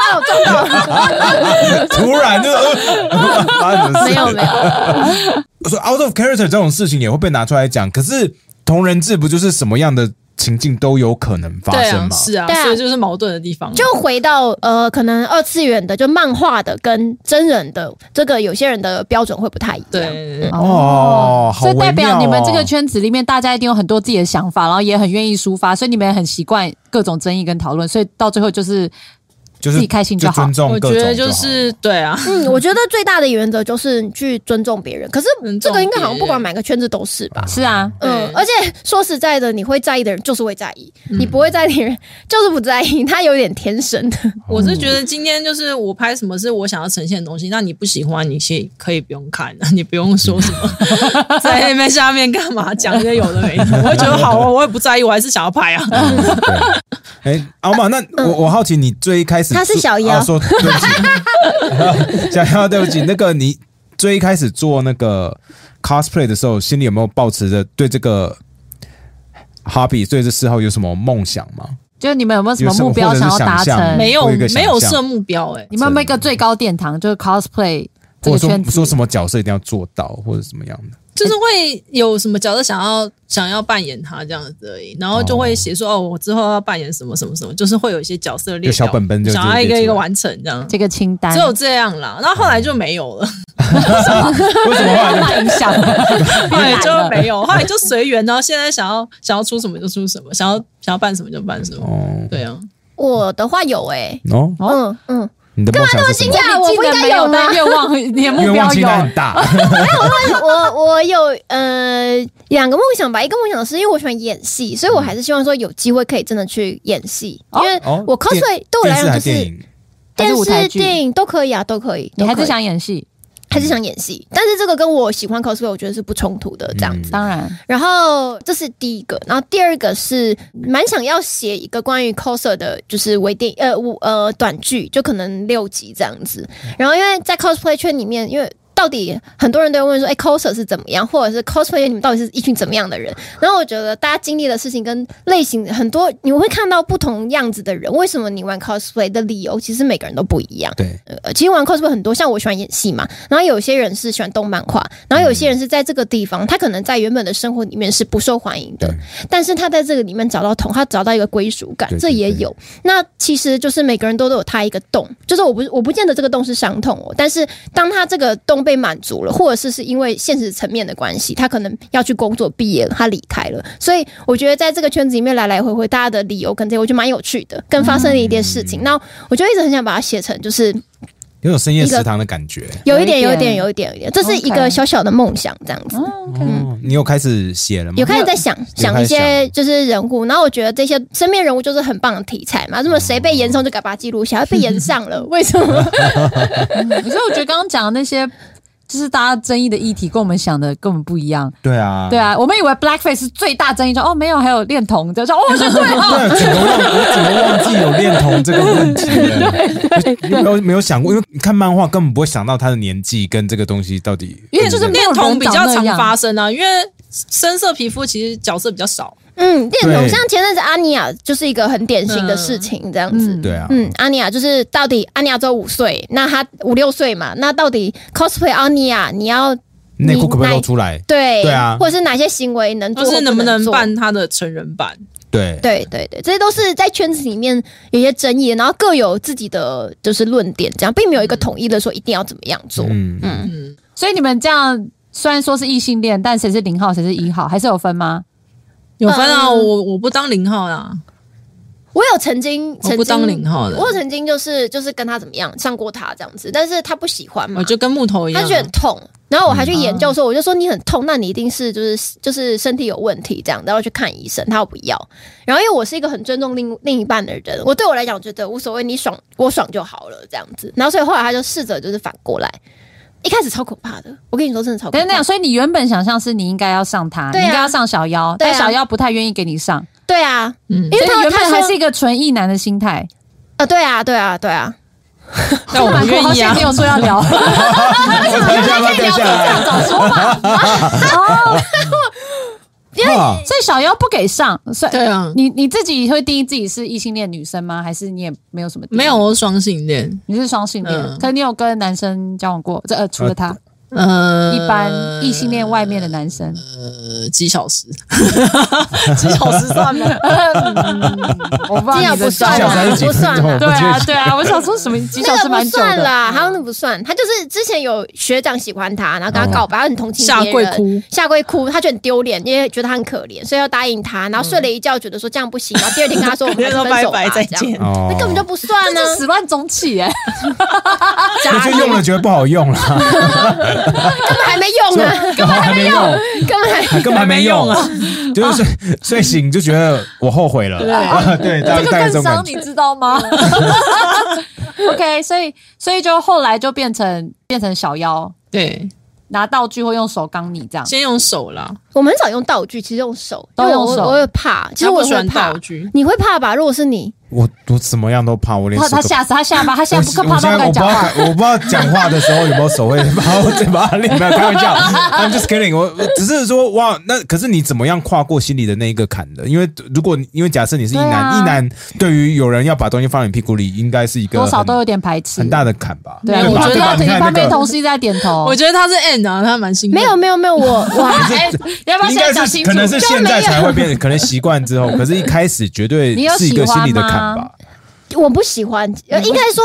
Speaker 3: 到中到
Speaker 1: 突然就发 生什么事
Speaker 3: 没有没有，
Speaker 1: 我说 out of character 这种事情也会被拿出来讲，可是同人志不就是什么样的情境都有可能发
Speaker 4: 对
Speaker 1: 生
Speaker 4: 啊，
Speaker 1: 吗？
Speaker 4: 是啊，
Speaker 3: 对啊
Speaker 4: 所以就是矛盾的地方，
Speaker 3: 就回到呃，可能二次元的，就漫画的跟真人的，这个有些人的标准会不太一样。
Speaker 4: 对对。对
Speaker 1: 哦好
Speaker 2: 所以代
Speaker 1: 微妙
Speaker 2: 表
Speaker 1: 哦
Speaker 2: 你们这个圈子里面，大家一定有很多自己的想法，然后也很愿意抒发，所以你们也很习惯各种争议跟讨论，所以到最后就是
Speaker 1: 就是
Speaker 2: 自己开心就好
Speaker 1: 尊重
Speaker 4: 我
Speaker 1: 各
Speaker 4: 觉
Speaker 1: 种好
Speaker 4: 得就是对啊，
Speaker 3: 嗯，我觉得最大的原则就是你去尊重别人。可是这个应该好像不管哪个圈子都是吧？
Speaker 2: 是啊，
Speaker 3: 嗯
Speaker 4: 对，
Speaker 3: 而且说实在的，你会在意的人就是会在意，你不会在意的人就是不在意，他有点天生的。
Speaker 1: 哦
Speaker 4: 我是觉得今天就是我拍什么是我想要呈现的东西，那你不喜欢，你先可以不用看， 你不用说什么， 在那边下面干嘛讲一些有的没的， 我会觉得好啊，我也不在意，我还是想要拍啊。
Speaker 1: 对哎，阿玛，那我我好奇你最一开始
Speaker 3: 嗯他是
Speaker 1: 做
Speaker 3: 小妖
Speaker 1: 啊说对不起， 小妖对不起，那个你最一开始做那个 cosplay 的时候，心里有没有抱持着对这个 hobby 对这嗜好有什么梦想吗？
Speaker 2: 就是你们有没有什么
Speaker 1: 有什么
Speaker 2: 目标
Speaker 1: 或者是
Speaker 2: 想要达
Speaker 1: 想象
Speaker 2: 成？
Speaker 4: 没有
Speaker 1: 哎我有一个想
Speaker 4: 没有
Speaker 1: 象
Speaker 4: 设目标哎、欸
Speaker 2: 你们有没有一个最高殿堂，就是 cosplay 这
Speaker 1: 或
Speaker 2: 个
Speaker 1: 者
Speaker 2: 圈
Speaker 1: 说说
Speaker 2: 子？
Speaker 1: 什么角色一定要做到，或者怎么样的？
Speaker 4: 就是会有什么角色想要 想要扮演他这样子而已，然后就会写说哦，我之后要扮演什么什么什么，就是会有一些角色列
Speaker 1: 有小
Speaker 4: 表
Speaker 1: 本本就
Speaker 4: 想要
Speaker 1: 直
Speaker 4: 一
Speaker 1: 接列
Speaker 4: 个
Speaker 1: 出
Speaker 4: 一个
Speaker 1: 来
Speaker 4: 完成这样，
Speaker 2: 这个清单
Speaker 4: 只有这样啦。然后后来就没有了，
Speaker 1: 为什么后来就
Speaker 2: 怕影响，
Speaker 4: 后来就没有，后来就随缘。然后现在想要想要出什么就出什么，想要想要办什么就办什么。
Speaker 1: 哦
Speaker 4: 对啊，
Speaker 3: 我的话有哎、
Speaker 1: 哦，
Speaker 3: 嗯嗯，
Speaker 1: 你的梦想是什么？
Speaker 3: 讶我不应
Speaker 2: 竟然
Speaker 3: 该
Speaker 2: 没
Speaker 3: 有
Speaker 2: 有
Speaker 3: 吗
Speaker 2: 但？愿望，你的目
Speaker 1: 愿
Speaker 2: 标
Speaker 1: 望清
Speaker 2: 有
Speaker 1: 单很大，
Speaker 3: 嗯我我有呃两个梦想吧，一个梦想是因为我喜欢演戏，所以我还是希望说有机会可以真的去呃演戏，因为
Speaker 1: 哦
Speaker 3: 我 cosplay 对我
Speaker 1: 电
Speaker 3: 来
Speaker 1: 视
Speaker 3: 讲
Speaker 1: 还
Speaker 3: 就是
Speaker 1: 电
Speaker 3: 是
Speaker 1: 影
Speaker 2: 还是
Speaker 3: 电
Speaker 2: 舞台
Speaker 3: 视、
Speaker 2: 剧
Speaker 3: 电影都可以啊，都可以。
Speaker 2: 你还
Speaker 3: 都可
Speaker 2: 是
Speaker 3: 以
Speaker 2: 想演戏？
Speaker 3: 还是想演戏，但是这个跟我喜欢 cosplay 我觉得是不冲突的这样
Speaker 1: 嗯
Speaker 3: 子。
Speaker 2: 当然，
Speaker 3: 然后这是第一个，然后第二个是蛮想要写一个关于 coser 的，就是微电呃舞呃短剧，就可能六集这样子。然后因为在 cosplay 圈里面，因为到底很多人都会问说，哎、c o s e r 是怎么样，或者是 cosplay 圈你们到底是一群怎么样的人？然后我觉得大家经历的事情跟类型很多，你会看到不同样子的人。为什么你玩 cosplay 的理由，其实每个人都不一样。
Speaker 1: 对，
Speaker 3: 呃，其实玩 cosplay 很多，像我喜欢演戏嘛，然后有些人是喜欢动漫画，然后有些人是在这个地方，他可能在原本的生活里面是不受欢迎的
Speaker 1: 对，
Speaker 3: 但是他在这个里面找到同，他找到一个归属感
Speaker 1: 对，对
Speaker 3: 这也
Speaker 1: 对
Speaker 3: 有。那其实就是每个人都都有他一个洞，就是我不我不见得这个洞是伤痛哦，但是当他这个洞被满足了，或者是是因为现实层面的关系，他可能要去工作毕业了，他离开了，所以我觉得在这个圈子里面来来回回，大家的理由跟这个，我觉得蛮有趣的，跟发生了一点事
Speaker 1: 嗯
Speaker 3: 情，那我就一直很想把它写成就是。
Speaker 1: 有种深夜食堂的感觉。
Speaker 3: 有一点，
Speaker 2: 有
Speaker 3: 有
Speaker 2: 一
Speaker 3: 一
Speaker 2: 点
Speaker 3: 点，有一点，有一点，这是一
Speaker 2: OK
Speaker 3: 个小小的梦想，这样子。
Speaker 1: 哦，你有开始写了吗？
Speaker 3: 有开始在想想一
Speaker 1: 开始
Speaker 3: 些就是人物，然后我觉得这些身边人物就是很棒的题材嘛。那么谁被延上就给把它记录下来，被延上了，为什 么？
Speaker 2: 嗯可是我觉得刚刚讲的那些，就是大家争议的议题，跟我们想的根本不一样。
Speaker 1: 对啊，
Speaker 2: 对，啊，我们以为 blackface 是最大争议，就哦没有，还有恋童，就说哦我是 对哦，
Speaker 1: 对，整个忘我整个忘记有恋童这个问题了，你没 有没有想过，因为你看漫画根本不会想到他的年纪跟这个东西到底，
Speaker 2: 因为就是没
Speaker 4: 恋
Speaker 2: 有
Speaker 4: 童
Speaker 2: 人
Speaker 4: 比
Speaker 2: 长
Speaker 4: 较
Speaker 2: 那
Speaker 4: 常
Speaker 2: 样
Speaker 4: 发生啊，因为深色皮肤其实角色比较少，
Speaker 3: 嗯，恋
Speaker 1: 对
Speaker 3: 童像前阵子阿尼亚就是一个很典型的事情，这样子。
Speaker 1: 对啊，
Speaker 3: 嗯，阿尼亚就是到底阿尼亚只有五岁，那她五六岁嘛，那到底 cosplay 阿尼亚，你要
Speaker 1: 内裤可不可以露出来？
Speaker 3: 对
Speaker 1: 对啊
Speaker 3: 或者是哪些行为能
Speaker 4: 就
Speaker 3: 做，
Speaker 4: 是能
Speaker 3: 不
Speaker 4: 不能
Speaker 3: 做
Speaker 4: 办他的成人版？
Speaker 1: 对，
Speaker 3: 对对对，这些都是在圈子里面有一些争议，然后各有自己的就是论点，这样并没有一个统一的说一定要怎么样做。
Speaker 1: 嗯，
Speaker 2: 所以你们这样虽然说是异性恋，但谁是零号，谁是一号，还是有分吗？
Speaker 4: 有分啊，
Speaker 3: 嗯
Speaker 4: 我我不当零号啦，
Speaker 3: 我有曾经曾
Speaker 4: 我
Speaker 3: 经
Speaker 4: 不当零号的
Speaker 3: 我有曾经就是就是跟他怎么样上过他这样子，但是他不喜欢嘛，
Speaker 4: 我就跟木头一
Speaker 3: 嗯他
Speaker 4: 样
Speaker 3: 就
Speaker 4: 啊，
Speaker 3: 觉得很痛。然后我还去研究说，我就说你很痛，那你一定是就是就是身体有问题这样，然后去看医生。他又不要，然后因为我是一个很尊重另另一半的人，我对我来讲，我觉得无所谓，你爽我爽就好了这样子。然后所以后来他就试着就是反过来，一开始超可怕的，我跟你说真的超可
Speaker 2: 等等
Speaker 3: 怕
Speaker 2: 等，。所以你原本想象是你应该要上他，
Speaker 3: 对啊
Speaker 2: 你应该要上小妖，
Speaker 3: 对啊
Speaker 2: 但小妖不太愿意给你上，
Speaker 3: 对啊，
Speaker 4: 嗯
Speaker 3: 因为
Speaker 2: 所以
Speaker 3: 他
Speaker 2: 你原
Speaker 3: 他
Speaker 2: 本还
Speaker 3: 说
Speaker 2: 是一个纯意男的心态。
Speaker 3: 呃，对啊，对啊，对啊，
Speaker 4: 但我不愿意
Speaker 2: 好险
Speaker 4: 啊
Speaker 2: 你。有说要聊，哦
Speaker 1: 等一下，要等一下，
Speaker 2: 找说法。哦，
Speaker 1: 哈
Speaker 2: 所以小妖不给上，所以
Speaker 4: 对啊
Speaker 2: 你你自己会定义自己是异性恋女生吗？还是你也没有什么？
Speaker 4: 没有，，我是双性恋，
Speaker 2: 你是双性恋，
Speaker 4: 嗯
Speaker 2: 可你有跟男生交往过？这呃，除了他，
Speaker 4: 呃，
Speaker 2: 一般异性恋外面的男生，
Speaker 4: 呃几小时，几小时算吗？
Speaker 2: 我不知道哦
Speaker 3: 这
Speaker 2: 你
Speaker 3: 样
Speaker 2: 的
Speaker 3: 不
Speaker 1: 几
Speaker 3: 算
Speaker 1: 小时还是
Speaker 3: 啊，
Speaker 1: 几
Speaker 3: 不
Speaker 1: 分
Speaker 3: 算
Speaker 1: 钟？
Speaker 3: 啊。
Speaker 1: 我
Speaker 2: 对
Speaker 1: 觉
Speaker 2: 啊
Speaker 1: 得，
Speaker 2: 对啊，我想说什么几小
Speaker 3: 那
Speaker 2: 时
Speaker 3: 个
Speaker 2: 蛮
Speaker 3: 不
Speaker 2: 久的
Speaker 3: 算
Speaker 4: 嗯
Speaker 3: 啦，他那不算，他就是之前有学长喜欢他，然后跟他告白，他很同情别
Speaker 4: 下
Speaker 3: 人
Speaker 4: 跪嗯哭，
Speaker 3: 下跪哭，他觉得很丢脸，因为觉得他很可怜，所以要答应他，然后睡了一觉，觉得说这样不行，然后 第二天跟他说我们还是分手吧，这样，
Speaker 1: 哦
Speaker 3: 那根本就不算啊呢
Speaker 2: 这，始乱终弃哎，
Speaker 1: 那就用了觉得不好用了，
Speaker 3: 根本还没用呢，
Speaker 1: 根本还没 用，
Speaker 3: 根本还
Speaker 1: 还根本还没用
Speaker 4: 啊，
Speaker 1: 就是睡睡醒就觉得我后悔了，啊 对，大概
Speaker 2: 这个
Speaker 1: 大概这种
Speaker 2: 更伤，
Speaker 1: 感觉。
Speaker 2: 你知道吗？OK，所以所以就后来就变成变成小妖
Speaker 4: 对，
Speaker 2: 拿道具或用手刚你这样，
Speaker 4: 先用手啦，
Speaker 3: 我们很少用道具，其实用手，
Speaker 2: 都
Speaker 3: 因为我
Speaker 2: 用手
Speaker 3: 我会怕，其实
Speaker 4: 他不
Speaker 3: 我
Speaker 4: 喜
Speaker 3: 会
Speaker 4: 欢
Speaker 3: 怕
Speaker 4: 道，具，
Speaker 3: 你会怕吧？如果是你，
Speaker 1: 我我怎么样都怕，我连
Speaker 2: 他
Speaker 1: 手
Speaker 2: 他
Speaker 1: 都
Speaker 2: 吓死他吓吧，他现
Speaker 1: 我
Speaker 2: 在不
Speaker 1: 我
Speaker 2: 怕
Speaker 1: 现
Speaker 2: 他
Speaker 1: 在
Speaker 2: 不
Speaker 1: 我不
Speaker 2: 敢
Speaker 1: 知
Speaker 2: 讲
Speaker 1: 道
Speaker 2: 话。
Speaker 1: 我不知道讲话的时候有没有手会把我嘴巴里面开 玩笑，I'm just kidding 我。我只是说哇，那可是你怎么样跨过心里的那一个坎的？因为如果你因为假设你是一
Speaker 2: 对
Speaker 1: 男，
Speaker 2: 啊
Speaker 1: 一男对于有人要把东西放你屁股里，应该是一个
Speaker 2: 多少
Speaker 1: 很
Speaker 2: 都有点排斥，
Speaker 1: 很大的坎吧？
Speaker 2: 对啊，
Speaker 4: 没有
Speaker 2: 我
Speaker 1: 吧
Speaker 2: 觉
Speaker 4: 我觉
Speaker 1: 吧
Speaker 2: 得
Speaker 4: 得
Speaker 1: 你
Speaker 2: 一
Speaker 1: 看
Speaker 2: 旁
Speaker 1: 那
Speaker 2: 边
Speaker 1: 个
Speaker 2: 同事一直在点头。
Speaker 4: 我觉得他是 N 啊，他蛮幸运。
Speaker 3: 没有，没有没有，我 我还
Speaker 2: 你要不要
Speaker 1: 应
Speaker 2: 现在
Speaker 1: 该
Speaker 2: 讲
Speaker 1: 是
Speaker 2: 清楚
Speaker 1: 可？能是现在才会变，可能习惯之 后，可是一开始绝对
Speaker 2: 你有
Speaker 1: 是一
Speaker 2: 喜
Speaker 1: 个
Speaker 2: 欢
Speaker 1: 心里的
Speaker 2: 吗
Speaker 1: 坎吧。
Speaker 3: 我不喜欢，呃，应该说，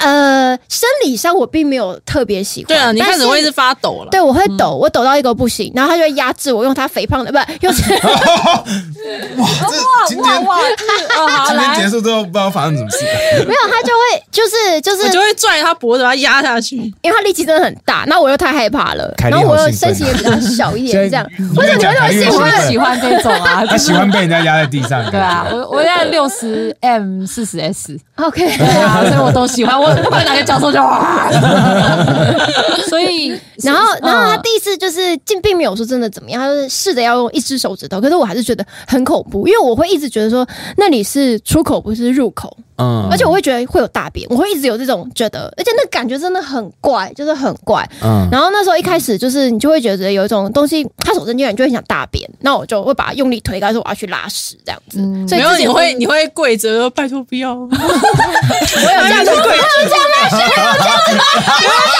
Speaker 3: 呃，生理上我并没有特别喜欢。
Speaker 4: 对啊，你
Speaker 3: 但
Speaker 4: 开
Speaker 3: 是
Speaker 4: 始会一直发抖了。
Speaker 3: 对，我会抖，
Speaker 4: 嗯
Speaker 3: 我抖到一个不行，然后他就会压制我，用他肥胖的，不用
Speaker 1: 这今
Speaker 2: 哇
Speaker 1: 天
Speaker 2: 哇，哦好
Speaker 1: 今天结
Speaker 2: 来，
Speaker 1: 束之后，不知道发生什么事。
Speaker 3: 没有，他就会就是就是
Speaker 4: 我，就会拽他脖子，把他压下去。
Speaker 3: 因为他力气真的很大，那我又太害怕了，
Speaker 1: 凯莉
Speaker 3: 然后我
Speaker 1: 好
Speaker 3: 又
Speaker 1: 兴奋啊
Speaker 3: 身形也比较小一
Speaker 1: 现
Speaker 3: 点，这
Speaker 1: 在
Speaker 3: 样，为什么你会那么
Speaker 1: 越
Speaker 3: 兴
Speaker 1: 讲
Speaker 2: 我
Speaker 1: 越
Speaker 2: 也
Speaker 1: 兴
Speaker 3: 奋？
Speaker 2: 喜欢这种啊，
Speaker 1: 他喜欢被人家压在地上的感觉，
Speaker 2: 对啊，我我现在六十 M 四十 S，
Speaker 3: OK，
Speaker 2: 对啊，所以我都喜欢，我不管哪个教授就哇。所以，
Speaker 3: 然后
Speaker 2: 嗯
Speaker 3: 然后他第一次就是并并没有说真的怎么样，他就是试着要用一只手指头，可是我还是觉得很恐怖，因为我会一直觉得说那里是出口不是入口，
Speaker 1: 嗯
Speaker 3: 而且我会觉得会有大便，我会一直有这种觉得，而且那感觉真的很怪，就是很怪。
Speaker 1: 嗯
Speaker 3: 然后那时候一开始就是你就会觉得有一种东西，它手伸进来你就会想大便，那我就会把它用力推开，说我要去拉屎这样子。所以
Speaker 4: 没有，
Speaker 3: 之
Speaker 4: 你
Speaker 3: 前
Speaker 4: 会你会跪着说，拜托不 要。我有
Speaker 3: 这样子
Speaker 4: 跪，我有这样跪， 我有这样，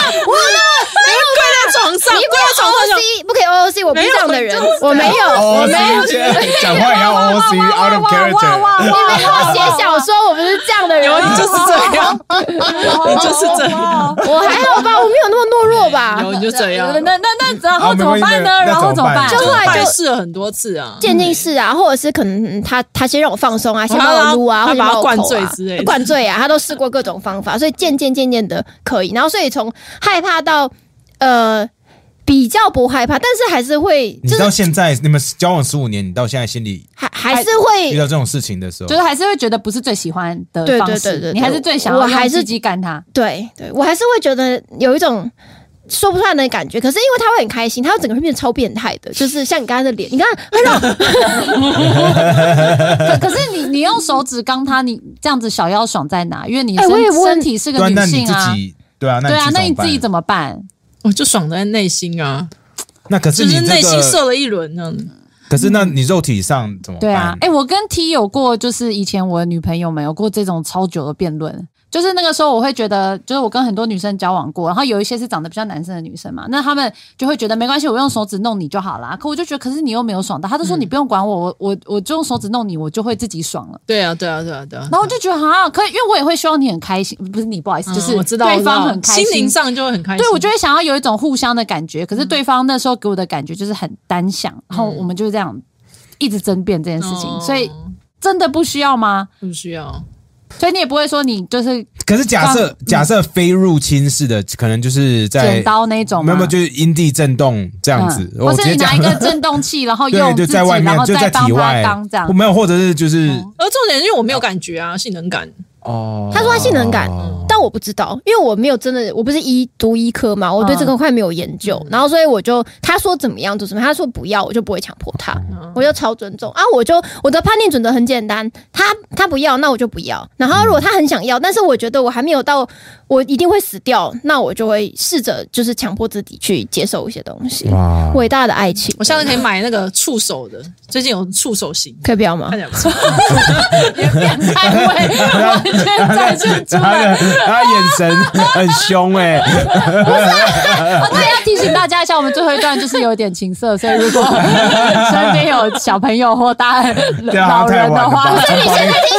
Speaker 4: 我有跪在床上，
Speaker 3: 你
Speaker 4: 跪
Speaker 3: 不要
Speaker 4: 在床上想
Speaker 3: OOC，不可以 OOC，我不是这样的人，我没有，我
Speaker 1: 我
Speaker 3: 没有。
Speaker 1: 没讲话也要 O C out of
Speaker 2: 哇
Speaker 1: character。
Speaker 2: 哇
Speaker 3: 你没跟我写小说，我不是这样的人。
Speaker 4: 有，你就是
Speaker 2: 哦
Speaker 4: 这样，
Speaker 2: 哇，
Speaker 4: 你就是这样。
Speaker 3: 我还好吧，我没有那么懦弱
Speaker 2: 啊
Speaker 3: 吧。
Speaker 4: 有你就这样
Speaker 2: 那。那那然后
Speaker 1: 好没
Speaker 2: 怎
Speaker 1: 关
Speaker 2: 么
Speaker 1: 系
Speaker 2: 办呢？
Speaker 1: 那
Speaker 2: 然后怎么办？
Speaker 1: 那怎
Speaker 3: 么办
Speaker 4: 拜试了很多次啊，
Speaker 3: 渐进式啊，或者是可能嗯他他先让我放松啊，先
Speaker 4: 哦他
Speaker 3: 帮我撸啊，
Speaker 4: 他
Speaker 3: 或者
Speaker 4: 把他
Speaker 3: 帮我
Speaker 4: 灌
Speaker 3: 口啊
Speaker 4: 醉之类 的
Speaker 3: 灌醉啊，他都试过各种方法，所以渐渐渐渐的可以，然后所以从害怕到呃比较不害怕，但是还是会
Speaker 1: 你
Speaker 3: 就是
Speaker 1: 到现在你们交往十五年，你到现在心里
Speaker 3: 还还是会
Speaker 1: 遇到这种事情的时候
Speaker 2: 就，是还是会觉得不是最喜欢的
Speaker 3: 对对
Speaker 2: 方
Speaker 3: 对对
Speaker 2: 式，
Speaker 3: 对
Speaker 2: 你还是最想要
Speaker 3: 我还
Speaker 2: 用
Speaker 3: 是
Speaker 2: 自己干他。
Speaker 3: 对对，我还是会觉得有一种说不出来的感觉。可是因为他会很开心，他会整个人变得超变态的，就是像你刚才的脸，你看会让我
Speaker 2: 可可是你你用手指刚他，你这样子小妖爽在哪？因为你
Speaker 3: 哎
Speaker 2: 身、
Speaker 3: 我也问
Speaker 2: 身体是
Speaker 1: 对
Speaker 2: 个
Speaker 1: 啊，
Speaker 2: 女
Speaker 1: 那你
Speaker 2: 性
Speaker 1: 自
Speaker 2: 啊，
Speaker 1: 己对啊，那
Speaker 2: 对啊，那你
Speaker 1: 自
Speaker 2: 自己怎
Speaker 1: 么
Speaker 2: 么办？
Speaker 4: 我哦就爽在内心啊，
Speaker 1: 办？那可是
Speaker 4: 就
Speaker 1: 你
Speaker 4: 是内
Speaker 1: 这
Speaker 4: 心
Speaker 1: 个，
Speaker 4: 射了一轮呢。
Speaker 1: 可是那你肉体上怎么
Speaker 2: 嗯对啊
Speaker 1: 办，？
Speaker 2: 哎、我跟 T 有过，就是以前我的女朋友们有过这种超久的辩论。就是那个时候，我会觉得，就是我跟很多女生交往过，然后有一些是长得比较男生的女生嘛，那她们就会觉得没关系，我用手指弄你就好啦。可我就觉得，可是你又没有爽到，她都说你不用管我，我我我就用手指弄你，我就会自己爽了。
Speaker 4: 对啊，对啊，对啊，对啊。
Speaker 2: 然后我就觉得哈，可以，因为我也会希望你很开心，不是你，不好意思，
Speaker 4: 嗯
Speaker 2: 就是
Speaker 4: 我知道，
Speaker 2: 对
Speaker 4: 我知道
Speaker 2: 方很开心，
Speaker 4: 心灵上就会很开心。嗯
Speaker 2: 对，我就会想要有一种互相的感觉。可是对方那时
Speaker 4: 哦
Speaker 2: 候给我的感觉就是很单向，然后我们就这样一直争辩这件事情，所以真的不需要吗？
Speaker 4: 不需要。
Speaker 2: 所以你也不会说你就是
Speaker 1: 可是假设假设非入侵式的，可能就是在
Speaker 2: 嗯剪刀那种吗，
Speaker 1: 没有没有，就是因地震动这样子。
Speaker 2: 嗯
Speaker 1: 我
Speaker 2: 或
Speaker 1: 直
Speaker 2: 是
Speaker 1: 接
Speaker 2: 你拿
Speaker 1: 讲
Speaker 2: 一个震动器，然后 用
Speaker 1: 对，就
Speaker 2: 自己，
Speaker 1: 在外面
Speaker 2: 然，后
Speaker 1: 就
Speaker 2: 再
Speaker 1: 在
Speaker 2: 帮
Speaker 1: 体
Speaker 2: 它
Speaker 1: 外
Speaker 2: 当这样，
Speaker 1: 没有，或者是就是
Speaker 4: 而重点是因为我没有感觉啊，性能感。
Speaker 1: 哦，
Speaker 3: 他说他性能感，但我不知道，因为我没有真的，我不是医读医科嘛，我对这个块没有研究，然后所以我就他说怎么样就怎么样，他说不要我就不会强迫他，我就超尊重啊，我就我的判定准则很简单，他他不要那我就不要，然后如果他很想要，但是我觉得我还没有到我一定会死掉，那我就会试着就是强迫自己去接受一些东西，
Speaker 1: 哇，
Speaker 3: 伟大的爱情，
Speaker 4: 我下次可以买那个触手的，最近有触手型，
Speaker 3: 可以不要吗
Speaker 4: 看？起来不错。
Speaker 2: 变态 位，完全展现出
Speaker 1: 他
Speaker 2: 来。
Speaker 1: 的他的眼神很凶哎，
Speaker 2: 哦，对，要提醒大家一下，我们最后一段就是有点情色，所以 如果身边有小朋友或大
Speaker 1: 对啊，
Speaker 2: 老
Speaker 1: 他太
Speaker 2: 人
Speaker 1: 晚了
Speaker 2: 的话
Speaker 1: 吧，？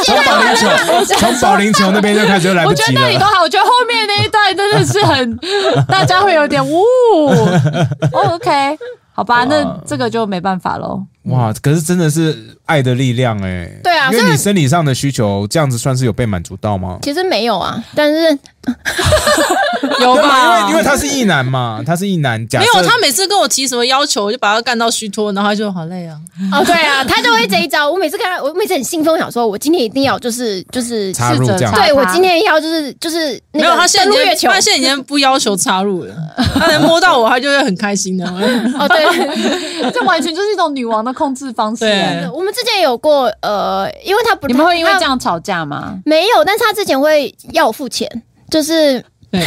Speaker 1: 从保龄从保龄球从保龄球那边就开始就来不
Speaker 2: 我觉得
Speaker 1: 及
Speaker 2: 那里都
Speaker 1: 了。
Speaker 2: 好，我觉得后面那一段真的是很，大家会有点呜、哦 OK，好吧，那这个就没办法喽。
Speaker 1: 哇，可是真的是爱的力量哎，
Speaker 3: 对啊
Speaker 1: 因为
Speaker 3: 所
Speaker 1: 你
Speaker 3: 以
Speaker 1: 生理上的需求这样子算是有被满足到吗？
Speaker 3: 其实没有啊，但是
Speaker 2: 有
Speaker 1: 对啊，因
Speaker 2: 吧？
Speaker 1: 为因为他是异男嘛，他是异男，假
Speaker 4: 没
Speaker 1: 设
Speaker 4: 有，他每次跟我提什么要求，我就把他干到虚脱，然后他就好累啊。
Speaker 3: 哦，对啊，他就会这一招。我每次看他，我每次很兴奋，我想说我今天一定要就是就是，
Speaker 1: 插入这样
Speaker 2: 试着插
Speaker 3: 对我 今天要就是就是那
Speaker 4: 没
Speaker 3: 个
Speaker 4: 有，他现在
Speaker 3: 登陆
Speaker 4: 已
Speaker 3: 月球
Speaker 4: 经他现在已经不要求插入 了，他能摸到我，他就会很开心的。
Speaker 3: 哦，对，
Speaker 2: 这完全就是一种女王的控制方式
Speaker 4: 对
Speaker 2: 欸。
Speaker 3: 我们之前有过呃，因为他不
Speaker 2: 你们会因为这
Speaker 3: 他
Speaker 2: 样吵架吗？
Speaker 3: 没有，但是他之前会要我付钱，就是
Speaker 4: 对，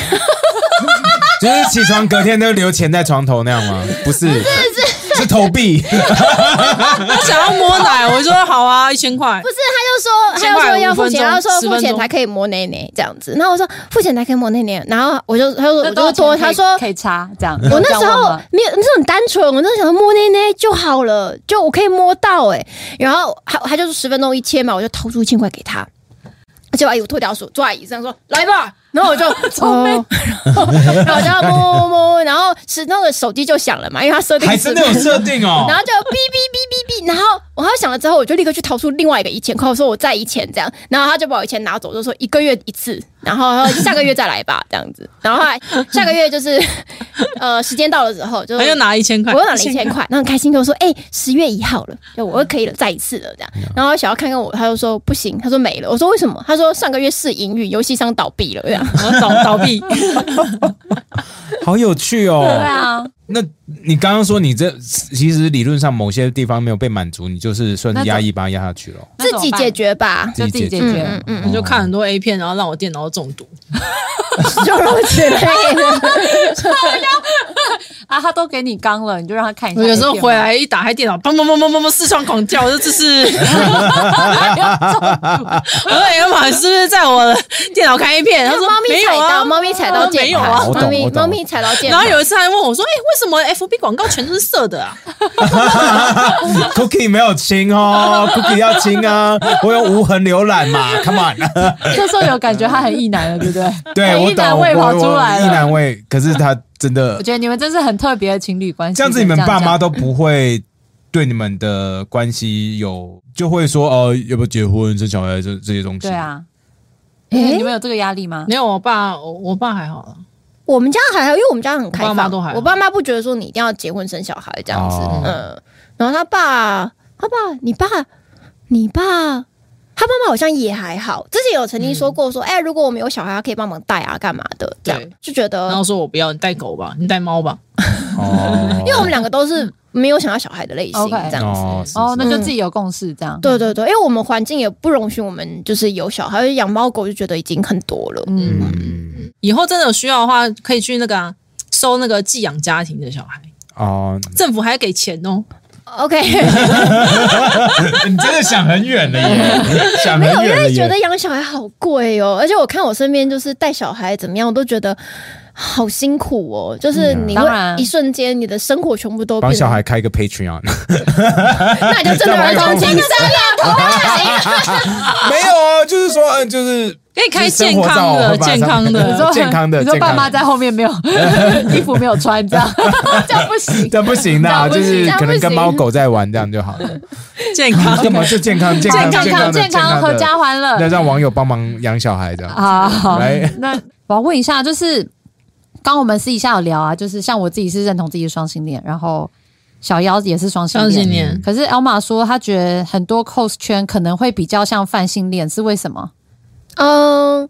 Speaker 1: 就是起床隔天都留钱在床头那样吗？不是，是是投币，
Speaker 4: 他想要摸奶，我就说好啊，一千块
Speaker 3: 不。是他就说他
Speaker 4: 先
Speaker 3: 就
Speaker 4: 买
Speaker 3: 说
Speaker 4: 五
Speaker 3: 要付
Speaker 4: 分
Speaker 3: 钱，
Speaker 4: 钟
Speaker 3: 他就
Speaker 4: 十
Speaker 3: 说付
Speaker 4: 分
Speaker 3: 钱
Speaker 4: 钟
Speaker 3: 才可以摸内内这样子，然后我说付钱才可以摸内内，然后我就他就说我
Speaker 2: 那多
Speaker 3: 就
Speaker 2: 少钱可
Speaker 3: 多，
Speaker 2: 以
Speaker 3: 他说
Speaker 2: 可以插这样。
Speaker 3: 我
Speaker 2: 有这
Speaker 3: 那
Speaker 2: 样
Speaker 3: 时候
Speaker 2: 问吗
Speaker 3: 没有，那时候很单纯，我那时候想说摸内内就好了，就我可以摸到哎、然后他他就是十分钟一千嘛，我就掏出一千块给他，结果阿姨我脱掉手坐在椅子上说来吧，然后我就
Speaker 2: 聪明
Speaker 3: 哦 然后我就要摸摸摸，然后是那个手机就响了嘛，因为他设定
Speaker 1: 还
Speaker 3: 是
Speaker 1: 真的有设定哦
Speaker 3: 然。后就哔哔哔哔哔，然后我还想了之后，我就立刻去掏出另外一个一千块，我说我再一千这样，然后他就把我一千拿走，就说一个月一次，然后他说下个月 再来吧这样子，然后后来下个月就是呃时间到了之后，就
Speaker 4: 他又拿一千块，
Speaker 3: 我又拿了一千块，然后很开心跟我说，哎、十月一号了，就我又可以了，再一次了这样，然后想要看看我，他就说不行，他说没了，我说为什么？他说上个月试营运，游戏商倒闭了这样。
Speaker 4: 然后倒倒闭。
Speaker 1: 好有趣
Speaker 2: 对
Speaker 1: 哦！
Speaker 2: 啊，
Speaker 1: 那你刚刚说你这其实理论上某些地方没有被满足，你就是算是压一把压下去了，
Speaker 2: 那
Speaker 3: 自
Speaker 2: 怎么
Speaker 3: 己
Speaker 2: 办
Speaker 3: 解，决吧，
Speaker 2: 就自己解决。
Speaker 3: 嗯嗯
Speaker 1: 哦
Speaker 4: 我就看很多 A 片，然后让我电脑中毒。
Speaker 3: 就让我解决。
Speaker 2: 啊，他都给你刚了，你就让他看一下。
Speaker 4: 我有时候回，来一打开电脑，砰砰砰砰砰砰，四窗狂叫，我说 这是，我说哎呀妈，是不是在我的电脑看 A 片？他说
Speaker 3: 猫咪
Speaker 4: 没
Speaker 3: 踩
Speaker 4: 有
Speaker 3: 到，
Speaker 4: 啊，
Speaker 3: 猫咪踩到键
Speaker 4: 没有
Speaker 3: 盘
Speaker 4: 啊。
Speaker 1: 我懂
Speaker 3: 猫咪
Speaker 1: 我懂
Speaker 3: 猫咪踩到键
Speaker 4: 然
Speaker 3: 盘
Speaker 4: 后。有一次还问我说：“哎、为什么 FB 广告全都是色的啊
Speaker 1: Cookie 没有清哦，Cookie 要清啊！我有无痕浏览嘛，Come on！
Speaker 2: 这时候有感觉他很意男了，对不对？
Speaker 1: 对
Speaker 2: 很
Speaker 1: 我
Speaker 2: 意
Speaker 1: 懂，
Speaker 2: 男
Speaker 1: 我
Speaker 2: 哎味跑出
Speaker 1: 我
Speaker 2: 来
Speaker 1: 意
Speaker 2: 了。
Speaker 1: 难味，可是他真的
Speaker 2: 我觉得你们真是很特别的情侣关系。
Speaker 1: 这样子，你们
Speaker 2: 可以
Speaker 1: 爸妈
Speaker 2: 讲
Speaker 1: 都不会对你们的关系有就会说哦，要不要结婚、生小孩这这些东西？
Speaker 2: 对，啊。
Speaker 3: 诶
Speaker 2: 你们有这个压力吗？”？
Speaker 4: 没有，我爸，我我爸还好了。啊
Speaker 3: 我们家还好，因为我们家很开
Speaker 4: 我
Speaker 3: 放，
Speaker 4: 爸妈都还好
Speaker 3: 我爸妈不觉得说你一定要结婚生小孩这样子，
Speaker 1: 哦
Speaker 3: 嗯。然后他爸，他爸，你爸，你爸，他爸妈好像也还好。之前有曾经说过说，哎、如果我们有小孩，他可以帮忙带啊，干嘛的？这样
Speaker 4: 嗯对
Speaker 3: 就觉
Speaker 4: 然
Speaker 3: 得
Speaker 4: 后，说我不要，你带狗吧，你带猫吧。
Speaker 1: 哦，
Speaker 3: 因为我们两个都
Speaker 4: 嗯
Speaker 3: 是没有想要小孩的类型，
Speaker 2: OK
Speaker 3: 这样子。
Speaker 1: 哦是是
Speaker 2: 哦，那就自己有共识这样。
Speaker 3: 对对对，因为我们环境也不容许我们就是有小孩，养猫狗就觉得已经很多了。
Speaker 2: 嗯，
Speaker 1: 嗯
Speaker 4: 以后真的有需要的话，可以去那个、啊、收那个寄养家庭的小孩，
Speaker 1: 哦，
Speaker 4: 政府还给钱哦。
Speaker 3: OK，
Speaker 1: 你真的想很远了耶，想
Speaker 3: 没有，
Speaker 1: 很
Speaker 3: 因
Speaker 1: 远了
Speaker 3: 为觉
Speaker 1: 耶
Speaker 3: 得。养小孩好贵哦，而且我看我身边就是带小孩怎么样，我都觉得 好辛苦哦，就是你
Speaker 2: 当然
Speaker 3: 会一瞬间你的生活全部都变
Speaker 1: 嗯帮
Speaker 3: 成
Speaker 1: 小孩开一个 Patreon，
Speaker 3: 那你就真的儿童精神了，
Speaker 1: 没有啊，就是说，嗯，就是
Speaker 4: 可以
Speaker 1: 就
Speaker 4: 开
Speaker 1: 是生
Speaker 4: 健
Speaker 1: 活
Speaker 4: 康
Speaker 1: 照啊
Speaker 4: 的，
Speaker 1: 我把它
Speaker 4: 健康
Speaker 1: 你
Speaker 4: 的
Speaker 1: 说。健康的
Speaker 2: 你说
Speaker 1: 健康的
Speaker 2: 爸妈在后面没有 衣服没有穿，这样这样不行。
Speaker 1: 这样不行
Speaker 2: 这样
Speaker 1: 的，
Speaker 2: 不
Speaker 1: 就
Speaker 2: 行
Speaker 1: 是可能跟
Speaker 3: 这样不行
Speaker 1: 猫狗在玩这样就好了。
Speaker 4: 健康
Speaker 1: 干嘛就健康、健康、
Speaker 2: 健康、
Speaker 1: 康、
Speaker 2: 健
Speaker 1: 健
Speaker 2: 康、
Speaker 1: 的
Speaker 2: 合家欢乐
Speaker 1: 那让网友帮忙养小孩这样。
Speaker 2: 啊！好
Speaker 1: 来，
Speaker 2: 那我要问一下，就是刚我们私底下有聊啊，就是像我自己是认同自己是双性恋，然后小妖也是双性
Speaker 4: 双性
Speaker 2: 恋。
Speaker 4: 恋，
Speaker 2: 可是 Elma 说，她觉得很多 cos 圈可能会比较像泛性恋，是为什么？
Speaker 3: 嗯。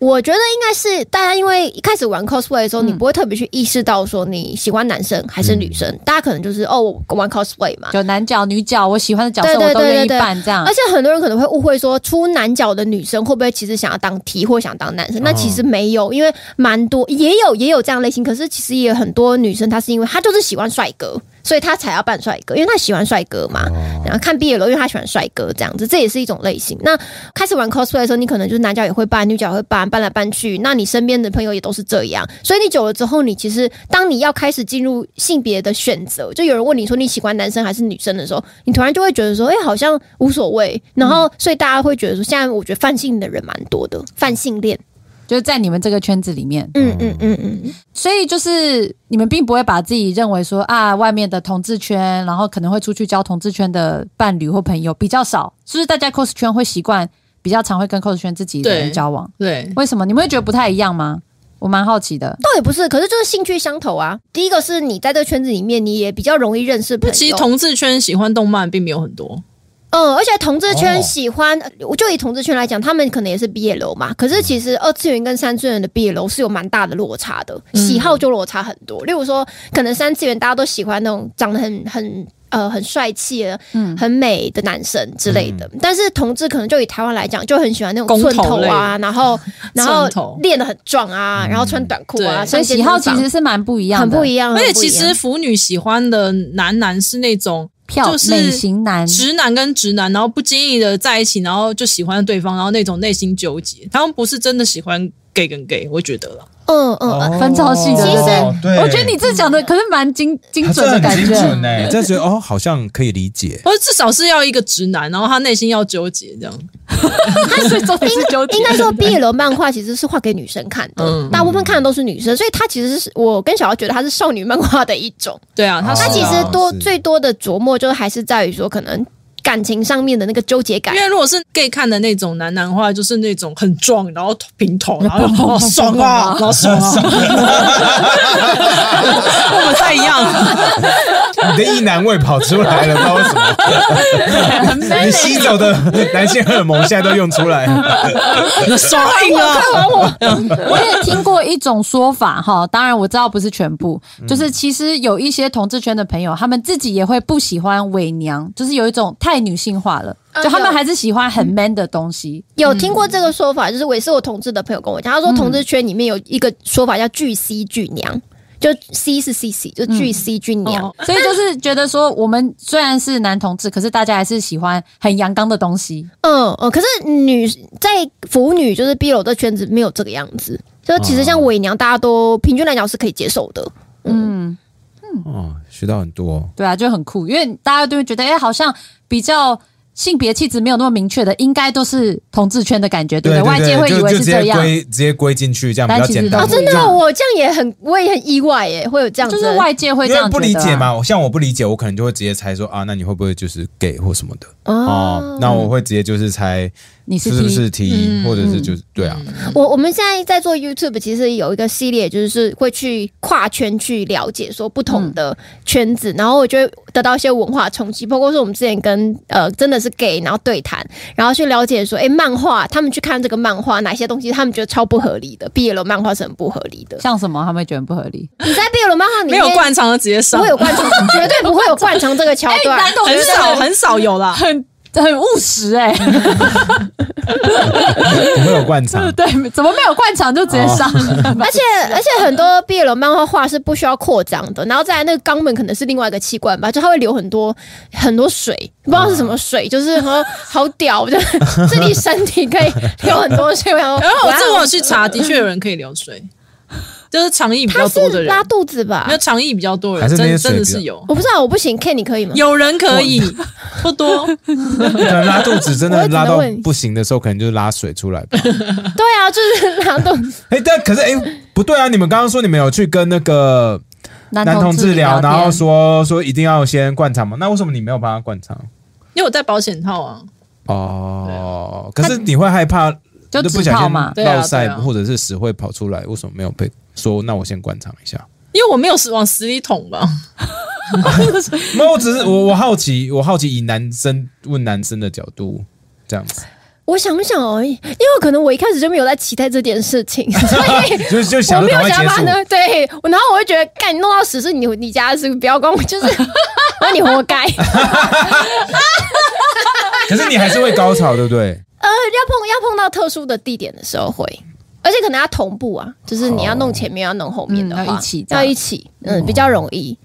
Speaker 3: 我觉得应该是大家，因为一开始玩 cosplay 的时候，
Speaker 1: 嗯
Speaker 3: 你不会特别去意识到说你喜欢男生还是女生，
Speaker 1: 嗯
Speaker 3: 大家可能就是哦，我玩 cosplay 嘛。
Speaker 2: 有男角、女角，我喜欢的角色
Speaker 3: 对对
Speaker 2: 我都
Speaker 3: 对
Speaker 2: 愿意
Speaker 3: 对对
Speaker 2: 扮
Speaker 1: 啊
Speaker 2: 这样
Speaker 3: 而。且很多人可能会误会说，出男角的女生会不会其实想要当 T 或想当男生？那其实没有，因为蛮多也有也有这样类型，可是其实也有很多女生，她是因为她就是喜欢帅哥，所以她才要扮帅哥，因为她喜欢帅哥嘛。然后看 BL，因为她喜欢帅哥这样子，这也是一种类型。那开始玩 cosplay 的时候，你可能就是男角也会扮，女角也会扮，扮来扮去。那你身边的朋友也都是这样，所以你久了之后，你其实当你要开始进入性别的选择，就有人问你说你喜欢男生还是女生的时候，你突然就会觉得说，哎、好像无所谓。然后，所以大家会觉得说，现在我觉得泛性的人蛮多的，泛性恋。
Speaker 2: 就是在你们这个圈子里面，
Speaker 3: 嗯嗯嗯嗯，
Speaker 2: 所以就是你们并不会把自己认为说啊，外面的同志圈，然后可能会出去交同志圈的伴侣或朋友比较少，是不是大家 cos 圈会习惯比较常会跟 cos 圈自己的人
Speaker 4: 对
Speaker 2: 交往？
Speaker 4: 对，
Speaker 2: 为什么你们会觉得不太一样吗？我蛮好奇的。
Speaker 3: 倒也不是，可是就是兴趣相投啊。第一个是你在这个圈子里面，你也比较容易认识朋友。
Speaker 4: 其实同志圈喜欢动漫并没有很多，
Speaker 3: 嗯，而且同志
Speaker 1: 哦
Speaker 3: 圈喜欢，我就以同志圈来讲，他们可能也是毕业楼嘛。可是其实二次元跟三次元的毕业楼是有蛮大的落差的，喜好就落差很多。例如说，可能三次元大家都喜欢那种长得很很。呃，很帅气的、很美的男生之类的，但是同志可能就以台湾来讲，就很喜欢那种寸
Speaker 4: 公
Speaker 3: 头
Speaker 4: 头类
Speaker 3: 啊，然后然后
Speaker 4: 寸头
Speaker 3: 练得很壮啊，然后穿短裤啊，
Speaker 4: 对
Speaker 2: 所以
Speaker 3: 上健
Speaker 2: 喜
Speaker 3: 身
Speaker 2: 好
Speaker 3: 房
Speaker 2: 其实是蛮不一样的，
Speaker 3: 很不一样。啊
Speaker 4: 而且
Speaker 3: 很不一
Speaker 4: 其
Speaker 3: 样
Speaker 4: 实腐女喜欢的男男是那种
Speaker 2: 票、
Speaker 4: 就是
Speaker 2: 美型男，
Speaker 4: 直男跟直男，然后不经意的在一起，然后就喜欢对方，然后那种内心纠结，他们不是真的喜欢 gay 跟 gay，我觉得啦。
Speaker 3: 嗯嗯
Speaker 1: 哦
Speaker 3: 嗯，
Speaker 2: 分照系的
Speaker 3: 其实
Speaker 2: 我觉得你这讲的可是蛮精精准欸的感觉。
Speaker 1: 哎，这觉得哦，好像可以理解。
Speaker 4: 或者至少是要一个直男，然后他内心要纠结这样。
Speaker 2: 是重点是纠结
Speaker 3: 应该说，BL 漫画其实是画给女生看的，
Speaker 4: 嗯
Speaker 3: 大部分看的都是女生，所以它其实是我跟小姚觉得它是少女漫画的一种。
Speaker 4: 对啊，他
Speaker 1: 哦
Speaker 4: 是
Speaker 3: 它
Speaker 4: 啊
Speaker 3: 其实多
Speaker 1: 是
Speaker 3: 最多的琢磨，就是还是在于说可能感情上面的那个纠结感
Speaker 4: 因。为如果是 gay 看的那种男男的话，就是那种很壮，然后平头， 然后好爽啊，然后爽啊，我们太一 样，
Speaker 1: 你的意难味跑出来了，不知道为什 么。你吸走的男性荷尔蒙现在都用出来了，
Speaker 4: 爽硬啊！
Speaker 2: 我 也听过一种说法哈，当然我知道不是全部，
Speaker 1: 嗯
Speaker 2: 就是其实有一些同志圈的朋友，他们自己也会不喜欢伪娘，就是有一种太女性化了，
Speaker 3: 啊
Speaker 2: 就他们
Speaker 3: 有
Speaker 2: 还是喜欢很 man 的东西。
Speaker 3: 有听过这个说法，就是我也是我同志的朋友跟我讲，他说同志圈里面有一个说法叫巨 C 巨娘，就 C 是 C C，就巨 C 巨娘。
Speaker 4: 哦
Speaker 2: 所以就是觉得说，我们虽然是男同志，可是大家还是喜欢很阳刚的东西。
Speaker 3: 嗯嗯，可是女在腐女就是 B 楼这圈子没有这个样子，就是其实像伪娘，大家都平均来讲是可以接受的。
Speaker 1: 哦，学到很多。
Speaker 2: 对啊，就很酷，因为大家都会觉得，哎、好像比较性别气质没有那么明确的，应该都是同志圈的感觉，对不对？外界会以为是这样，
Speaker 1: 直接归进去，这样
Speaker 2: 但其实
Speaker 3: 啊，
Speaker 2: 都
Speaker 3: 真的，我这样也很，我也很意外耶，会有这样
Speaker 2: 就
Speaker 3: 子，
Speaker 2: 是外界会这
Speaker 1: 因为
Speaker 2: 样
Speaker 1: 不
Speaker 2: 觉得
Speaker 1: 理解
Speaker 2: 啊。
Speaker 1: 嘛，像我不理解，我可能就会直接猜说啊，那你会不会就是 gay 或什么的？
Speaker 3: 哦。
Speaker 1: 哦，那我会直接就是猜
Speaker 2: 你是
Speaker 1: 是不
Speaker 2: T，嗯
Speaker 1: 是 T，或者是就是对啊，
Speaker 3: 我我们现在在做 YouTube，其实有一个系列，就是会去跨圈去了解说不同
Speaker 2: 嗯
Speaker 3: 的圈子，然后我就会得到一些文化冲击，包括说我们之前跟呃真的是 gay，然后对谈，然后去了解说，哎、漫画他们去看这个漫画，哪些东西他们觉得超不合理的，BL 漫画是很不合理的。
Speaker 2: 像什么他们会觉得很不合理？
Speaker 3: 你在 BL 漫画里面
Speaker 4: 没有灌肠的哎直接上
Speaker 3: 不会，有灌肠，绝对不会有灌肠这个桥段。
Speaker 2: 男同
Speaker 4: 很少很少有啦。
Speaker 2: 啊很很务实哎、
Speaker 1: 不会有灌肠。
Speaker 2: 对，怎么没有灌肠就直接上？哎
Speaker 3: 而且
Speaker 4: 嗯
Speaker 3: 而且很多 BL 漫画画是不需要扩张的，然后再来那个肛门可能是另外一个器官吧，就它会流很多很多水，不知道是什么水，就是好好屌，就是自己身体可以流很多水。然后
Speaker 4: 哦
Speaker 3: 哦
Speaker 4: 然后我这我有去查，的确有人可以流水， 就是长衣比
Speaker 3: 他
Speaker 4: 较
Speaker 3: 是
Speaker 4: 多的人
Speaker 3: 拉，肚子吧
Speaker 4: 没有？长衣比较多的
Speaker 1: 还
Speaker 4: 人，
Speaker 1: 是那些
Speaker 4: 真
Speaker 1: 水
Speaker 4: 真的
Speaker 1: 比较
Speaker 4: 是有
Speaker 3: 我不知道，我不行，K 你可以吗？
Speaker 4: 有人可以，不多，
Speaker 1: 可能拉肚子真
Speaker 3: 我
Speaker 1: 的
Speaker 3: 也只能
Speaker 1: 拉到
Speaker 3: 问
Speaker 1: 不行的时候，可能就拉水出来吧。
Speaker 3: 对啊，就是拉肚子。
Speaker 1: 哎、但可是哎、不对啊！你们刚刚说你们有去跟那个
Speaker 2: 男
Speaker 1: 男同
Speaker 2: 志
Speaker 1: 治疗，然
Speaker 2: 店
Speaker 1: 后说说一定要先灌肠嘛？那为什么你没有帮他灌肠？
Speaker 4: 因为我戴保险套啊，
Speaker 1: 哦，可是你会害怕，
Speaker 2: 就
Speaker 1: 不
Speaker 2: 止
Speaker 1: 小
Speaker 2: 泡
Speaker 1: 心
Speaker 2: 嘛，
Speaker 4: 对啊
Speaker 1: 落塞、
Speaker 4: 对啊
Speaker 1: 或者是屎会跑出来，为什么没有被说？那我先灌肠一下。
Speaker 4: 因为我没有往死里捅吧，
Speaker 1: 嗯没有，我只是我我好奇，我好奇以男生问男生的角度这样子，
Speaker 3: 我想想而已，因为可能我一开始就没有在期待这件事情，所以
Speaker 1: 就就
Speaker 3: 我
Speaker 1: 想着
Speaker 3: 没
Speaker 1: 赶
Speaker 3: 有
Speaker 1: 快
Speaker 3: 想
Speaker 1: 结
Speaker 3: 法
Speaker 1: 束。
Speaker 3: 呢，对，我然后我会觉得，干你弄到屎是你你家的事，不要管我，就是，那你活该。呃，
Speaker 1: 可是你还是会高潮，对不对？
Speaker 3: 要碰要碰到特殊的地点的时候会，而且可能要同步啊，就是你要弄前面，要弄后面的话，
Speaker 2: 嗯要一起这
Speaker 3: 要
Speaker 2: 样
Speaker 3: 一起，嗯，比较容易。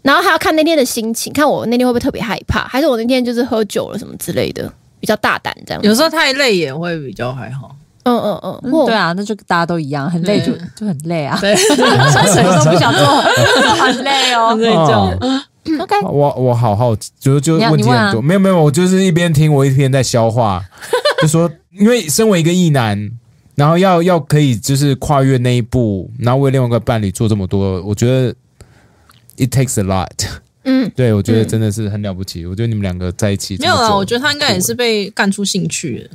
Speaker 3: 然后还要看那天的心情，看我那天会不会特别害怕，还是我那天就是喝酒了什么之类的，比较大胆这样。
Speaker 4: 有时候太累也会比较还好。
Speaker 3: 嗯嗯嗯，
Speaker 2: 嗯
Speaker 3: 或
Speaker 2: 对啊，那就大家都一样，很累就就很累啊，
Speaker 4: 对，
Speaker 2: 所以什么都不想 做，很累哦。
Speaker 4: 对，这样。
Speaker 2: OK，
Speaker 1: 我啊我好好奇，就就
Speaker 2: 你要
Speaker 1: 问题
Speaker 2: 你问啊
Speaker 1: 很多，没有没有，我就是一边听，我一边在消 化，就说因为身为一个异男，然后要要可以就是跨越那一步，然后为另外一个伴侣做这么多，我觉得 it takes a lot。
Speaker 3: 嗯，
Speaker 1: 对，我觉得真的是很了不起。我觉得你们两个在一起
Speaker 4: 没有
Speaker 1: 啊，
Speaker 4: 啦，我觉得他应该也是被干出兴趣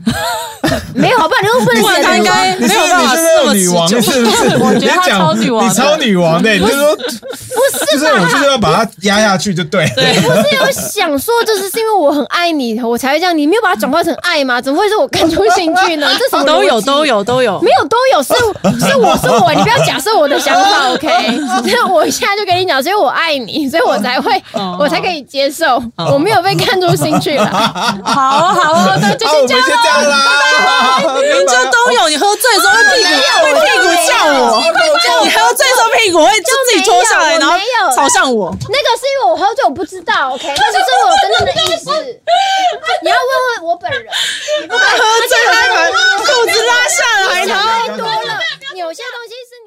Speaker 4: 的，
Speaker 3: 哦没有，好不然 你又不能
Speaker 4: 不然
Speaker 3: 写
Speaker 4: 他
Speaker 3: 的
Speaker 4: 应该
Speaker 1: 你
Speaker 4: 哎没
Speaker 1: 是
Speaker 4: 有办
Speaker 1: 你
Speaker 4: 法
Speaker 1: 是
Speaker 4: 这
Speaker 1: 那
Speaker 4: 么
Speaker 1: 个
Speaker 4: 持
Speaker 1: 女王，
Speaker 4: 久
Speaker 1: 你。是不是？
Speaker 2: 我觉得
Speaker 1: 你
Speaker 2: 她
Speaker 1: 讲
Speaker 2: 超女王
Speaker 1: 你超女王的，你就说
Speaker 3: 不
Speaker 1: 就是是
Speaker 3: 吧？
Speaker 1: 我就是要把它压下去就对了。
Speaker 4: 对，
Speaker 3: 不是有想说，就是是因为我很爱你，我才会这样。你没有把它转化成爱吗？怎么会是我干出兴趣 呢？这什么逻 辑
Speaker 4: 都有都，有都有
Speaker 3: 没，有都有是是我是我，你不要假设我的想法，OK？这 样我现在就跟你讲，所以我爱你，所以我才会
Speaker 4: 哦
Speaker 3: 我才可以接受，我没有被看出兴趣来。
Speaker 2: 好哦好 哦，那就
Speaker 1: 好，我们
Speaker 2: 先这
Speaker 1: 先
Speaker 2: 样咯。
Speaker 1: 这样啦，
Speaker 4: 明明就都有。你喝醉
Speaker 3: 哦
Speaker 4: 的时候会屁股会屁股 叫我，你喝醉的时候屁股会就自己戳下来，
Speaker 3: 就没有
Speaker 4: 然
Speaker 3: 我
Speaker 4: 后
Speaker 3: 没有
Speaker 4: 朝向我。
Speaker 3: 那个是因为我喝酒我不知道，OK？那 不是我真正的意思。 你要问问我本人，你不敢
Speaker 4: 喝醉还把裤子拉下来，
Speaker 3: 想
Speaker 4: 然后
Speaker 3: 太多了。有些东西是